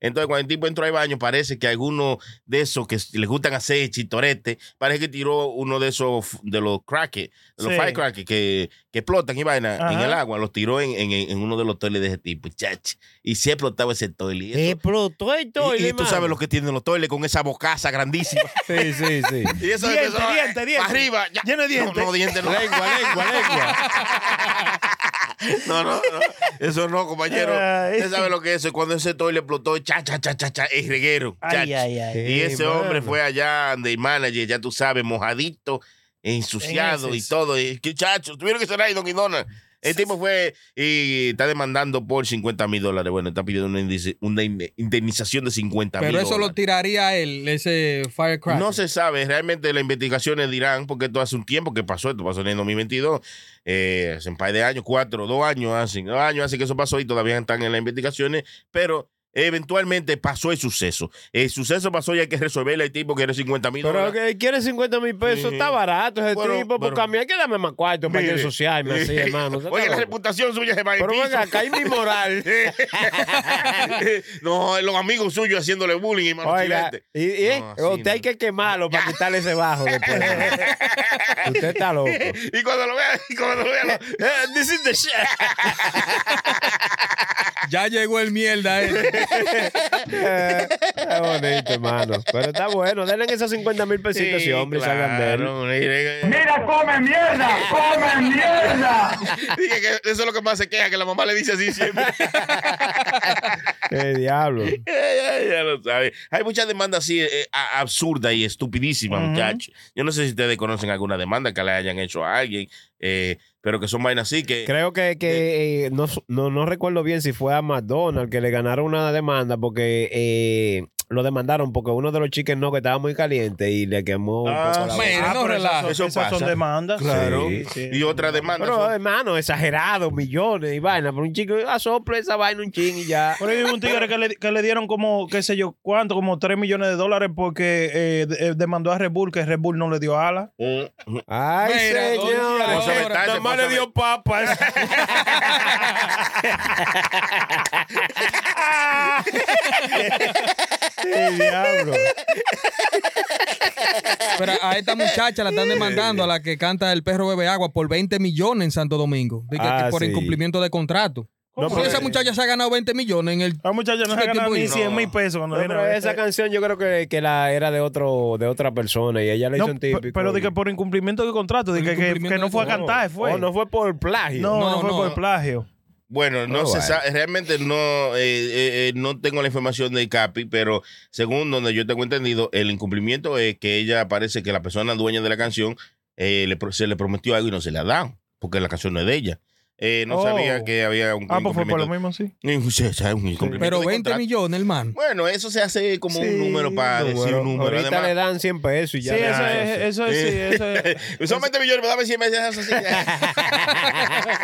[SPEAKER 4] Entonces, cuando el tipo entró al baño, parece que alguno de esos que les gustan hacer chitorete, parece que tiró uno de esos, f- de los crackers, de los
[SPEAKER 6] Sí.
[SPEAKER 4] firecrackers que, que explotan y vaina en
[SPEAKER 6] Ajá.
[SPEAKER 4] el agua, los tiró en, en- en uno de los toiles de ese tipo, chach. Y se explotaba ese toile.
[SPEAKER 6] Eh,
[SPEAKER 4] Y eso-
[SPEAKER 5] Explotó el
[SPEAKER 4] y,
[SPEAKER 5] toile,
[SPEAKER 4] y tú
[SPEAKER 5] mano.
[SPEAKER 4] sabes lo que tienen los toiles con esa bocaza grandísima.
[SPEAKER 5] Sí, sí, sí.
[SPEAKER 4] Y eso
[SPEAKER 6] Diente,
[SPEAKER 4] empezó,
[SPEAKER 6] diente,
[SPEAKER 4] eh,
[SPEAKER 6] diente.
[SPEAKER 4] pa' Arriba, ya.
[SPEAKER 6] Lleno de dientes.
[SPEAKER 4] No, no, diente no.
[SPEAKER 5] Lengua, lengua, lengua.
[SPEAKER 4] No, no, no. Eso no, compañero.
[SPEAKER 6] Ay.
[SPEAKER 4] Usted sabe lo que es eso. Cuando ese toile explotó, cha, cha, cha, cha, cha, es reguero. cha,
[SPEAKER 6] Ay,
[SPEAKER 4] cha.
[SPEAKER 6] ay, ay.
[SPEAKER 4] Y ese
[SPEAKER 6] mano.
[SPEAKER 4] hombre fue allá donde el manager, ya tú sabes, mojadito, ensuciado
[SPEAKER 6] En
[SPEAKER 4] y
[SPEAKER 6] heces.
[SPEAKER 4] todo. Y, ¿Qué chacho? Tuvieron que cerrar ahí, Don Quindona. El tipo fue y está demandando por 50 mil dólares. Bueno, está pidiendo una, indice- una in- indemnización de 50 mil
[SPEAKER 8] Pero
[SPEAKER 4] dólares.
[SPEAKER 8] eso lo tiraría él, ese firecracker.
[SPEAKER 4] No se sabe, realmente las investigaciones dirán, porque esto hace un tiempo que pasó, esto pasó en el 2022, eh, hace un par de años, cuatro, dos años, hace dos años, hace que eso pasó y todavía están en las investigaciones, pero eventualmente pasó el suceso. El suceso pasó y hay que resolverle al tipo que era 50 mil
[SPEAKER 5] Pero
[SPEAKER 4] dólares.
[SPEAKER 5] que quiere 50 mil pesos,
[SPEAKER 4] Sí.
[SPEAKER 5] está barato ese
[SPEAKER 4] Pero-
[SPEAKER 5] tipo. Porque
[SPEAKER 4] pero-
[SPEAKER 5] a mí hay que darme más cuarto para
[SPEAKER 4] Mire.
[SPEAKER 5] que ensuciarme así, hermano.
[SPEAKER 4] Oiga, la reputación suya se va en
[SPEAKER 5] Pero
[SPEAKER 4] piso.
[SPEAKER 5] venga, acá hay mi moral.
[SPEAKER 4] no, los amigos suyos haciéndole bullying y
[SPEAKER 5] Oiga,
[SPEAKER 4] manotilete.
[SPEAKER 5] y, y-
[SPEAKER 4] No, así
[SPEAKER 5] usted hay que quemarlo para quitarle ese bajo después. usted está loco.
[SPEAKER 4] Y cuando lo vea, y cuando lo vea, lo-
[SPEAKER 5] Eh, This is the shit.
[SPEAKER 8] Ya llegó el mierda ese.
[SPEAKER 5] Eh, Está bonito, hermano. Pero está bueno. Denle esos 50 mil pesitos a ese hombre y salgan de él.
[SPEAKER 4] claro, mire,
[SPEAKER 12] Mira, come mierda, come mierda.
[SPEAKER 4] Dije que eso es lo que más se queja, que la mamá le dice así siempre.
[SPEAKER 5] ¡Qué Eh, diablo!
[SPEAKER 4] ya, ya lo sabe. Hay muchas demandas así eh, a- absurdas y estupidísimas,
[SPEAKER 6] Ujú.
[SPEAKER 4] muchachos. Yo no sé si ustedes conocen alguna demanda que le hayan hecho a alguien, eh, pero que son vainas así que...
[SPEAKER 5] Creo que, que eh, no, no, no recuerdo bien si fue a McDonald's que le ganaron una demanda porque eh, lo demandaron porque uno de los chicken no que estaba muy caliente y le quemó un
[SPEAKER 4] Ah,
[SPEAKER 5] poco la
[SPEAKER 8] mira,
[SPEAKER 5] boca.
[SPEAKER 8] no
[SPEAKER 6] pero esas son-
[SPEAKER 8] relajes.
[SPEAKER 4] Eso
[SPEAKER 6] esas
[SPEAKER 4] pasa.
[SPEAKER 6] son demandas.
[SPEAKER 4] Claro.
[SPEAKER 6] Sí, sí.
[SPEAKER 4] y otra demanda...
[SPEAKER 5] Pero,
[SPEAKER 4] son-
[SPEAKER 5] hermano, exagerado, millones y vaina. Por un chico, asopla esa vaina un ching y ya.
[SPEAKER 6] Por ahí hubo un tigre que le, que le dieron como, qué sé yo, cuánto, como 3 millones de dólares porque eh, de- eh, demandó a Red Bull, que Red Bull no le dio ala.
[SPEAKER 4] Mm, mm.
[SPEAKER 5] ¡Ay,
[SPEAKER 8] Mira,
[SPEAKER 5] señor!
[SPEAKER 4] Cosa
[SPEAKER 8] doña, ahora,
[SPEAKER 4] metal, se pasa
[SPEAKER 5] le dio papas. ¡Qué diablo!
[SPEAKER 8] Pero a esta muchacha la están demandando, a la que canta El perro bebe agua, por 20 millones en Santo Domingo. De que-
[SPEAKER 5] Ah,
[SPEAKER 8] que por
[SPEAKER 5] sí.
[SPEAKER 8] incumplimiento de contrato.
[SPEAKER 5] No,
[SPEAKER 8] Porque
[SPEAKER 5] pero-
[SPEAKER 4] pues.
[SPEAKER 8] esa muchacha se ha ganado 20 millones en el...
[SPEAKER 6] La muchacha no se
[SPEAKER 8] ¿Qué
[SPEAKER 6] ganaba
[SPEAKER 8] tipo
[SPEAKER 6] ni
[SPEAKER 8] hizo?
[SPEAKER 6] 100 mil pesos cuando este-
[SPEAKER 5] No,
[SPEAKER 6] vino
[SPEAKER 5] pero
[SPEAKER 6] a ver.
[SPEAKER 5] esa canción yo creo que, que la era de otro de otra persona y ella le
[SPEAKER 6] No,
[SPEAKER 5] hizo un
[SPEAKER 6] pe-
[SPEAKER 5] típico.
[SPEAKER 6] pero de que por incumplimiento de contrato, de
[SPEAKER 8] Por
[SPEAKER 6] que, que- que
[SPEAKER 8] incumplimiento
[SPEAKER 6] no
[SPEAKER 8] de
[SPEAKER 6] fue a
[SPEAKER 8] contrato.
[SPEAKER 6] cantar, fue.
[SPEAKER 5] Oh, no fue por plagio.
[SPEAKER 6] No, no,
[SPEAKER 8] No,
[SPEAKER 6] fue
[SPEAKER 8] no.
[SPEAKER 6] por plagio.
[SPEAKER 4] Bueno, no
[SPEAKER 5] Oh,
[SPEAKER 4] se
[SPEAKER 5] bueno.
[SPEAKER 4] sabe, realmente no, eh, eh, eh, no tengo la información del CAPI, pero según donde yo tengo entendido, el incumplimiento es que ella parece que la persona dueña de la canción eh, le pro- se le prometió algo y no se la ha dado, porque la canción no es de ella. Eh, no
[SPEAKER 6] Oh.
[SPEAKER 4] sabía que había un
[SPEAKER 6] Ah, pues fue por lo
[SPEAKER 4] incumplimiento.
[SPEAKER 6] mismo, sí.
[SPEAKER 4] Un- sí, sí, un incumplimiento
[SPEAKER 8] Pero
[SPEAKER 4] de
[SPEAKER 8] 20
[SPEAKER 4] contrato.
[SPEAKER 8] millones, hermano.
[SPEAKER 4] Bueno, eso se hace como
[SPEAKER 5] Sí,
[SPEAKER 4] un número para decir un número.
[SPEAKER 5] Ahorita
[SPEAKER 4] Además,
[SPEAKER 5] le dan 100 pesos y ya.
[SPEAKER 6] sí,
[SPEAKER 5] le
[SPEAKER 6] eso
[SPEAKER 5] dan
[SPEAKER 6] es, eso es, sí, eso es.
[SPEAKER 4] son 20 millones, pero dame 100 meses. así.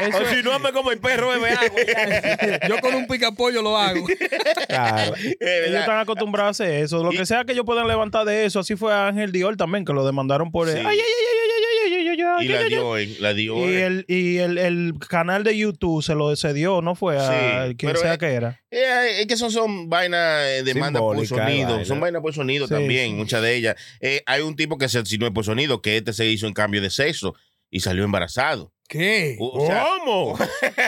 [SPEAKER 6] eso es-
[SPEAKER 5] si no me como el perro bebe agua.
[SPEAKER 8] Yo con un picapollo lo hago.
[SPEAKER 5] Claro.
[SPEAKER 4] Eh,
[SPEAKER 6] Ellos
[SPEAKER 4] ¿verdad?
[SPEAKER 6] están acostumbrados a hacer eso. Lo
[SPEAKER 4] Y-
[SPEAKER 6] que sea que ellos puedan levantar de eso. Así fue a Ángel Dior también, que lo demandaron por.
[SPEAKER 4] Sí.
[SPEAKER 6] Ay, ay, ay, ay, ay, ay, ay, ay, ay,
[SPEAKER 4] Y
[SPEAKER 6] ay,
[SPEAKER 4] la
[SPEAKER 6] ay, ay.
[SPEAKER 4] dio, eh, la dio.
[SPEAKER 6] Y
[SPEAKER 4] eh.
[SPEAKER 6] el, y el, el canal de YouTube se lo cedió, ¿no fue? A
[SPEAKER 4] Sí,
[SPEAKER 6] quien
[SPEAKER 4] pero
[SPEAKER 6] sea
[SPEAKER 4] es-
[SPEAKER 6] que era.
[SPEAKER 4] Eh, es que son, son vainas eh, demanda por
[SPEAKER 5] Simbólica,
[SPEAKER 4] sonido.
[SPEAKER 5] vaina.
[SPEAKER 4] Son vainas por sonido
[SPEAKER 6] Sí,
[SPEAKER 4] también,
[SPEAKER 6] sí.
[SPEAKER 4] muchas de ellas. Eh, hay un tipo que se asesinó por sonido, que este se hizo en cambio de sexo y salió embarazado.
[SPEAKER 8] ¿Qué?
[SPEAKER 4] O- o sea,
[SPEAKER 5] ¿Cómo?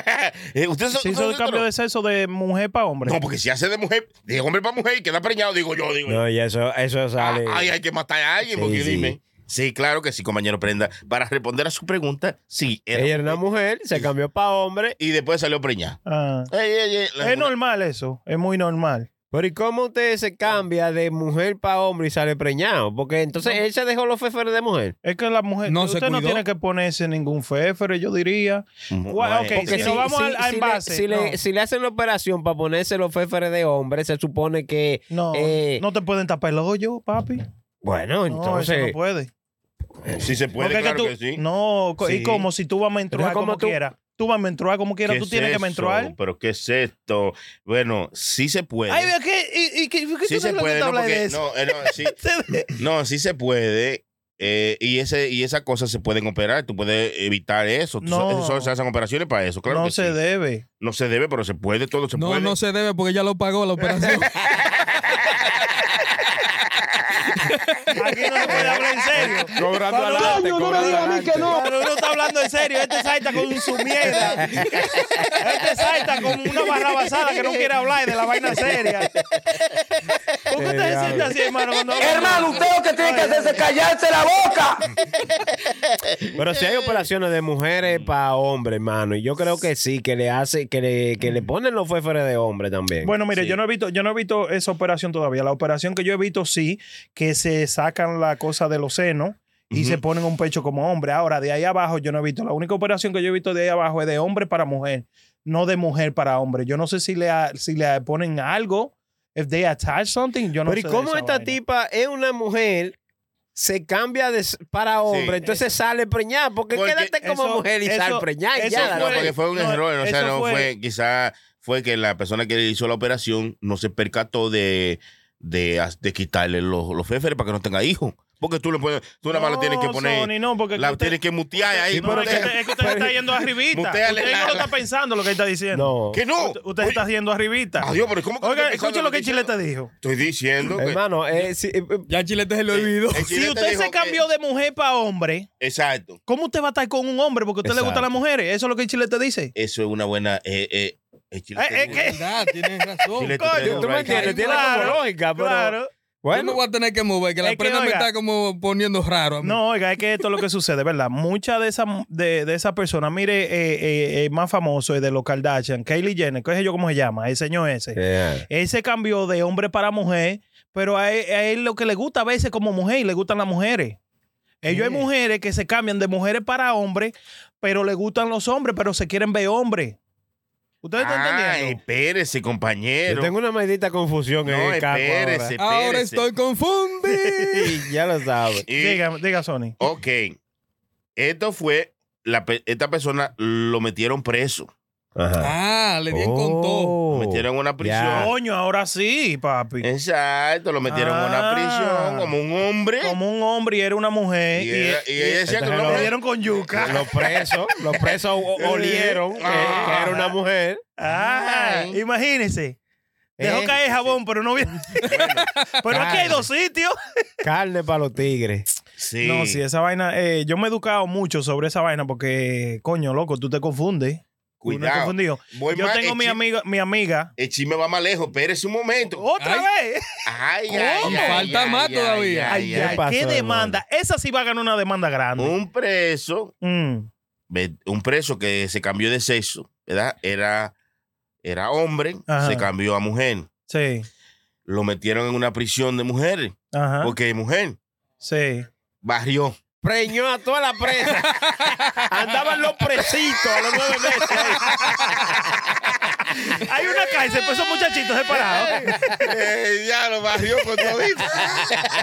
[SPEAKER 4] eh, ¿usted so-
[SPEAKER 6] Oh. Se
[SPEAKER 4] usted
[SPEAKER 6] hizo el
[SPEAKER 4] so-
[SPEAKER 6] cambio de sexo de mujer para hombre.
[SPEAKER 4] No, porque si hace de mujer, de hombre para mujer y queda preñado, digo yo, digo yo.
[SPEAKER 5] No, y eso, eso
[SPEAKER 4] Ah,
[SPEAKER 5] sale.
[SPEAKER 4] ay, hay que matar a alguien,
[SPEAKER 5] Sí,
[SPEAKER 4] porque
[SPEAKER 5] sí.
[SPEAKER 4] dime. Sí, claro que sí, compañero Prenda. Para responder a su pregunta, sí. era
[SPEAKER 5] Ella era una mujer, se cambió para hombre.
[SPEAKER 4] Y después salió preñada.
[SPEAKER 6] Ah.
[SPEAKER 4] Ey, ey, ey, la-
[SPEAKER 6] Es normal eso. Es muy normal.
[SPEAKER 5] Pero ¿y cómo usted se cambia de mujer para hombre y sale preñado? Porque entonces él se dejó los feferes de mujer.
[SPEAKER 6] Es que la mujer,
[SPEAKER 5] No se
[SPEAKER 6] usted no
[SPEAKER 5] cuidó.
[SPEAKER 6] tiene que ponerse ningún fefer, yo diría. Bueno, ok, si nos vamos al, al
[SPEAKER 5] si le-
[SPEAKER 6] envase,
[SPEAKER 5] si, le,
[SPEAKER 6] no.
[SPEAKER 5] si le hacen la operación para ponerse los feferes de hombre, se supone que.
[SPEAKER 6] No,
[SPEAKER 5] eh,
[SPEAKER 6] no te pueden tapar el hoyo, papi.
[SPEAKER 5] Bueno, entonces.
[SPEAKER 6] No, eso no puede.
[SPEAKER 4] Si se puede,
[SPEAKER 6] Porque es
[SPEAKER 4] claro
[SPEAKER 6] tú-
[SPEAKER 4] que sí.
[SPEAKER 6] No, co-
[SPEAKER 4] Sí.
[SPEAKER 6] y como si tú vas a menstruar
[SPEAKER 4] Pero como
[SPEAKER 6] como,
[SPEAKER 4] tú-
[SPEAKER 6] quieras. Tú vas a menstruar como quieras,
[SPEAKER 4] ¿Qué
[SPEAKER 6] tú
[SPEAKER 4] es
[SPEAKER 6] tienes que
[SPEAKER 4] eso?
[SPEAKER 6] menstruar.
[SPEAKER 4] Pero ¿qué es esto? Bueno, sí se puede.
[SPEAKER 6] Ay, ¿y ¿qué? ¿Y, y qué- por qué
[SPEAKER 4] Pues, sí
[SPEAKER 6] tú
[SPEAKER 4] se
[SPEAKER 6] no
[SPEAKER 4] puede,
[SPEAKER 6] hablas
[SPEAKER 4] no,
[SPEAKER 6] de
[SPEAKER 4] porque,
[SPEAKER 6] eso?
[SPEAKER 4] no, eh, no, sí, no, sí se puede. eh, y ese y esas cosas se pueden operar. Tú puedes evitar eso. Tú-
[SPEAKER 6] No.
[SPEAKER 4] eso solo se hacen operaciones para eso. Claro
[SPEAKER 6] No
[SPEAKER 4] que
[SPEAKER 6] se
[SPEAKER 4] sí.
[SPEAKER 6] debe.
[SPEAKER 4] No se debe, pero se puede. Todo se
[SPEAKER 8] No,
[SPEAKER 4] puede.
[SPEAKER 8] no se debe porque ya lo pagó la operación.
[SPEAKER 6] Aquí no se puede hablar en serio.
[SPEAKER 8] Cobrando
[SPEAKER 6] Cuando-
[SPEAKER 8] adelante,
[SPEAKER 6] Coño, no me
[SPEAKER 8] cobrando
[SPEAKER 6] digas a mí
[SPEAKER 8] adelante.
[SPEAKER 6] que no. Cuando uno está hablando en serio, este salta con su mierda. Este salta con una barra basada que no quiere hablar de la vaina seria. ¿Por qué ustedes se sientan así, hermano? cuando hablan?
[SPEAKER 12] Hermano, usted lo que tiene que hacer es callarse la boca.
[SPEAKER 5] Pero si hay operaciones de mujeres para hombres, hermano, y yo creo que sí, que le hace, que le, que le ponen los feferes de hombre también.
[SPEAKER 6] Bueno, mire, yo no he visto, yo no he visto esa operación todavía. La operación que yo he visto sí, que se sacan la cosa de los senos y se ponen un pecho como hombre. Ahora, de ahí abajo yo no he visto. La única operación que yo he visto de ahí abajo es de hombre para mujer, no de mujer para hombre. Yo no sé si le, a- si le ponen algo, if they attach something, yo no
[SPEAKER 5] Pero ¿y
[SPEAKER 6] sé.
[SPEAKER 5] cómo esta tipa es una mujer? Se cambia de, s- para hombre, entonces sale preñada. Porque, quédate como mujer y sale preñada. y ya,
[SPEAKER 4] No,
[SPEAKER 5] dale.
[SPEAKER 4] porque fue un error. O sea,
[SPEAKER 5] eso
[SPEAKER 4] no fue, quizá fue que la persona que hizo la operación no se percató de, de, de quitarle los, los féferes para que no tenga hijos. Porque tú le puedes, tú nada más la tienes que
[SPEAKER 6] No,
[SPEAKER 4] poner.
[SPEAKER 6] Sony, no, porque
[SPEAKER 4] la
[SPEAKER 6] usted-
[SPEAKER 4] tienes que mutear ahí.
[SPEAKER 6] No, es, que,
[SPEAKER 4] mutea.
[SPEAKER 6] usted- es que usted está yendo arribita. Usted
[SPEAKER 4] Muteale la-
[SPEAKER 6] no lo está pensando lo que él está diciendo.
[SPEAKER 4] No. ¿Que no?
[SPEAKER 6] Usted, usted está yendo arribita.
[SPEAKER 4] Adiós, pero ¿cómo que
[SPEAKER 6] Oiga,
[SPEAKER 4] usted pensando
[SPEAKER 6] escuche
[SPEAKER 4] lo
[SPEAKER 6] lo que Chileta dijo.
[SPEAKER 4] Estoy diciendo que.
[SPEAKER 5] Hermano, eh, si- eh, eh,
[SPEAKER 8] Ya Chilete se lo olvidó.
[SPEAKER 4] el
[SPEAKER 6] Si
[SPEAKER 4] Chilete
[SPEAKER 6] usted
[SPEAKER 4] dijo
[SPEAKER 6] se
[SPEAKER 4] que-
[SPEAKER 6] cambió de mujer para hombre,
[SPEAKER 4] Exacto.
[SPEAKER 6] ¿cómo usted va a estar con un hombre? Porque a usted le gustan las
[SPEAKER 4] Exacto.
[SPEAKER 6] mujeres. Eso es lo que el Chilete dice.
[SPEAKER 4] Eso es una buena. Eh, eh, eh, Chilete,
[SPEAKER 6] Eh, eh, ¿qué?
[SPEAKER 8] verdad, tienes razón.
[SPEAKER 4] Chilete,
[SPEAKER 6] coño,
[SPEAKER 4] tengo
[SPEAKER 5] tú me
[SPEAKER 4] right.
[SPEAKER 5] entiendes, tiene
[SPEAKER 6] Claro,
[SPEAKER 5] como
[SPEAKER 4] Ah,
[SPEAKER 5] lógica, pero.
[SPEAKER 6] claro.
[SPEAKER 8] Yo me voy a tener que mover, que
[SPEAKER 6] Es
[SPEAKER 8] la
[SPEAKER 6] que,
[SPEAKER 8] prenda me
[SPEAKER 6] oiga.
[SPEAKER 8] está como poniendo raro. a mí.
[SPEAKER 6] No, oiga, es que esto es lo que sucede, ¿verdad? Muchas de esas de, de esas personas, mire, eh, eh, el más famoso es de los Kardashian, Kylie Jenner, ¿qué es yo cómo se llama? El señor ese.
[SPEAKER 4] Eh.
[SPEAKER 5] Yeah.
[SPEAKER 6] Él se cambió de hombre para mujer, pero a él, a él lo que le gusta a veces como mujer, y le gustan las mujeres. Ellos hay mujeres que se cambian de mujeres para hombres, pero le gustan los hombres, pero se quieren ver hombres. ¿Ustedes están
[SPEAKER 4] Ah,
[SPEAKER 6] entendiendo?
[SPEAKER 4] espérese, compañero.
[SPEAKER 5] Yo tengo una maldita confusión en
[SPEAKER 4] No,
[SPEAKER 5] el campo
[SPEAKER 4] espérese,
[SPEAKER 5] ahora.
[SPEAKER 4] espérese.
[SPEAKER 8] Ahora estoy confundido.
[SPEAKER 5] Y ya lo sabes.
[SPEAKER 4] Y-
[SPEAKER 6] Diga, diga, Sony.
[SPEAKER 4] Ok. Esto fue. La, pe- esta persona lo metieron preso.
[SPEAKER 5] Ajá.
[SPEAKER 8] Ah, le di en con todo.
[SPEAKER 5] Oh,
[SPEAKER 4] Lo metieron en una prisión.
[SPEAKER 5] ya.
[SPEAKER 6] Coño, ahora sí, papi.
[SPEAKER 4] Eh. Exacto, lo metieron en una
[SPEAKER 6] Ah.
[SPEAKER 4] prisión como un hombre.
[SPEAKER 6] Como un hombre y era una mujer.
[SPEAKER 4] Y, era- y ella decía que
[SPEAKER 5] Entonces,
[SPEAKER 4] no
[SPEAKER 6] lo
[SPEAKER 5] lo-
[SPEAKER 6] dieron con yuca.
[SPEAKER 5] Los presos, los presos o- olieron que, que era una mujer.
[SPEAKER 6] Ah, imagínese. Dejó
[SPEAKER 5] Eh,
[SPEAKER 6] caer jabón, pero no vio. pero aquí hay
[SPEAKER 5] claro.
[SPEAKER 6] dos sitios.
[SPEAKER 5] Carne para los tigres.
[SPEAKER 4] Sí.
[SPEAKER 6] No, sí, esa vaina. eh, yo me he educado mucho sobre esa vaina porque, coño, loco, tú te confundes. Uno es
[SPEAKER 4] Cuidado.
[SPEAKER 6] confundido.
[SPEAKER 4] Voy
[SPEAKER 6] yo
[SPEAKER 4] más,
[SPEAKER 6] tengo mi
[SPEAKER 4] echi-
[SPEAKER 6] amiga, mi amiga.
[SPEAKER 4] El chisme va más lejos, espérese un momento.
[SPEAKER 6] ¡Otra vez!
[SPEAKER 4] Ay, ay,
[SPEAKER 8] ¿Cómo?
[SPEAKER 4] ay,
[SPEAKER 8] Falta
[SPEAKER 4] ay,
[SPEAKER 8] más
[SPEAKER 4] ay,
[SPEAKER 8] todavía.
[SPEAKER 4] ay,
[SPEAKER 6] Ay,
[SPEAKER 4] ay.
[SPEAKER 6] ay,
[SPEAKER 5] pasó,
[SPEAKER 6] qué
[SPEAKER 5] hermano?
[SPEAKER 6] demanda. Esa sí va a ganar una demanda grande.
[SPEAKER 4] Un preso,
[SPEAKER 6] Mm.
[SPEAKER 4] ve- un preso que se cambió de sexo, ¿verdad? Era, era hombre,
[SPEAKER 6] Ajá.
[SPEAKER 4] se cambió a mujer.
[SPEAKER 6] Sí.
[SPEAKER 4] Lo metieron en una prisión de mujeres,
[SPEAKER 6] Ajá.
[SPEAKER 4] porque mujer
[SPEAKER 6] Sí.
[SPEAKER 4] barrió.
[SPEAKER 5] Preñó a toda la presa. Andaban los presitos a los nueve meses.
[SPEAKER 6] Hay una cárcel, pues esos muchachitos separados.
[SPEAKER 4] Eh, ya lo barrió con todito.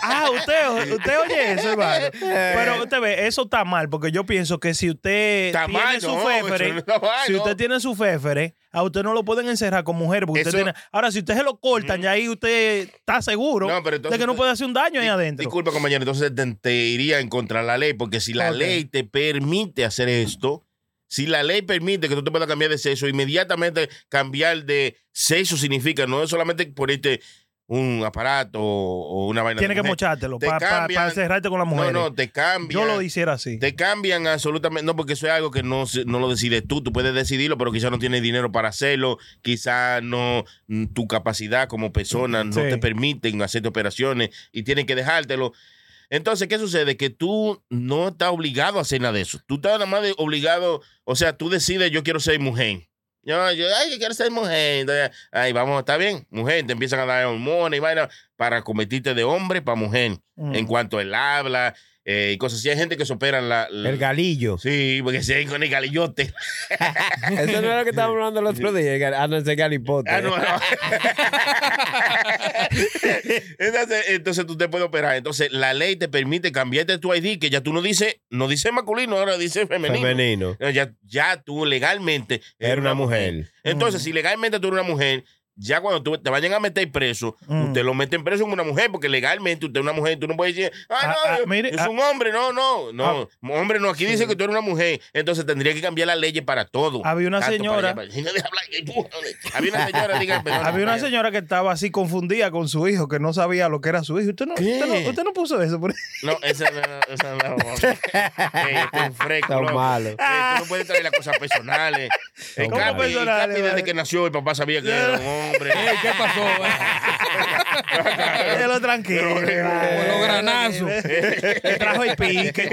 [SPEAKER 6] Ah, usted, usted oye eso,
[SPEAKER 4] Eh.
[SPEAKER 6] hermano. Pero usted ve, eso está mal, porque yo pienso que si usted
[SPEAKER 4] Está
[SPEAKER 6] tiene
[SPEAKER 4] mal,
[SPEAKER 6] su
[SPEAKER 4] no, eso no
[SPEAKER 6] féfere,
[SPEAKER 4] está mal,
[SPEAKER 6] si
[SPEAKER 4] no.
[SPEAKER 6] usted tiene su féfere, a usted no lo pueden encerrar con mujer, porque usted
[SPEAKER 4] Eso-
[SPEAKER 6] tiene. Ahora, si usted se lo cortan, ya ahí usted está seguro
[SPEAKER 4] No, pero entonces
[SPEAKER 6] de que no
[SPEAKER 4] usted-
[SPEAKER 6] puede hacer un daño ahí adentro.
[SPEAKER 4] Disculpa, compañero, entonces te, te iría en contra de la ley, porque si la
[SPEAKER 6] Ok.
[SPEAKER 4] ley te permite hacer esto, si la ley permite que tú te puedas cambiar de sexo, inmediatamente cambiar de sexo significa no es solamente ponerte un aparato o o una vaina. de
[SPEAKER 6] Tiene que
[SPEAKER 4] mujer.
[SPEAKER 6] mochártelo
[SPEAKER 4] Te
[SPEAKER 6] para
[SPEAKER 4] cambian-
[SPEAKER 6] cerrarte con la mujer.
[SPEAKER 4] No, no, te cambian.
[SPEAKER 6] yo lo hiciera así.
[SPEAKER 4] Te cambian absolutamente, no, porque eso es algo que no, se- no lo decides tú, tú puedes decidirlo, pero quizás no tienes dinero para hacerlo, quizás no, mm, tu capacidad como persona no
[SPEAKER 6] Sí.
[SPEAKER 4] te permiten hacerte operaciones y tienen que dejártelo. Entonces, ¿qué sucede? Que tú no estás obligado a hacer nada de eso. Tú estás nada más de- obligado, o sea, tú decides, yo quiero ser mujer. Yo, yo, ay, yo quiero ser mujer. Entonces, ay, vamos, está bien, mujer, te empiezan a dar hormonas y vaina para convertirte de hombre para mujer.
[SPEAKER 5] Mm.
[SPEAKER 4] En cuanto él habla eh, y cosas así, hay gente que se operan la, la-
[SPEAKER 5] El galillo.
[SPEAKER 4] Sí, porque se ven con el galillote.
[SPEAKER 5] Eso no es lo que estábamos hablando el otro día. el gal- Ah, no, ese galipote.
[SPEAKER 4] Ah, no, no. entonces, entonces tú te puedes operar. Entonces la ley te permite cambiarte tu ID, que ya tú no dices, no dice masculino, ahora dice femenino.
[SPEAKER 5] Femenino.
[SPEAKER 4] Eh, Ya, ya tú legalmente
[SPEAKER 5] Era una mujer.
[SPEAKER 4] Entonces, si legalmente tú eres una mujer, ya cuando tú te vayan a meter preso,
[SPEAKER 5] Mm.
[SPEAKER 4] usted lo meten preso como una mujer, porque legalmente usted es una mujer, tú no puedes decir, ah, no,
[SPEAKER 6] Ah, ah,
[SPEAKER 4] yo-
[SPEAKER 6] mire,
[SPEAKER 4] yo
[SPEAKER 6] ah.
[SPEAKER 4] soy un hombre, no, no, no, hombre, no, aquí dice que tú eres una mujer, entonces tendría que cambiar las leyes para todo.
[SPEAKER 6] Había una
[SPEAKER 4] Tanto para
[SPEAKER 6] señora-
[SPEAKER 4] allá, para allá. Deja hablar, y pum, Había una señora, diga, perdón,
[SPEAKER 6] Había una
[SPEAKER 4] vaya.
[SPEAKER 6] señora que estaba así confundida con su hijo, que no sabía lo que era su hijo. Usted no, usted no, usted no puso eso. por ahí.
[SPEAKER 4] No, esa no, esa no. Ey, este es un fresco.
[SPEAKER 6] Está
[SPEAKER 4] loco.
[SPEAKER 6] malo.
[SPEAKER 4] Ey, tú no puedes traer las cosas personales. El
[SPEAKER 6] ¿Cómo
[SPEAKER 4] Capi, el
[SPEAKER 6] personales,
[SPEAKER 4] Capi desde
[SPEAKER 6] vale?
[SPEAKER 4] que nació, el papá sabía que era un hombre.
[SPEAKER 8] Eh, ¿Qué pasó?
[SPEAKER 6] Déjelo tranquilo.
[SPEAKER 5] eh,
[SPEAKER 4] Con
[SPEAKER 6] los
[SPEAKER 8] granazos.
[SPEAKER 6] Trajo el pique,
[SPEAKER 5] Ah.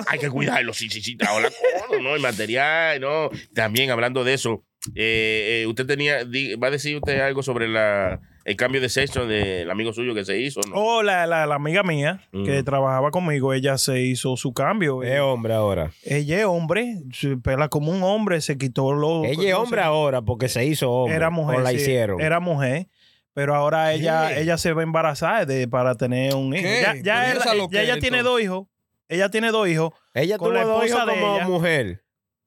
[SPEAKER 6] cuidado.
[SPEAKER 4] Hay que cuidarlo, sí, sí, sí. Ahora, coño, no, el material, no. También hablando de eso, eh, eh, usted tenía, di- va a decir usted algo sobre la, el cambio de sexo del amigo suyo que se hizo, ¿no?
[SPEAKER 6] O la, la- la amiga mía
[SPEAKER 5] Mm.
[SPEAKER 6] que trabajaba conmigo, ella se hizo su cambio.
[SPEAKER 5] Es hombre ahora.
[SPEAKER 6] Ella es hombre, se pela como un hombre, se quitó los.
[SPEAKER 5] Ella es hombre ahora porque se hizo hombre.
[SPEAKER 6] Era mujer.
[SPEAKER 5] O la
[SPEAKER 6] sí,
[SPEAKER 5] hicieron.
[SPEAKER 6] Era mujer. Pero ahora ella,
[SPEAKER 5] ¿Qué?
[SPEAKER 6] ella se va a embarazar de, para tener un hijo.
[SPEAKER 5] ¿Qué?
[SPEAKER 6] Ya,
[SPEAKER 5] Pero
[SPEAKER 6] ya,
[SPEAKER 5] ella
[SPEAKER 6] él-
[SPEAKER 5] es a lo
[SPEAKER 6] ya
[SPEAKER 5] que
[SPEAKER 6] ella
[SPEAKER 5] él,
[SPEAKER 6] tiene dos
[SPEAKER 5] entonces.
[SPEAKER 6] hijos. Ella tiene dos hijos.
[SPEAKER 5] Ella
[SPEAKER 6] con la
[SPEAKER 5] tuvo dos
[SPEAKER 6] esposa
[SPEAKER 5] hijos
[SPEAKER 6] de
[SPEAKER 5] como
[SPEAKER 6] ella.
[SPEAKER 5] mujer.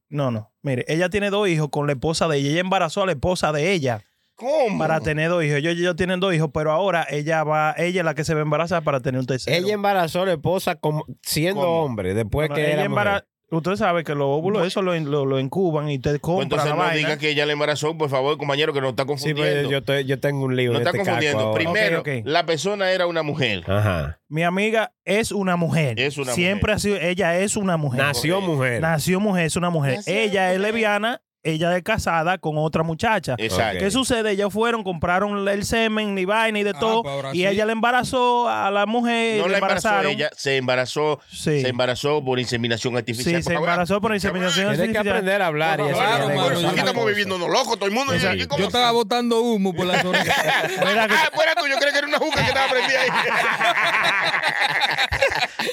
[SPEAKER 6] No, no. Mire, ella tiene dos hijos con la esposa de ella. Ella embarazó a la esposa de ella.
[SPEAKER 4] ¿Cómo?
[SPEAKER 6] Para tener dos hijos. Ellos, ellos tienen dos hijos, pero ahora ella va, ella es la que se va a embarazar para tener un tercero.
[SPEAKER 5] Ella embarazó a la esposa como, siendo hombre después
[SPEAKER 6] Bueno,
[SPEAKER 5] que
[SPEAKER 6] ella
[SPEAKER 5] era mujer.
[SPEAKER 6] embara- Usted sabe que los óvulos, eso lo, lo- lo incuban y te
[SPEAKER 4] Pues
[SPEAKER 6] compran
[SPEAKER 4] entonces
[SPEAKER 6] la
[SPEAKER 4] no
[SPEAKER 6] vaina.
[SPEAKER 4] diga que ella le embarazó, por favor, compañero, que nos está
[SPEAKER 5] Sí,
[SPEAKER 4] confundiendo.
[SPEAKER 5] pues yo, estoy- yo tengo un libro
[SPEAKER 4] No
[SPEAKER 5] de
[SPEAKER 4] está
[SPEAKER 5] este caco
[SPEAKER 4] confundiendo.
[SPEAKER 5] ahora.
[SPEAKER 4] Primero,
[SPEAKER 6] Ok, ok.
[SPEAKER 4] la persona era una mujer.
[SPEAKER 5] Ajá.
[SPEAKER 6] Mi amiga es una mujer.
[SPEAKER 4] Es una
[SPEAKER 6] Siempre ha sido, ella es una mujer.
[SPEAKER 5] Nació mujer.
[SPEAKER 6] Nació mujer, es una mujer.
[SPEAKER 5] Nació
[SPEAKER 6] ella es lesbiana, ella es casada con otra muchacha.
[SPEAKER 4] Exacto.
[SPEAKER 6] ¿Qué sucede? Ellos fueron, compraron el semen, y vaina y de todo.
[SPEAKER 4] pues ahora
[SPEAKER 6] y
[SPEAKER 4] sí.
[SPEAKER 6] ella le embarazó a la mujer.
[SPEAKER 4] No
[SPEAKER 6] le
[SPEAKER 4] la embarazó
[SPEAKER 6] embarazaron.
[SPEAKER 4] ella, se embarazó, se embarazó por inseminación artificial.
[SPEAKER 6] Sí,
[SPEAKER 4] Por
[SPEAKER 6] se
[SPEAKER 4] favor,
[SPEAKER 6] embarazó por inseminación
[SPEAKER 4] Tienes que
[SPEAKER 6] artificial.
[SPEAKER 4] aprender a hablar y No, no, esa claro, mierda. mano, yo- Aquí estamos viviendo unos locos, todo el mundo.
[SPEAKER 8] Esa-
[SPEAKER 4] ¿y cómo
[SPEAKER 8] Yo estaba botando humo por la zona.
[SPEAKER 4] Ah, fuera tú, yo creí que era una juca que estaba prendida ahí.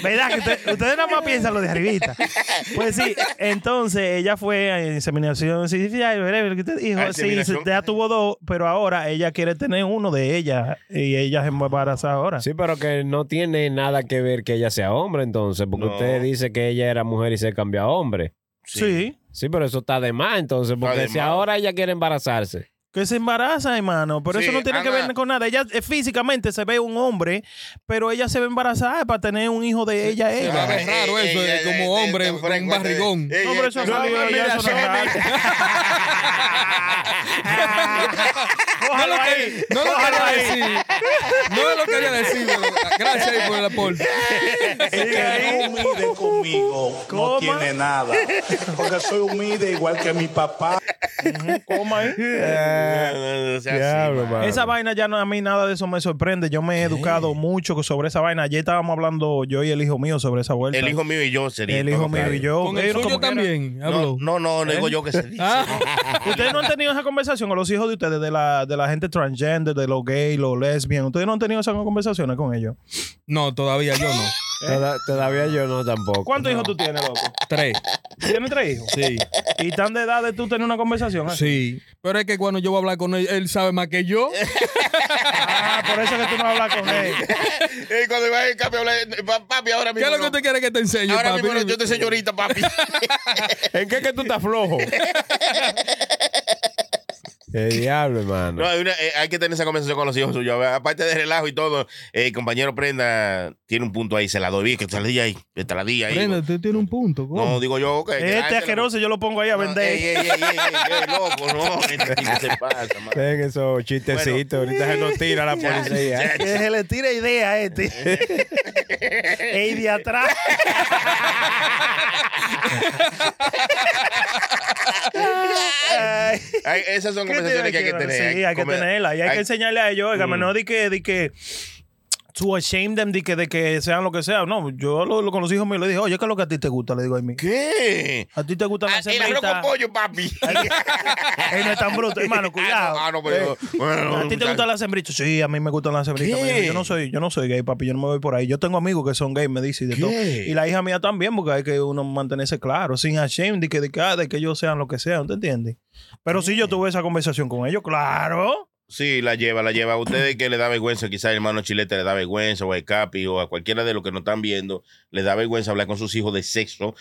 [SPEAKER 6] ¿Verdad? Que usted- ustedes nada más piensan lo de arribita. Pues sí, entonces ella fue a inseminación sí, sí, ay, whatever, que usted dijo,
[SPEAKER 4] Ah,
[SPEAKER 6] sí,
[SPEAKER 4] inseminación.
[SPEAKER 6] ya tuvo dos, pero ahora ella quiere tener uno de ella y ella es embarazada ahora.
[SPEAKER 5] Sí, pero que no tiene nada que ver que ella sea hombre entonces, porque
[SPEAKER 6] No.
[SPEAKER 5] usted dice que ella era mujer y se cambió a hombre.
[SPEAKER 6] Sí.
[SPEAKER 5] Sí, pero eso está de más entonces, porque
[SPEAKER 6] de
[SPEAKER 5] si
[SPEAKER 6] más.
[SPEAKER 5] ahora ella quiere embarazarse.
[SPEAKER 6] Que se embaraza, hermano, pero
[SPEAKER 5] Sí,
[SPEAKER 6] eso no tiene que
[SPEAKER 5] Ana.
[SPEAKER 6] ver con nada. Ella eh, físicamente se ve un hombre, pero ella se ve embarazada para tener un hijo de ella.
[SPEAKER 8] Se
[SPEAKER 6] ella.
[SPEAKER 8] va a ver raro eso, eh, como hombre, con un barrigón.
[SPEAKER 6] No, pero eso ha salido ya, eso no es raro.
[SPEAKER 8] No lo, quería, no lo
[SPEAKER 6] Cójalo
[SPEAKER 8] quería
[SPEAKER 6] ahí.
[SPEAKER 8] decir. No lo quería decir, pero gracias ahí por el aporte.
[SPEAKER 11] que no mide conmigo no tiene nada. Porque soy humilde igual que mi papá.
[SPEAKER 6] Coma ahí.
[SPEAKER 4] Eh,
[SPEAKER 6] Eh, Esa vaina ya no a mí nada de eso me sorprende. Yo me he educado mucho sobre esa vaina. Ayer estábamos hablando yo y el hijo mío sobre esa vuelta.
[SPEAKER 4] El hijo mío y yo sería.
[SPEAKER 6] El hijo mío y yo.
[SPEAKER 4] Con el
[SPEAKER 6] Pero
[SPEAKER 4] suyo
[SPEAKER 6] como quiera.
[SPEAKER 4] también, habló. No, no, no
[SPEAKER 8] ¿Eh?
[SPEAKER 4] digo yo que se dice.
[SPEAKER 8] Ah.
[SPEAKER 6] Ustedes no han tenido esa conversación con los hijos de ustedes, de la, de la gente transgender, de los gays, los lesbianos. Ustedes no han tenido esas conversaciones con ellos.
[SPEAKER 8] No, todavía yo no.
[SPEAKER 5] Toda- todavía yo no tampoco.
[SPEAKER 6] ¿Cuántos hijos tú tienes, loco?
[SPEAKER 8] Tres.
[SPEAKER 6] ¿Tienes tres hijos?
[SPEAKER 8] Sí.
[SPEAKER 6] ¿Y tan de edad de tú tener una conversación? eh?
[SPEAKER 8] Sí. Pero es que cuando yo voy a hablar con él, él sabe más que yo.
[SPEAKER 6] Ah, por eso que tú no hablas con él.
[SPEAKER 4] Eh, cuando va el capi a hablar, eh, pa- papi, ahora
[SPEAKER 8] ¿Qué
[SPEAKER 4] mismo.
[SPEAKER 8] es lo que
[SPEAKER 4] no.
[SPEAKER 8] usted quiere que te enseñe,
[SPEAKER 4] Ahora
[SPEAKER 8] papi?
[SPEAKER 4] mismo no, yo te enseño ahorita, papi.
[SPEAKER 5] ¿En qué que tú estás flojo? El diablo, hermano.
[SPEAKER 4] No, hay, una- eh, hay que tener esa conversación con los hijos suyos. Aparte de relajo y todo, eh, compañero Prenda tiene un punto ahí, se la doy bien, que te la di ahí, que te la di ahí. pues.
[SPEAKER 8] Prenda, usted tiene un punto. ¿cómo?
[SPEAKER 4] No, digo yo, ok.
[SPEAKER 6] Este asqueroso yo lo pongo ahí a vender.
[SPEAKER 4] ey, ey, ey, ey, ey, loco, no. Este tipo se pasa, man.
[SPEAKER 5] Ven esos chistecitos. Ahorita se nos tira la policía.
[SPEAKER 6] Que se le tira idea a este. Ey, de atrás. Ay.
[SPEAKER 4] Ay, esas son
[SPEAKER 6] ¿Qué te
[SPEAKER 4] conversaciones que hay Mm. que
[SPEAKER 6] iba a decir?
[SPEAKER 4] tener.
[SPEAKER 6] Sí, hay que
[SPEAKER 4] comer-
[SPEAKER 6] tenerla. Y hay,
[SPEAKER 4] hay-
[SPEAKER 6] que enseñarle a ellos, oiga, no di que, di que to shame them de que, de que sean lo que sea. No, yo lo, lo- con los hijos míos le dije, oye, ¿qué es lo que a ti te gusta? Le digo a mí.
[SPEAKER 4] ¿Qué?
[SPEAKER 6] ¿A ti te gusta la
[SPEAKER 4] El arroz Ah, con
[SPEAKER 6] cerveza?
[SPEAKER 4] pollo, papi.
[SPEAKER 6] Él no es tan bruto, hermano, cuidado.
[SPEAKER 4] Ah, no, pero-
[SPEAKER 6] Eh,
[SPEAKER 4] bueno,
[SPEAKER 6] ¿A ti te
[SPEAKER 4] muchacho.
[SPEAKER 6] gustan las hembritas? Sí, a mí me gustan las hembritas.
[SPEAKER 4] ¿Qué?
[SPEAKER 6] Me dijo, Yo no soy, yo no soy gay, papi, yo no me voy por ahí. Yo tengo amigos que son gays, me dice y de
[SPEAKER 4] ¿Qué?
[SPEAKER 6] todo. Y la hija mía también, porque hay que uno mantenerse claro, sin ashamed de que, de que, ah, de que ellos sean lo que sean, ¿te entiendes? Pero sí yo tuve esa conversación con ellos, claro.
[SPEAKER 4] Sí, la lleva, la lleva. A ustedes que le da vergüenza, quizás el hermano Chilete le da vergüenza, o a Capi, o a cualquiera de los que nos están viendo, le da vergüenza hablar con sus hijos de sexo.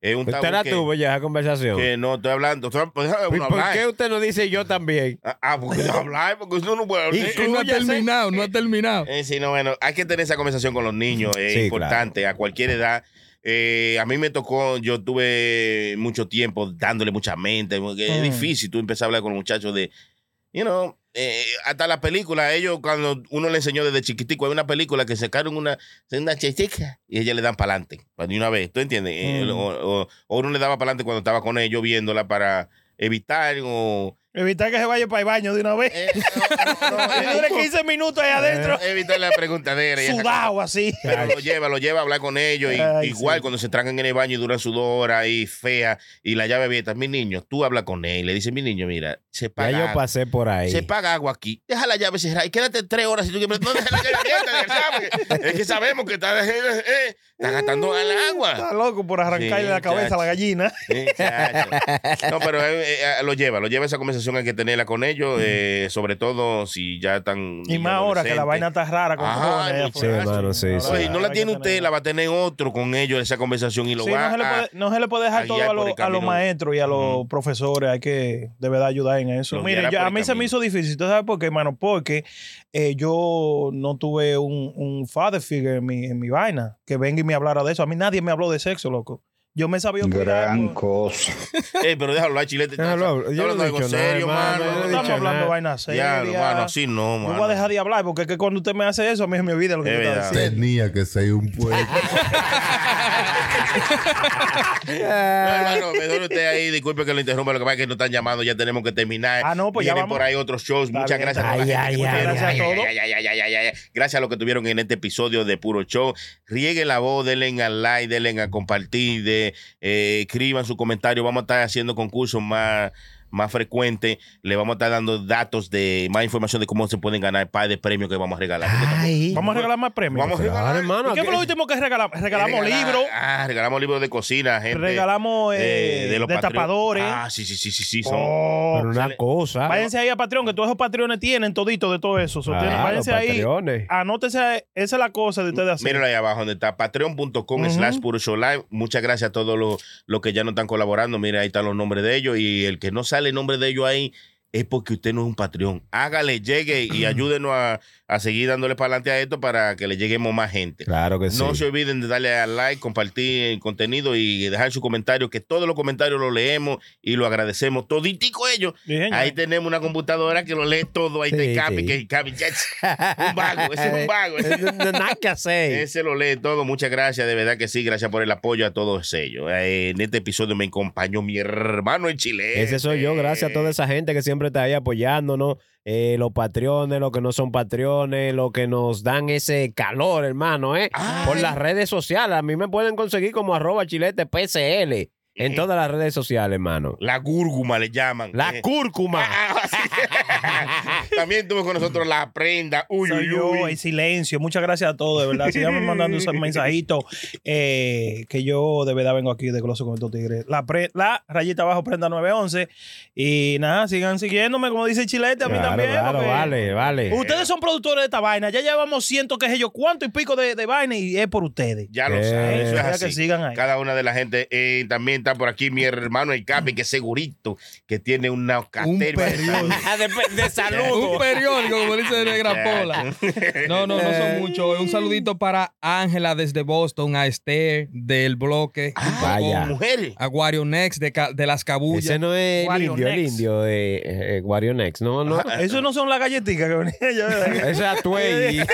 [SPEAKER 4] Es un
[SPEAKER 5] Usted
[SPEAKER 4] tabú
[SPEAKER 5] la
[SPEAKER 4] que-
[SPEAKER 5] tuvo ya esa conversación.
[SPEAKER 4] Que no, estoy hablando. Estoy, pues, déjame
[SPEAKER 5] ¿Y
[SPEAKER 4] uno
[SPEAKER 5] ¿Por
[SPEAKER 4] hablar.
[SPEAKER 5] qué usted no dice yo también?
[SPEAKER 4] Ah, ah, porque no hablar, porque uno no puede hablar.
[SPEAKER 8] no ha terminado, no ha terminado.
[SPEAKER 4] Eh, sí, no, bueno, hay que tener esa conversación con los niños, es
[SPEAKER 5] Sí,
[SPEAKER 4] importante, a cualquier edad. Eh, a mí me tocó, yo tuve mucho tiempo dándole mucha mente, porque es
[SPEAKER 2] Mm.
[SPEAKER 4] difícil tú empezar a hablar con los muchachos de, you know, eh, hasta la película, ellos cuando uno le enseñó desde chiquitico, hay una película que sacaron una, una chichica y ella le dan para adelante, de una vez, ¿tú entiendes? Eh,
[SPEAKER 6] Mm.
[SPEAKER 4] o, o- o uno le daba para adelante cuando estaba con ellos viéndola para evitar o... eh,
[SPEAKER 6] Evitar que se vaya para el baño de una vez. Que dure 15 minutos ahí adentro.
[SPEAKER 4] Evitar la preguntadera. y esas
[SPEAKER 6] Sudado así.
[SPEAKER 4] Pero lo lleva, lo lleva a hablar con ellos. y-
[SPEAKER 6] Ay,
[SPEAKER 4] igual cuando se trancan en el baño y duran sudor ahí, fea, y la llave abierta. Mi niño, tú habla con él. Le dice, mi niño, mira, se
[SPEAKER 5] Ya
[SPEAKER 4] paga.
[SPEAKER 5] yo
[SPEAKER 4] agua-
[SPEAKER 5] pasé por ahí.
[SPEAKER 4] Se paga agua aquí. Deja la llave cerrada y quédate tres horas si tú quieres. No dejes la llave abierta, desgraciado, porque Es que sabemos que está, eh, está gastando el agua.
[SPEAKER 6] Está loco por arrancarle
[SPEAKER 4] Sí,
[SPEAKER 6] la cabeza a la
[SPEAKER 4] chacho.
[SPEAKER 6] gallina.
[SPEAKER 4] Sí, chacho. No, pero eh, eh, lo lleva, lo lleva esa conversación, hay que tenerla con ellos, eh, sobre todo si ya están.
[SPEAKER 6] Mm. Y más ahora que la vaina está rara con
[SPEAKER 4] Ajá,
[SPEAKER 6] cojones allá
[SPEAKER 5] Sí,
[SPEAKER 6] afuera.
[SPEAKER 5] hermano, sí, sí.
[SPEAKER 4] Oye, no la tiene usted, la va a tener otro con ellos, esa conversación y lo
[SPEAKER 6] Sí,
[SPEAKER 4] va
[SPEAKER 6] no se, le
[SPEAKER 4] a-
[SPEAKER 6] puede, no se le puede
[SPEAKER 4] a
[SPEAKER 6] dejar todo
[SPEAKER 4] guiar
[SPEAKER 6] a,
[SPEAKER 4] por
[SPEAKER 6] los-
[SPEAKER 4] el
[SPEAKER 6] a los
[SPEAKER 4] camino.
[SPEAKER 6] maestros y a los profesores. Hay que de verdad ayudar en eso.
[SPEAKER 4] Los
[SPEAKER 6] Mire,
[SPEAKER 4] guiará
[SPEAKER 6] yo-
[SPEAKER 4] por
[SPEAKER 6] a
[SPEAKER 4] el
[SPEAKER 6] mí se me
[SPEAKER 4] camino.
[SPEAKER 6] hizo difícil. ¿Tú sabes por qué, hermano? Porque eh, yo no tuve un, un father figure en mi, en mi vaina que venga y me hablara de eso. A mí nadie me habló de sexo, loco. Yo me sabía
[SPEAKER 11] Gran cosa.
[SPEAKER 4] Ey, pero déjalo hablar, chilete. está-
[SPEAKER 5] Déjalo hablar.
[SPEAKER 4] está
[SPEAKER 5] Yo no he
[SPEAKER 4] hablando algo
[SPEAKER 5] dicho nada,
[SPEAKER 4] serio,
[SPEAKER 5] hermano,
[SPEAKER 4] mano.
[SPEAKER 5] yo no he
[SPEAKER 4] No
[SPEAKER 5] dicho
[SPEAKER 4] estamos
[SPEAKER 5] nada.
[SPEAKER 4] hablando
[SPEAKER 6] vainas serias.
[SPEAKER 4] Ya, hermano, así no,
[SPEAKER 6] Yo
[SPEAKER 4] mano.
[SPEAKER 6] voy a dejar de hablar porque es que cuando usted me hace eso, a mí se me olvida lo que
[SPEAKER 4] Es
[SPEAKER 6] yo estaba
[SPEAKER 4] verdad.
[SPEAKER 6] diciendo.
[SPEAKER 13] Tenía que ser un pueblo.
[SPEAKER 4] No, hermano, me duele usted ahí. Disculpe que lo interrumpa. Lo que pasa es que nos están llamando. Ya tenemos que terminar.
[SPEAKER 6] Ah, no, pues ya
[SPEAKER 4] Vienen
[SPEAKER 6] vamos.
[SPEAKER 4] por ahí otros shows.
[SPEAKER 6] Está
[SPEAKER 4] Muchas
[SPEAKER 6] bien,
[SPEAKER 4] gracias.
[SPEAKER 6] está
[SPEAKER 4] a la
[SPEAKER 6] bien.
[SPEAKER 4] gente que
[SPEAKER 6] Ay, ay,
[SPEAKER 4] estuvieron.
[SPEAKER 6] ay,
[SPEAKER 4] Ay, ay, ay, ay, ay, ay, ay. Gracias a lo que tuvieron en este episodio de Puro Show. Rieguen la voz, denle al like, denle a compartir, de, eh, escriban su comentario. Vamos a estar haciendo concursos más más frecuentes. le vamos a estar dando datos de más información de cómo se pueden ganar par de premios que vamos a regalar.
[SPEAKER 6] Vamos a regalar más premios.
[SPEAKER 4] Vamos a regalar,
[SPEAKER 6] ¿Y ¿Qué fue lo último que regalamos? Regalamos
[SPEAKER 4] Regala-
[SPEAKER 6] libros.
[SPEAKER 4] Ah, regalamos libros de cocina, gente.
[SPEAKER 6] Regalamos, eh, Oh, destapadores.
[SPEAKER 4] Ah, sí, sí, sí, sí, sí. Son.
[SPEAKER 5] Pero una cosa.
[SPEAKER 6] Váyanse ahí a Patreon, que todos esos Patreones tienen todito de todo eso. So,
[SPEAKER 5] Claro,
[SPEAKER 6] tienen- váyanse
[SPEAKER 5] Patreones.
[SPEAKER 6] ahí. Ah. Anótese, esa es la cosa de ustedes hacer.
[SPEAKER 4] Mírenlo ahí abajo donde está patreon.com
[SPEAKER 6] Ujú.
[SPEAKER 4] slash puro show live. Muchas gracias a todos los, los que ya no están colaborando. Mira, ahí están los nombres de ellos. Y el que no sale el nombre de ellos ahí es porque usted no es un Patreon. Hágale, llegue y ayúdenos a, a seguir dándole para adelante a esto para que le lleguemos más gente.
[SPEAKER 5] Claro que sí.
[SPEAKER 4] No se olviden de darle al like, compartir el contenido y dejar su comentario, que todos los comentarios los leemos y lo agradecemos toditico ellos.
[SPEAKER 6] señor.
[SPEAKER 4] Ahí tenemos una computadora que lo lee todo. Ahí
[SPEAKER 5] Sí,
[SPEAKER 4] está Capi,
[SPEAKER 5] sí.
[SPEAKER 4] que Capi, ya- un vago, ese es un vago.
[SPEAKER 5] No, nada que hacer.
[SPEAKER 4] Ese lo lee todo. Muchas gracias, de verdad que sí. Gracias por el apoyo a todos ellos. Eh, En este episodio me acompañó mi hermano en Chile.
[SPEAKER 5] Ese soy yo, gracias a toda esa gente que siempre está ahí apoyándonos, eh, los patriones, los que no son patriones, los que nos dan ese calor, hermano, ¿eh? Por las redes sociales, a mí me pueden conseguir como arroba chilete PSL
[SPEAKER 4] Eh.
[SPEAKER 5] en todas las redes sociales, hermano.
[SPEAKER 4] La gúrguma le llaman. Eh.
[SPEAKER 5] La cúrcuma.
[SPEAKER 4] Ah, También tuvo con nosotros la prenda. Uy,
[SPEAKER 6] Soy
[SPEAKER 4] uy,
[SPEAKER 6] yo,
[SPEAKER 4] uy.
[SPEAKER 6] el silencio. Muchas gracias a todos, de verdad. Sigan mandando esos mensajitos eh, que yo de verdad vengo aquí de Coloso con estos tigres. La, pre- la rayita abajo, prenda 911. Y nada, sigan siguiéndome, como dice
[SPEAKER 4] ah,
[SPEAKER 6] Chilete, a mí
[SPEAKER 5] Claro,
[SPEAKER 6] también.
[SPEAKER 5] claro,
[SPEAKER 6] porque-
[SPEAKER 5] vale, vale.
[SPEAKER 6] Ustedes son productores de esta vaina. Ya llevamos ciento, que sé yo, cuánto y pico de, de vaina y es por ustedes.
[SPEAKER 4] Ya lo
[SPEAKER 5] Eh.
[SPEAKER 4] saben. Eso es
[SPEAKER 6] Ya
[SPEAKER 4] así.
[SPEAKER 6] que sigan ahí.
[SPEAKER 4] Cada una de la gente. eh, también está por aquí mi hermano el Capi, que es segurito, que tiene una caterva de salud.
[SPEAKER 5] de,
[SPEAKER 4] saludo.
[SPEAKER 8] Un periódico, como dice Negra Pola. No, no, no son muchos. Un saludito para Ángela desde Boston, a Esther del bloque.
[SPEAKER 5] vaya.
[SPEAKER 4] Mujeres.
[SPEAKER 8] A Wario Next de, Ca- de las cabullas.
[SPEAKER 5] Ese no es el
[SPEAKER 8] Wario
[SPEAKER 5] indio, el
[SPEAKER 8] Next.
[SPEAKER 5] indio de eh, eh, Wario Next. No, no.
[SPEAKER 6] Eso no son las galletitas que venía yo.
[SPEAKER 5] Ese es Atuey.
[SPEAKER 6] ¡Oh!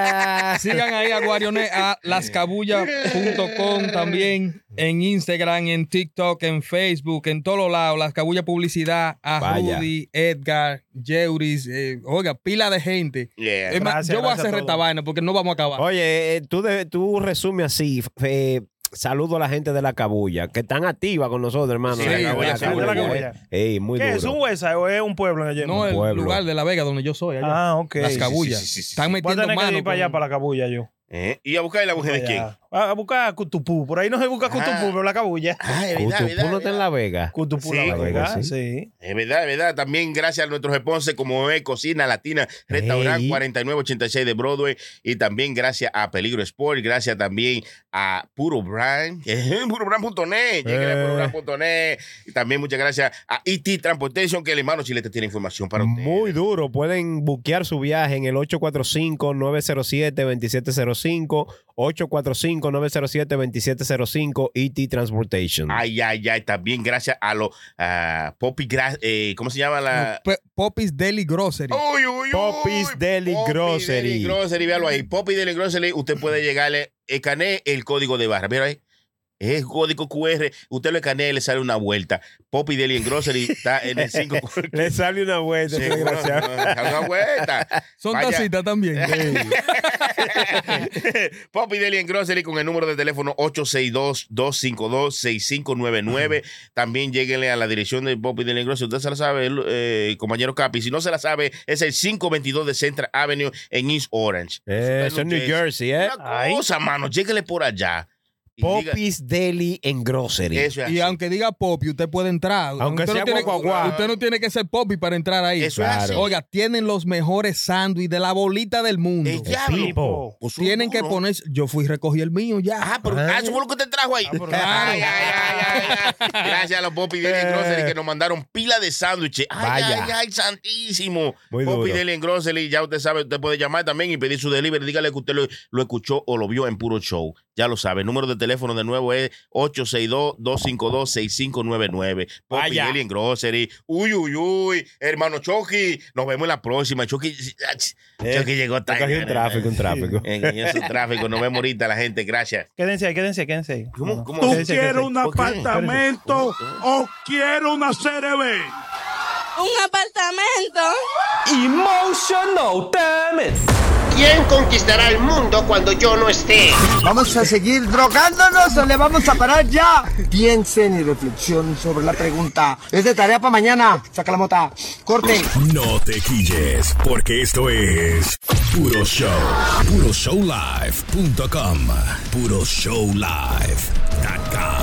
[SPEAKER 8] Ah, Sigan ahí a Guarionet, a lascabulla.com también, en Instagram, en TikTok, en Facebook, en todos los lados. Lascabulla Publicidad, a
[SPEAKER 5] Vaya.
[SPEAKER 8] Rudy, Edgar, Yeuris, eh, oiga, pila de gente.
[SPEAKER 4] Yeah.
[SPEAKER 8] Es más,
[SPEAKER 5] Gracias,
[SPEAKER 8] yo voy a
[SPEAKER 5] gracias a
[SPEAKER 8] hacer
[SPEAKER 5] todos.
[SPEAKER 8] esta vaina porque no vamos a acabar.
[SPEAKER 5] Oye, eh, tú, de- tú resumes así. f- eh, saludo a la gente de la cabulla, que están activa con nosotros, hermano.
[SPEAKER 6] Sí,
[SPEAKER 5] la cabulla,
[SPEAKER 6] la gente de la
[SPEAKER 5] cabulla,
[SPEAKER 6] cabulla.
[SPEAKER 5] eh. Ey, muy
[SPEAKER 6] ¿Qué es?
[SPEAKER 5] duro.
[SPEAKER 6] ¿Un huesa o es un pueblo en allá?
[SPEAKER 8] No, el lugar de La Vega donde yo soy. allá.
[SPEAKER 6] Ah, ok.
[SPEAKER 8] Las cabullas.
[SPEAKER 6] Sí, sí, sí, sí.
[SPEAKER 8] Están
[SPEAKER 6] Voy a
[SPEAKER 8] metiendo
[SPEAKER 6] tener que
[SPEAKER 8] mano
[SPEAKER 6] ir para
[SPEAKER 8] con-
[SPEAKER 6] allá, para la cabulla yo.
[SPEAKER 4] ¿Eh? ¿Y a buscar la mujer de quién? Ah.
[SPEAKER 6] Allá. A a buscar a Cutupú. Por ahí no se busca Cutupú, pero la cabulla.
[SPEAKER 5] Cutupú no está en La Vega.
[SPEAKER 6] Cutupú
[SPEAKER 4] Sí.
[SPEAKER 6] la verdad,
[SPEAKER 4] Sí.
[SPEAKER 6] sí.
[SPEAKER 4] Es verdad, es verdad. También gracias a nuestros sponsors como es Cocina Latina, Restaurante 4986 de Broadway. Y también gracias a Peligro Sport. Gracias también a Puro Brand. que es PuroBrand.net. Lleguen a PuroBrand.net. Y también muchas gracias a ET Transportation, que el hermano Chilete tiene información para usted.
[SPEAKER 5] Muy duro. Pueden buquear su viaje en el 845-907-2705, 845-907-2705, ET E Transportation.
[SPEAKER 4] Ay, ay, ay. También gracias a los ah, Poppy Grass. eh, ¿Cómo se llama la...?
[SPEAKER 8] Pe- Popis Deli Grocery.
[SPEAKER 4] Uy, uy, uy.
[SPEAKER 5] Popis Deli
[SPEAKER 4] Deli
[SPEAKER 5] Grocery.
[SPEAKER 4] Grocery, véalo ahí. Poppy Deli Grocery, usted puede llegarle, eh, escanee el código de barra. Mira ahí. Es código QR, usted lo escanea y le sale una vuelta. Poppy Deli and Grocery está en el 5.
[SPEAKER 5] Le sale una vuelta,
[SPEAKER 4] Sí,
[SPEAKER 5] este desgraciado.
[SPEAKER 4] una vuelta.
[SPEAKER 8] Son
[SPEAKER 4] Vaya.
[SPEAKER 8] tacitas también.
[SPEAKER 4] Poppy Deli and Grocery con el número de teléfono 862-252-6599. También lléguenle a la dirección de Poppy Deli and Grocery. Usted se la sabe, eh, compañero Capi. Si no se la sabe, es el 522 de Central Avenue en East Orange.
[SPEAKER 5] Eh, Eso es New Jersey, ¿eh?
[SPEAKER 4] Una cosa, mano, lléguele por allá. Y diga-
[SPEAKER 5] Popis Deli en Grocery.
[SPEAKER 4] Eso es
[SPEAKER 8] Y aunque diga Poppy, usted puede entrar.
[SPEAKER 5] Aunque
[SPEAKER 8] usted
[SPEAKER 5] sea
[SPEAKER 8] no tiene,
[SPEAKER 5] guaguaguá.
[SPEAKER 8] Usted no tiene que ser Poppy para entrar ahí.
[SPEAKER 4] Eso es Claro. así.
[SPEAKER 8] Oiga, tienen los mejores sándwiches de la bolita del mundo.
[SPEAKER 4] El diablo. Tipo. Pues un
[SPEAKER 8] tienen que
[SPEAKER 4] duro.
[SPEAKER 8] poner. Yo fui y recogí el mío ya.
[SPEAKER 4] Ah, pero ah, eso fue lo que usted trajo ahí. Ay, ay, ay, ay, ay. Gracias a los Poppy Deli and Grocery que nos mandaron pila de sándwiches. Ay,
[SPEAKER 5] Vaya.
[SPEAKER 4] ay, ay, santísimo.
[SPEAKER 5] Muy
[SPEAKER 4] Poppy
[SPEAKER 5] duro.
[SPEAKER 4] Deli and Grocery, ya usted sabe, usted puede llamar también y pedir su delivery. Dígale que usted lo, lo escuchó o lo vio en puro show. Ya lo sabe. El número de teléfono de nuevo es 862-252-6599. Poppy
[SPEAKER 5] Vaya.
[SPEAKER 4] Deli and Grocery. Uy, uy, uy. Hermano Chucky, nos vemos en la próxima. Chucky, ah, ch- Chucky llegó tarde.
[SPEAKER 5] Cogí un tráfico, un tráfico.
[SPEAKER 4] En, en ese tráfico, nos vemos ahorita la gente, gracias.
[SPEAKER 6] Quédense ahí, quédense ahí, quédense ahí. No, no.
[SPEAKER 4] cómo?
[SPEAKER 11] ¿Tú
[SPEAKER 6] Quédense,
[SPEAKER 11] quieres
[SPEAKER 6] quédense.
[SPEAKER 11] un
[SPEAKER 6] ¿Por qué?
[SPEAKER 11] apartamento o quieres una CRB?
[SPEAKER 13] Un apartamento.
[SPEAKER 12] Emotional, damn it.
[SPEAKER 3] ¿Quién conquistará el mundo cuando yo no esté?
[SPEAKER 14] ¿Vamos a seguir drogándonos o le vamos a parar ya? Piensen y reflexionen sobre la pregunta. Es de tarea para mañana. Saca la mota. Corte.
[SPEAKER 2] No te quilles, porque esto es Puro Show. PuroShowLive.com. PuroShowLive.com.